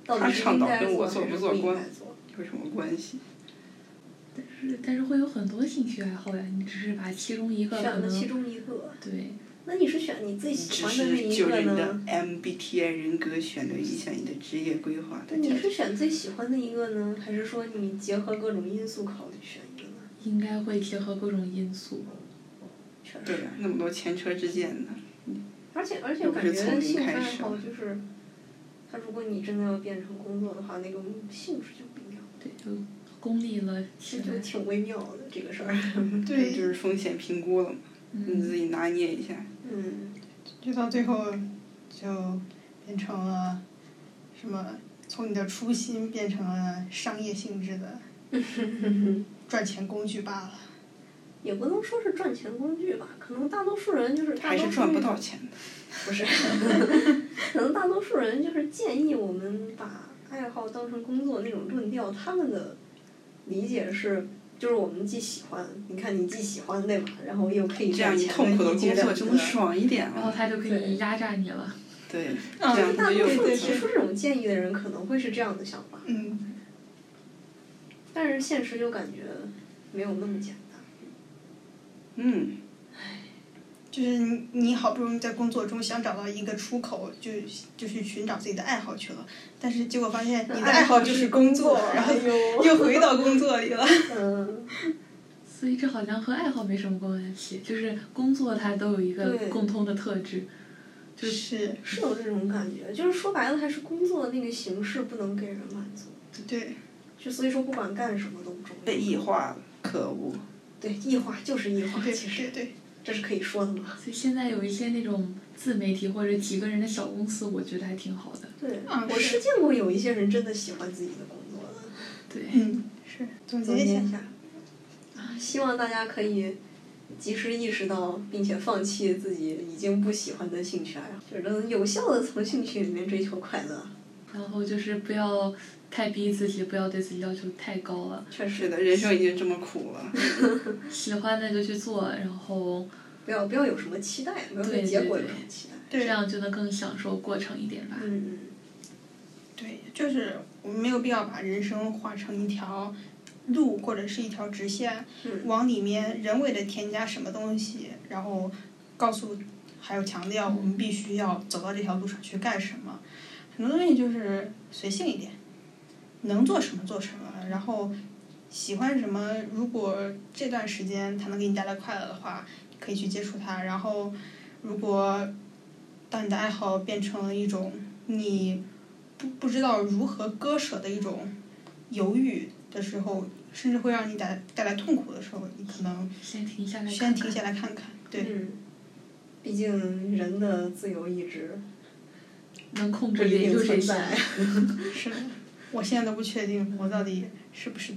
[SPEAKER 2] 到底
[SPEAKER 5] 他
[SPEAKER 2] 是
[SPEAKER 5] 倡
[SPEAKER 2] 应
[SPEAKER 5] 导
[SPEAKER 2] 该
[SPEAKER 5] 跟
[SPEAKER 2] 做
[SPEAKER 5] 我
[SPEAKER 2] 还
[SPEAKER 5] 做
[SPEAKER 2] 是
[SPEAKER 5] 不做
[SPEAKER 2] 不应
[SPEAKER 5] 关
[SPEAKER 2] 该做？
[SPEAKER 5] 有什么关系？
[SPEAKER 2] 嗯
[SPEAKER 1] 是但是会有很多兴趣爱好呀，你只是把其中一个可
[SPEAKER 2] 选了其
[SPEAKER 1] 能
[SPEAKER 2] 中一个，
[SPEAKER 1] 对，
[SPEAKER 2] 那你是选你最喜
[SPEAKER 5] 只
[SPEAKER 2] 欢的那
[SPEAKER 5] 是
[SPEAKER 2] 一
[SPEAKER 5] 就
[SPEAKER 2] 个
[SPEAKER 5] 是你的
[SPEAKER 2] 呢？
[SPEAKER 5] MBTI 人格选择影响你的职业规划的
[SPEAKER 2] 那你
[SPEAKER 5] 价值。
[SPEAKER 2] 是选最喜欢的一个呢，还是说你结合各种因素考虑选一个呢？
[SPEAKER 1] 应该会结合各种因素。
[SPEAKER 2] 确
[SPEAKER 5] 对
[SPEAKER 2] 实，
[SPEAKER 5] 呀、那么多前车之鉴呢。
[SPEAKER 2] 而且而且
[SPEAKER 5] 又不
[SPEAKER 2] 感
[SPEAKER 5] 是
[SPEAKER 2] 觉
[SPEAKER 5] 从零
[SPEAKER 2] 兴趣
[SPEAKER 5] 开
[SPEAKER 2] 爱
[SPEAKER 5] 始啊
[SPEAKER 2] 好就是，它如果你真的要变成工作的话，那种性质就不一样，
[SPEAKER 1] 对，就功利了起
[SPEAKER 2] 这就
[SPEAKER 1] 来。
[SPEAKER 2] 挺微妙的这个事儿。
[SPEAKER 5] 这就，是风险评估了嘛，你自
[SPEAKER 1] 嗯，
[SPEAKER 5] 己拿捏一下。
[SPEAKER 2] 嗯，
[SPEAKER 3] 就到最后就变成了什么？从你的初心变成了商业性质的 赚钱工具罢了。
[SPEAKER 2] 也不能说是赚钱工具吧，可能大多数人就是大
[SPEAKER 5] 还
[SPEAKER 2] 多
[SPEAKER 5] 是
[SPEAKER 2] 数
[SPEAKER 5] 赚不到钱的。
[SPEAKER 2] 不 是，可能大多数人就是建议我们把爱好当成工作那种论调，他们的理解是，就是我们既喜欢，你看你既喜欢对吧，然后又可以
[SPEAKER 5] 这样
[SPEAKER 2] 赚
[SPEAKER 5] 你
[SPEAKER 2] 钱，
[SPEAKER 5] 痛苦的
[SPEAKER 2] 你觉
[SPEAKER 5] 工
[SPEAKER 2] 得
[SPEAKER 5] 作就能爽一点
[SPEAKER 1] 然后
[SPEAKER 5] 了。
[SPEAKER 1] 他就可
[SPEAKER 2] 对
[SPEAKER 1] 以压榨你了。
[SPEAKER 5] 对，
[SPEAKER 6] 嗯
[SPEAKER 5] 这样
[SPEAKER 2] 大
[SPEAKER 5] 子
[SPEAKER 2] 多
[SPEAKER 5] 又
[SPEAKER 2] 数
[SPEAKER 5] 不
[SPEAKER 2] 提
[SPEAKER 5] 错
[SPEAKER 2] 出这种建议的人可能会是这样的想法，
[SPEAKER 3] 嗯，
[SPEAKER 2] 但是现实就感觉没有那么简单。
[SPEAKER 5] 嗯，
[SPEAKER 3] 就是你你好不容易在工作中想找到一个出口，就就去寻找自己的爱好去了，但是结果发现你的爱好就是工作，然后
[SPEAKER 2] 哎呦，
[SPEAKER 3] 又回到工作里了。，
[SPEAKER 2] 嗯，
[SPEAKER 1] 所以这好像和爱好没什么关系，就是工作它都有一个
[SPEAKER 2] 对
[SPEAKER 1] 共通的特质，就是
[SPEAKER 2] 是有这种感觉，就是说白了还是工作的那个形式不能给人满足，
[SPEAKER 3] 对，
[SPEAKER 2] 就所以说不管干什么都不重要。
[SPEAKER 5] 被异化了，可恶。
[SPEAKER 2] 对，异化就是异化，
[SPEAKER 3] 对，
[SPEAKER 2] 其实
[SPEAKER 3] 对，对，
[SPEAKER 2] 这是可以说的嘛。
[SPEAKER 1] 所以现在有一些那种自媒体或者几个人的小公司，我觉得还挺好的。
[SPEAKER 2] 对，
[SPEAKER 3] 啊
[SPEAKER 2] 我
[SPEAKER 3] 是
[SPEAKER 2] 是见过有一些人真的喜欢自己的工作的。
[SPEAKER 1] 对，
[SPEAKER 3] 嗯，是总
[SPEAKER 2] 总
[SPEAKER 3] 结
[SPEAKER 2] 结
[SPEAKER 3] 一下
[SPEAKER 2] 一，下，
[SPEAKER 1] 嗯
[SPEAKER 2] 啊，希望大家可以及时意识到，并且放弃自己已经不喜欢的兴趣爱好，就是能有效的从兴趣里面追求快乐。
[SPEAKER 1] 然后就是不要太逼自己，不要对自己要求太高了。
[SPEAKER 2] 确
[SPEAKER 5] 是
[SPEAKER 2] 实，
[SPEAKER 5] 的，人生已经这么苦了，
[SPEAKER 2] 嗯
[SPEAKER 1] 喜欢的就去做，然后
[SPEAKER 2] 不要不要有什么期待，不要
[SPEAKER 1] 对
[SPEAKER 2] 对
[SPEAKER 1] 对
[SPEAKER 2] 结果有
[SPEAKER 1] 对
[SPEAKER 2] 什么期待。
[SPEAKER 1] 这样就能更享受过程一点吧。
[SPEAKER 2] 嗯嗯。
[SPEAKER 6] 对，就是我们没有必要把人生画成一条路或者是一条直线，
[SPEAKER 2] 嗯
[SPEAKER 6] 往里面人为的添加什么东西，然后告诉还有强调我们必须要走到这条路上去干什么，很多东西就是随性一点，能做什么做什么，然后喜欢什么，如果这段时间它能给你带来快乐的话，可以去接触它，然后如果当你的爱好变成了一种你。不不知道如何割舍的一种犹豫的时候，甚至会让你带带来痛苦的时候，你可能
[SPEAKER 1] 先停下来
[SPEAKER 6] 先
[SPEAKER 1] 看看。
[SPEAKER 6] 停下来看看。对，
[SPEAKER 2] 嗯，毕竟人的自由意志
[SPEAKER 1] 能控
[SPEAKER 2] 不
[SPEAKER 1] 制
[SPEAKER 2] 一
[SPEAKER 1] 的也
[SPEAKER 2] 定
[SPEAKER 1] 就这
[SPEAKER 2] 存
[SPEAKER 1] 些。
[SPEAKER 2] 在。
[SPEAKER 6] 是的，我现在都不确定我到底是不是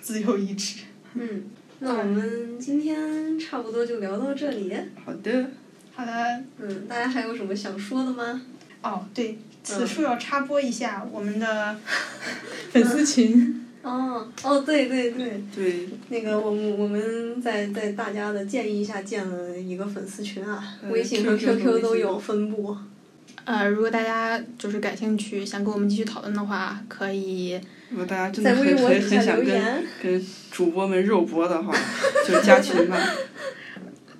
[SPEAKER 6] 自由意志。
[SPEAKER 2] 嗯，那我们今天差不多就聊到这里。
[SPEAKER 5] 好的，
[SPEAKER 6] 好的，
[SPEAKER 2] 嗯，大家还有什么想说的吗？
[SPEAKER 6] 哦对，此处要插播一下我们的
[SPEAKER 3] 粉丝群，
[SPEAKER 2] 哦哦，对对对，
[SPEAKER 5] 对，
[SPEAKER 2] 那个我们我们在在大家的建议下建了一个粉丝群啊，
[SPEAKER 5] 嗯
[SPEAKER 2] 微信和
[SPEAKER 5] QQ 和
[SPEAKER 2] QQ 都
[SPEAKER 5] 微信
[SPEAKER 2] 有分布。
[SPEAKER 3] 呃，如果大家就是感兴趣，想跟我们继续讨论的话，可以
[SPEAKER 5] 如果大家真的
[SPEAKER 2] 在
[SPEAKER 5] 很
[SPEAKER 2] 微博
[SPEAKER 5] 很
[SPEAKER 2] 底
[SPEAKER 5] 很
[SPEAKER 2] 下留
[SPEAKER 5] 想跟
[SPEAKER 2] 言，
[SPEAKER 5] 跟主播们肉搏的话，就加群吧。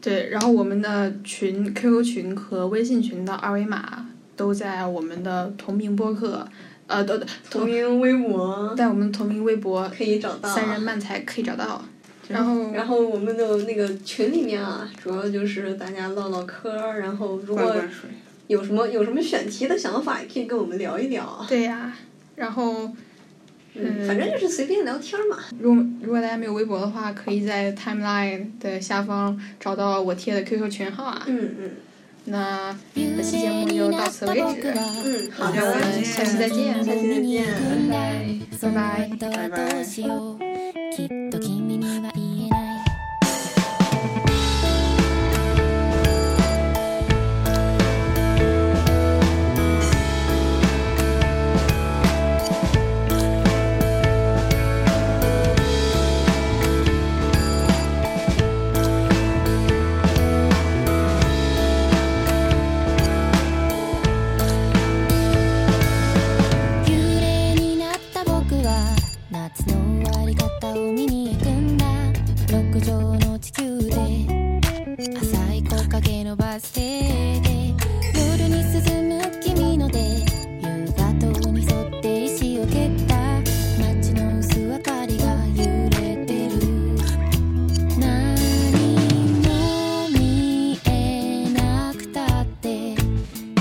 [SPEAKER 3] 对，然后我们的群 QQ 群和微信群的二维码都在我们的同名播客，呃，都
[SPEAKER 2] 同名微博
[SPEAKER 3] 在我们同名微博
[SPEAKER 2] 可以找
[SPEAKER 3] “
[SPEAKER 2] 到啊。
[SPEAKER 3] 三人漫才”可以找到。然后
[SPEAKER 2] 然后我们的那个群里面啊，主要就是大家唠唠嗑儿，然后 如
[SPEAKER 5] 灌
[SPEAKER 2] 果
[SPEAKER 5] 灌水，
[SPEAKER 2] 有什么有什么选题的想法，也可以跟我们聊一聊啊。
[SPEAKER 3] 对呀、然后
[SPEAKER 2] 嗯，
[SPEAKER 3] 嗯
[SPEAKER 2] 反正就是随便聊天儿嘛。
[SPEAKER 3] 如果如果大家没有微博的话，可以在 timeline 的下方找到我贴的 QQ 群号啊。
[SPEAKER 2] 嗯嗯
[SPEAKER 3] 那本期节目就到此为止，
[SPEAKER 2] 嗯，好
[SPEAKER 3] 那我
[SPEAKER 2] 的，
[SPEAKER 3] 们下期再见。
[SPEAKER 2] 下期再见。
[SPEAKER 1] 拜拜。
[SPEAKER 8] そのあなたはどうしようきっと君には言えない幽霊になった僕は夏の終わり方を見に行くんだ六畳の地球で浅い木陰のバス停で夜に進む君の手夕方に沿って石を蹴った街の薄明かりが揺れてる何も見えなくたって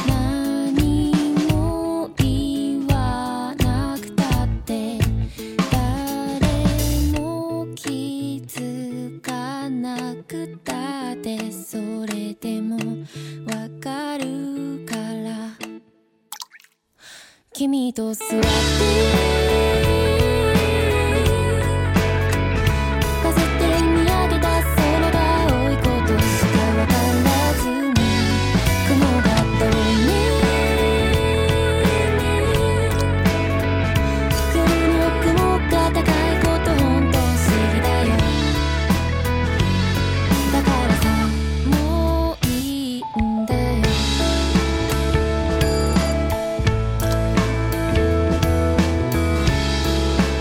[SPEAKER 8] 何も言わなくたって誰も気づかなくたってそれでもわかるから君と座って風って見上げた空が多いことしかわからずに雲が透明に黒の雲が高いこと本当不思議だよだからさもういいんだよ「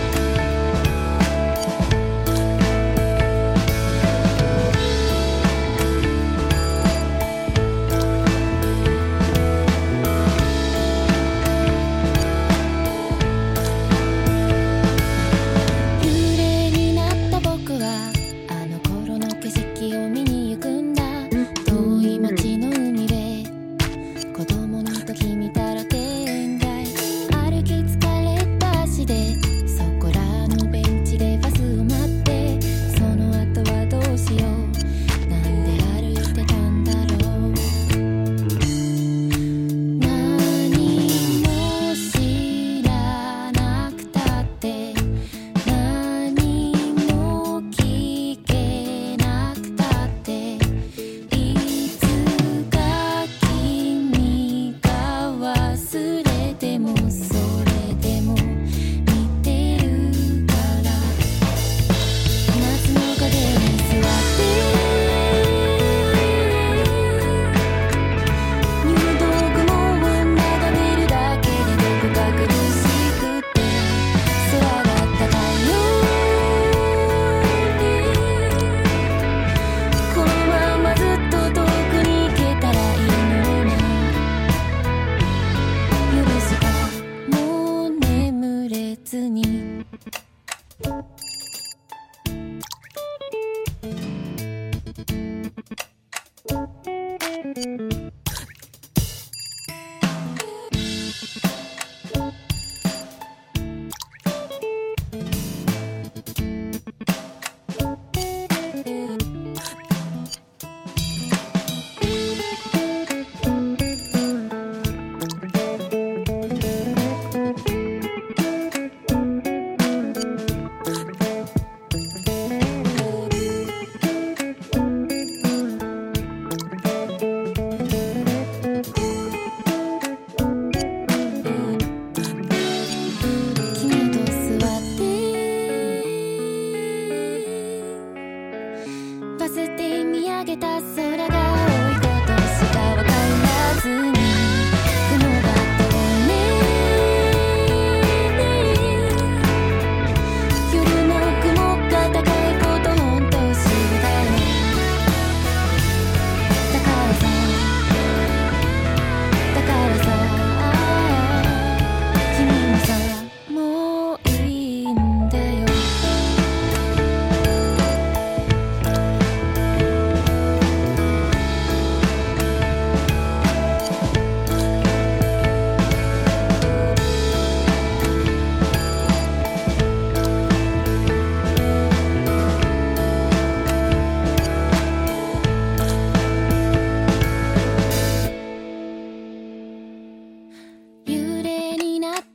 [SPEAKER 8] っ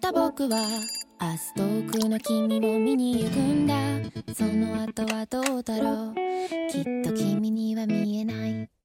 [SPEAKER 8] た僕は明日遠くの君を見に行くんだその後はどうだろうきっと君には見えない